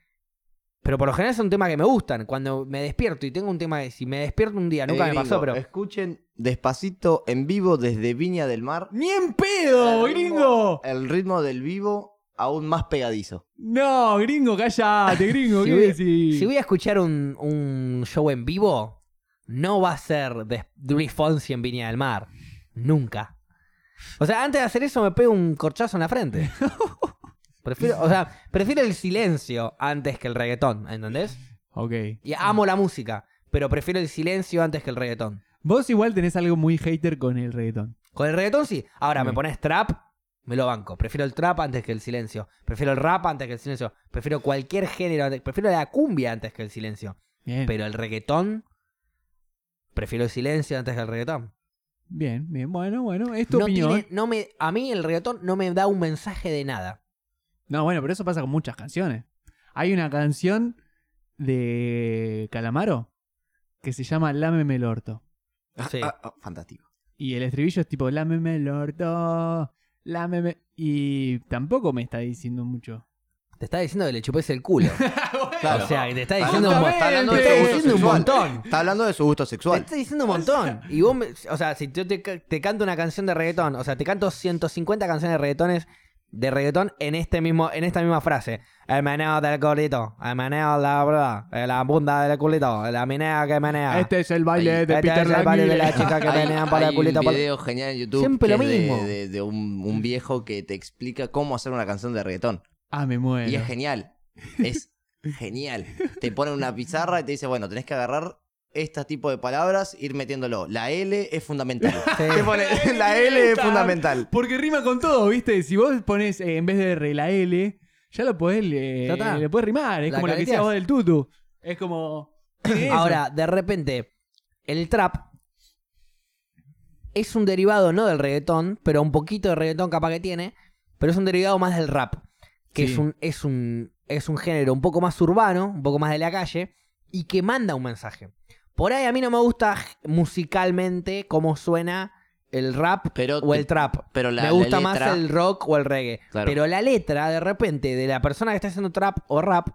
pero por lo general es un tema que me gustan. Cuando me despierto y tengo un tema que si me despierto un día, nunca Eh, me gringo, pasó, pero Escuchen despacito en vivo desde Viña del Mar. ¡Ni en pedo, El ritmo- gringo! El ritmo del vivo aún más pegadizo. No, gringo, cállate, gringo. Si ¿qué voy- decís? si voy a escuchar un, un show en vivo, no va a ser de Luis Fonsi en Viña del Mar. Nunca. O sea, antes de hacer eso me pego un corchazo en la frente. Prefiero, o sea, prefiero el silencio antes que el reggaetón, ¿entendés? Ok. Mm. Y amo la música, pero prefiero el silencio antes que el reggaetón. Vos igual tenés algo muy hater con el reggaetón. Con el reggaetón sí. Ahora, Mm. me Ok. pones trap, me lo banco. Prefiero el trap antes que el silencio. Prefiero el rap antes que el silencio. Prefiero cualquier género. antes- Prefiero la cumbia antes que el silencio. Bien. Pero el reggaetón, prefiero el silencio antes que el reggaetón. Bien, bien. Bueno, bueno, es tu No opinión. tiene- no me, a mí el reggaetón no me da un mensaje de nada. No, bueno, pero eso pasa con muchas canciones. Hay una canción de Calamaro que se llama Lámeme el orto. Sí. Ah, ah, fantástico. Y el estribillo es tipo, lámeme el orto, lámeme... Y tampoco me está diciendo mucho. Te está diciendo que le chupes el culo. Claro. Ah, O sea, que te está Está diciendo, un, hablando- mo- está hablando te de está su gusto diciendo un sexual. montón. Está hablando de su gusto Te sexual. estoy diciendo un montón. Y vos, me- o sea, si yo te, ca- te canto una canción de reggaetón, o sea, te canto 150 canciones de reggaetones de reggaetón en este mismo en esta misma frase. El meneo del culito, el meneo de la bla, eh, la bunda del culito, la menea que menea. Este es el baile Ahí. de Este Peter es el baile de Languile. la chica que menean por el culito. un por- video genial en YouTube Siempre que lo es de- mismo. de, de un, un viejo que te explica cómo hacer una canción de reggaetón. Ah, me muero. Y es genial. Es genial. Te ponen una pizarra y te dice, bueno, tenés que agarrar este tipo de palabras, ir metiéndolo. La L es fundamental. Sí. Te pone, la L es fundamental. Porque rima con todo, ¿viste? Si vos pones eh, en vez de R la L, ya lo podés, eh, Ya está. le podés rimar. Es La como lo que careteás. decías vos del tutu. Es como. ¿qué es Ahora, de repente, el trap es un derivado no del reggaetón, pero un poquito de reggaetón capaz que tiene, pero es un derivado más del rap, que Sí. es un es un es un género un poco más urbano, un poco más de la calle y que manda un mensaje. Por ahí a mí no me gusta j- musicalmente cómo suena el rap Pero o te- el trap. Pero la, me la gusta letra- más el rock o el reggae. Claro. Pero la letra, de repente, de la persona que está haciendo trap o rap,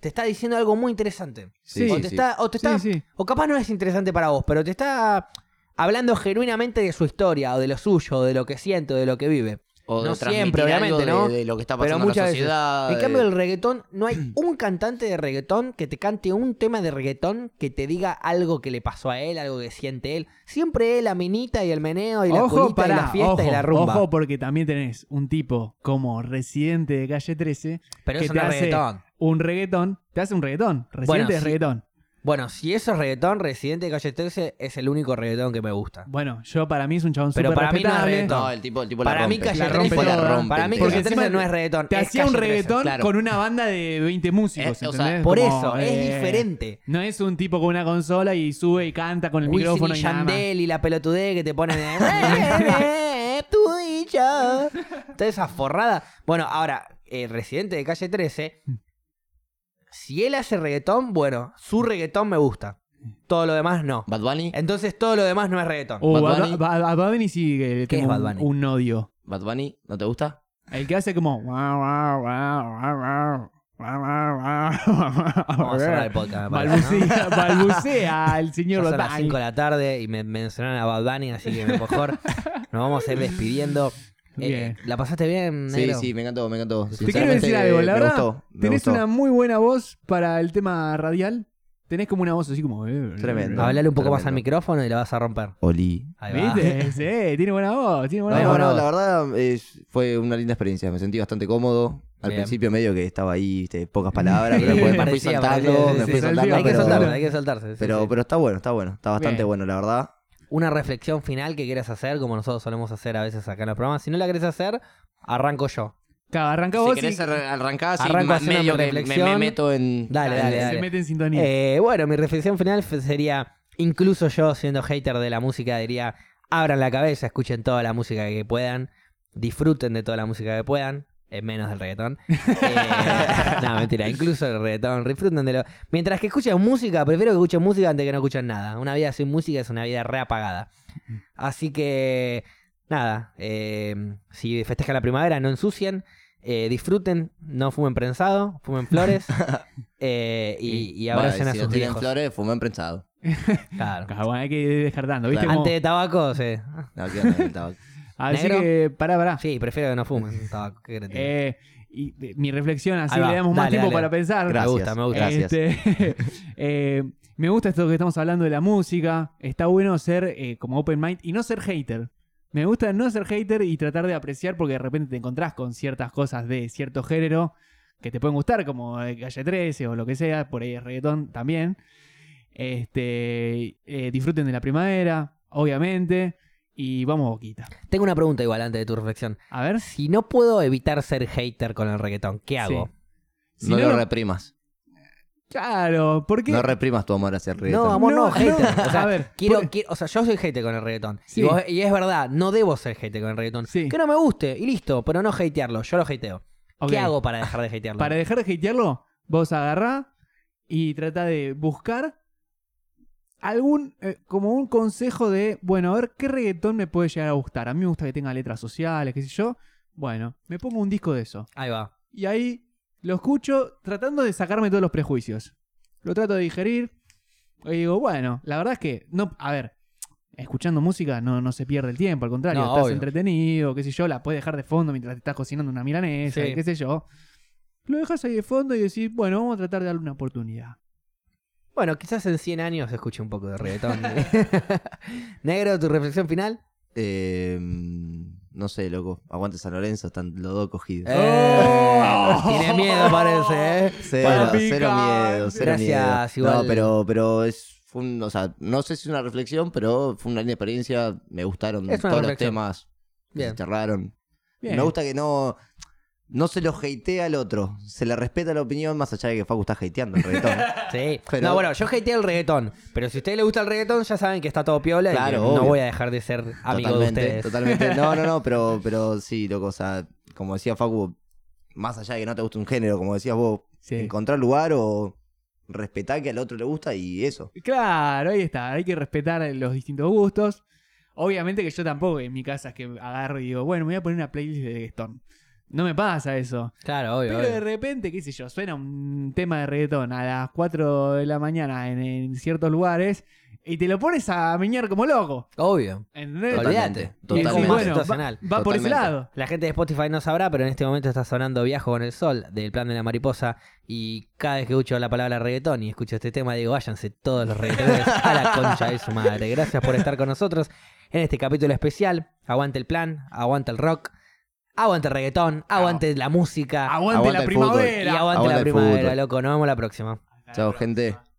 te está diciendo algo muy interesante. Sí, o, te está, o te está- Sí, sí. o capaz no es interesante para vos, pero te está hablando genuinamente de su historia, o de lo suyo, o de lo que siente, o de lo que vive. O de No transmitir siempre, algo obviamente, de- ¿no? De, lo que está Pero pasando en muchas la veces. sociedad. eh. En cambio, de- el reggaetón, no hay un cantante de reggaetón que te cante un tema de reggaetón que te diga algo que le pasó a él, algo que siente él. Siempre es la minita y el meneo y la ojo, culita para y la fiesta ojo, y la rumba. Ojo, porque también tenés un tipo como residente de calle 13, pero que eso te no es hace- reggaetón. un reggaetón. Te hace un reggaetón. Residente Bueno, es sí. reggaetón. Bueno, si eso es reggaetón, Residente de Calle 13 es el único reggaetón que me gusta. Bueno, yo para mí es un chabón Pero súper para mí no es respetable. reggaetón. No, el tipo, el tipo la Para mí, rompe. Calle La 13 rompe la toda. rompe. Para mí, Porque Calle 13 encima no es reggaetón. Te es hacía un Calle 13. reggaetón claro. con una banda de 20 músicos, Eh, o sea, ¿entendés? Por Como, eso, es eh, diferente. No es un tipo con una consola y sube y canta con el Wisin micrófono y y nada más. Yandel y la pelotudez que te ponen. "Eh, de- Tú y yo. eh, Toda esa forrada. Bueno, ahora, el residente de calle 13, si él hace reggaetón, bueno, su reggaetón me gusta. Todo lo demás no. Bad Bunny. Entonces todo lo demás no es reggaetón. O Bad Uh, a, Bunny. Ba- Ba- a Bad Bunny sí que le ¿Qué tengo es Bad un- Bunny? un odio. Bad Bunny, ¿no te gusta? El que hace como. Vamos a cerrar el podcast, me parece, ¿no? Balbucea, balbucea al Ya señor son las Bad 5 Bunny. de la tarde y me mencionaron a Bad Bunny, así que mejor nos vamos a ir despidiendo. Eh, Bien. ¿La pasaste bien, Sí, negro? sí, me encantó, me encantó. Te quiero decir Eh, Sinceramente, algo, la me verdad. gustó, me tenés gustó. una muy buena voz para el tema radial. Tenés como una voz así como. eh, Tremendo. Hablale un poco más al Tremendo. micrófono y la vas a romper. Oli. Ahí va. ¿Viste? Sí, tiene buena voz, tiene buena Vamos, No, vamos. no, voz. la verdad es- fue una linda experiencia. Me sentí bastante cómodo. Al Bien. principio medio que estaba ahí, viste, pocas palabras, pero después me fui Parecía, saltando, parecía, sí, me sí, fui sí, saltando. hay que pero, soltarse, hay que soltarse. sí, pero, sí. pero está bueno, está bueno. Está bastante Bien. bueno, la verdad. Una reflexión final que quieras hacer, como nosotros solemos hacer a veces acá en los programas. Si no la querés hacer, arranco yo. Claro, arranca Si vos querés y arra- arrancar así, Arranco ma- haciendo medio mi que me, reflexión. me meto en... Dale, dale, se dale. mete en sintonía. Eh, bueno, mi reflexión final f- sería, incluso yo siendo hater de la música, diría, abran la cabeza, escuchen toda la música que puedan, disfruten de toda la música que puedan, eh, menos del reggaetón. Eh, no, mentira, incluso el reggaetón, disfruten de lo... Mientras que escuchen música, prefiero que escuchen música antes que no escuchen nada. Una vida sin música es una vida reapagada. Así que, nada, eh, si festejan la primavera, no ensucien. eh, disfruten, no fumen prensado, fumen flores eh, y, y Bueno, abracen si a no sus tienen viejos. flores, fumé prensado. Claro. Claro, bueno, hay que ir descartando, ¿viste? Claro. Como- Antes de tabaco, sí. No, qué onda, el tabaco. Así negro. que, pará, pará. Sí, prefiero que no fumen tabaco. ¿Qué querés que te diga? Eh, y eh, mi reflexión, así Ahí va, le damos más dale, tiempo dale. para pensar. Oh, Gracias. gusta, me gusta. Gracias. Este, eh, me gusta esto que estamos hablando de la música. Está bueno ser eh, como open mind y no ser hater. Me gusta no ser hater y tratar de apreciar porque de repente te encontrás con ciertas cosas de cierto género que te pueden gustar, como eh, Calle 13 o lo que sea, por ahí es reggaetón también. Este, eh, disfruten de la primavera, obviamente. Y vamos, Boquita. Tengo una pregunta igual antes de tu reflexión. A ver. Si no puedo evitar ser hater con el reggaetón, ¿qué hago? Sí. Si no, no lo lo- reprimas. Claro, porque... No reprimas tu amor hacia el reggaetón. No, amor, no, No, hater. no. O sea, A ver, quiero, por- quiero- o sea, yo soy hater con el reggaetón. Sí. Y, vos- y es verdad, no debo ser hater con el reggaetón. Sí. Que no me guste, y listo, pero no hatearlo, yo lo hateo. Ok. ¿Qué hago para dejar de hatearlo? Para dejar de hatearlo, vos agarrá y trata de buscar algún, eh, como un consejo de, bueno, a ver qué reggaetón me puede llegar a gustar. A mí me gusta que tenga letras sociales, qué sé yo. Bueno, me pongo un disco de eso. Ahí va. Y ahí lo escucho tratando de sacarme todos los prejuicios. Lo trato de digerir. Y digo, bueno, la verdad es que, no, a ver, escuchando música no, no se pierde el tiempo, al contrario, No, estás obvio. entretenido, qué sé yo, la puedes dejar de fondo mientras te estás cocinando una milanesa, Sí. y qué sé yo. Lo dejas ahí de fondo y decís, bueno, vamos a tratar de darle una oportunidad. Bueno, quizás en 100 años escuche un poco de reggaetón. Negro, tu reflexión final. Eh, no sé, loco. Aguante San Lorenzo, están los dos cogidos. Eh, tiene miedo, parece, ¿eh? Cero, Papi, cero miedo, cero Gracias, miedo. igual. No, pero, pero es fue un, o sea, no sé si es una reflexión, pero fue una linda experiencia. Me gustaron Es una todos los reflexión. temas. que Bien. Se charlaron. Bien. Me gusta que no. No se lo hatea al otro. Se le respeta la opinión más allá de que Facu está hateando el reggaetón. Sí. Pero- No, bueno, yo hateé el reggaetón. Pero si a ustedes les gusta el reggaetón, ya saben que está todo piola y Claro, que obvio. no voy a dejar de ser amigo totalmente, de ustedes. Totalmente. No, no, no, pero, pero sí, loco. O sea, como decía Facu, más allá de que no te guste un género, como decías vos, Sí. encontrar lugar o respetar que al otro le gusta y eso. Claro, ahí está. Hay que respetar los distintos gustos. Obviamente que yo tampoco en mi casa es que agarro y digo, bueno, me voy a poner una playlist de reggaetón. No me pasa eso. Claro, obvio. Pero obvio. de repente, qué sé yo, suena un tema de reggaetón a las 4 de la mañana en, en ciertos lugares y te lo pones a meñar como loco. Obvio. ¿Entendés? Totalmente, Olvídate. Y decís, totalmente. Es más bueno, va, situacional. va por ese Totalmente. lado. La gente de Spotify no sabrá, pero en este momento está sonando Viajo con el Sol del plan de la mariposa. Y cada vez que escucho la palabra reggaetón y escucho este tema, digo, váyanse todos los reggaetoneros a la concha de su madre. Gracias por estar con nosotros en este capítulo especial. Aguante el plan, aguante el rock, aguante el reggaetón, aguante la música Aguante, Ah, Aguante la el fútbol. y aguante, primavera. aguante la el primavera, fútbol. loco. Nos vemos la próxima. Chao, gente.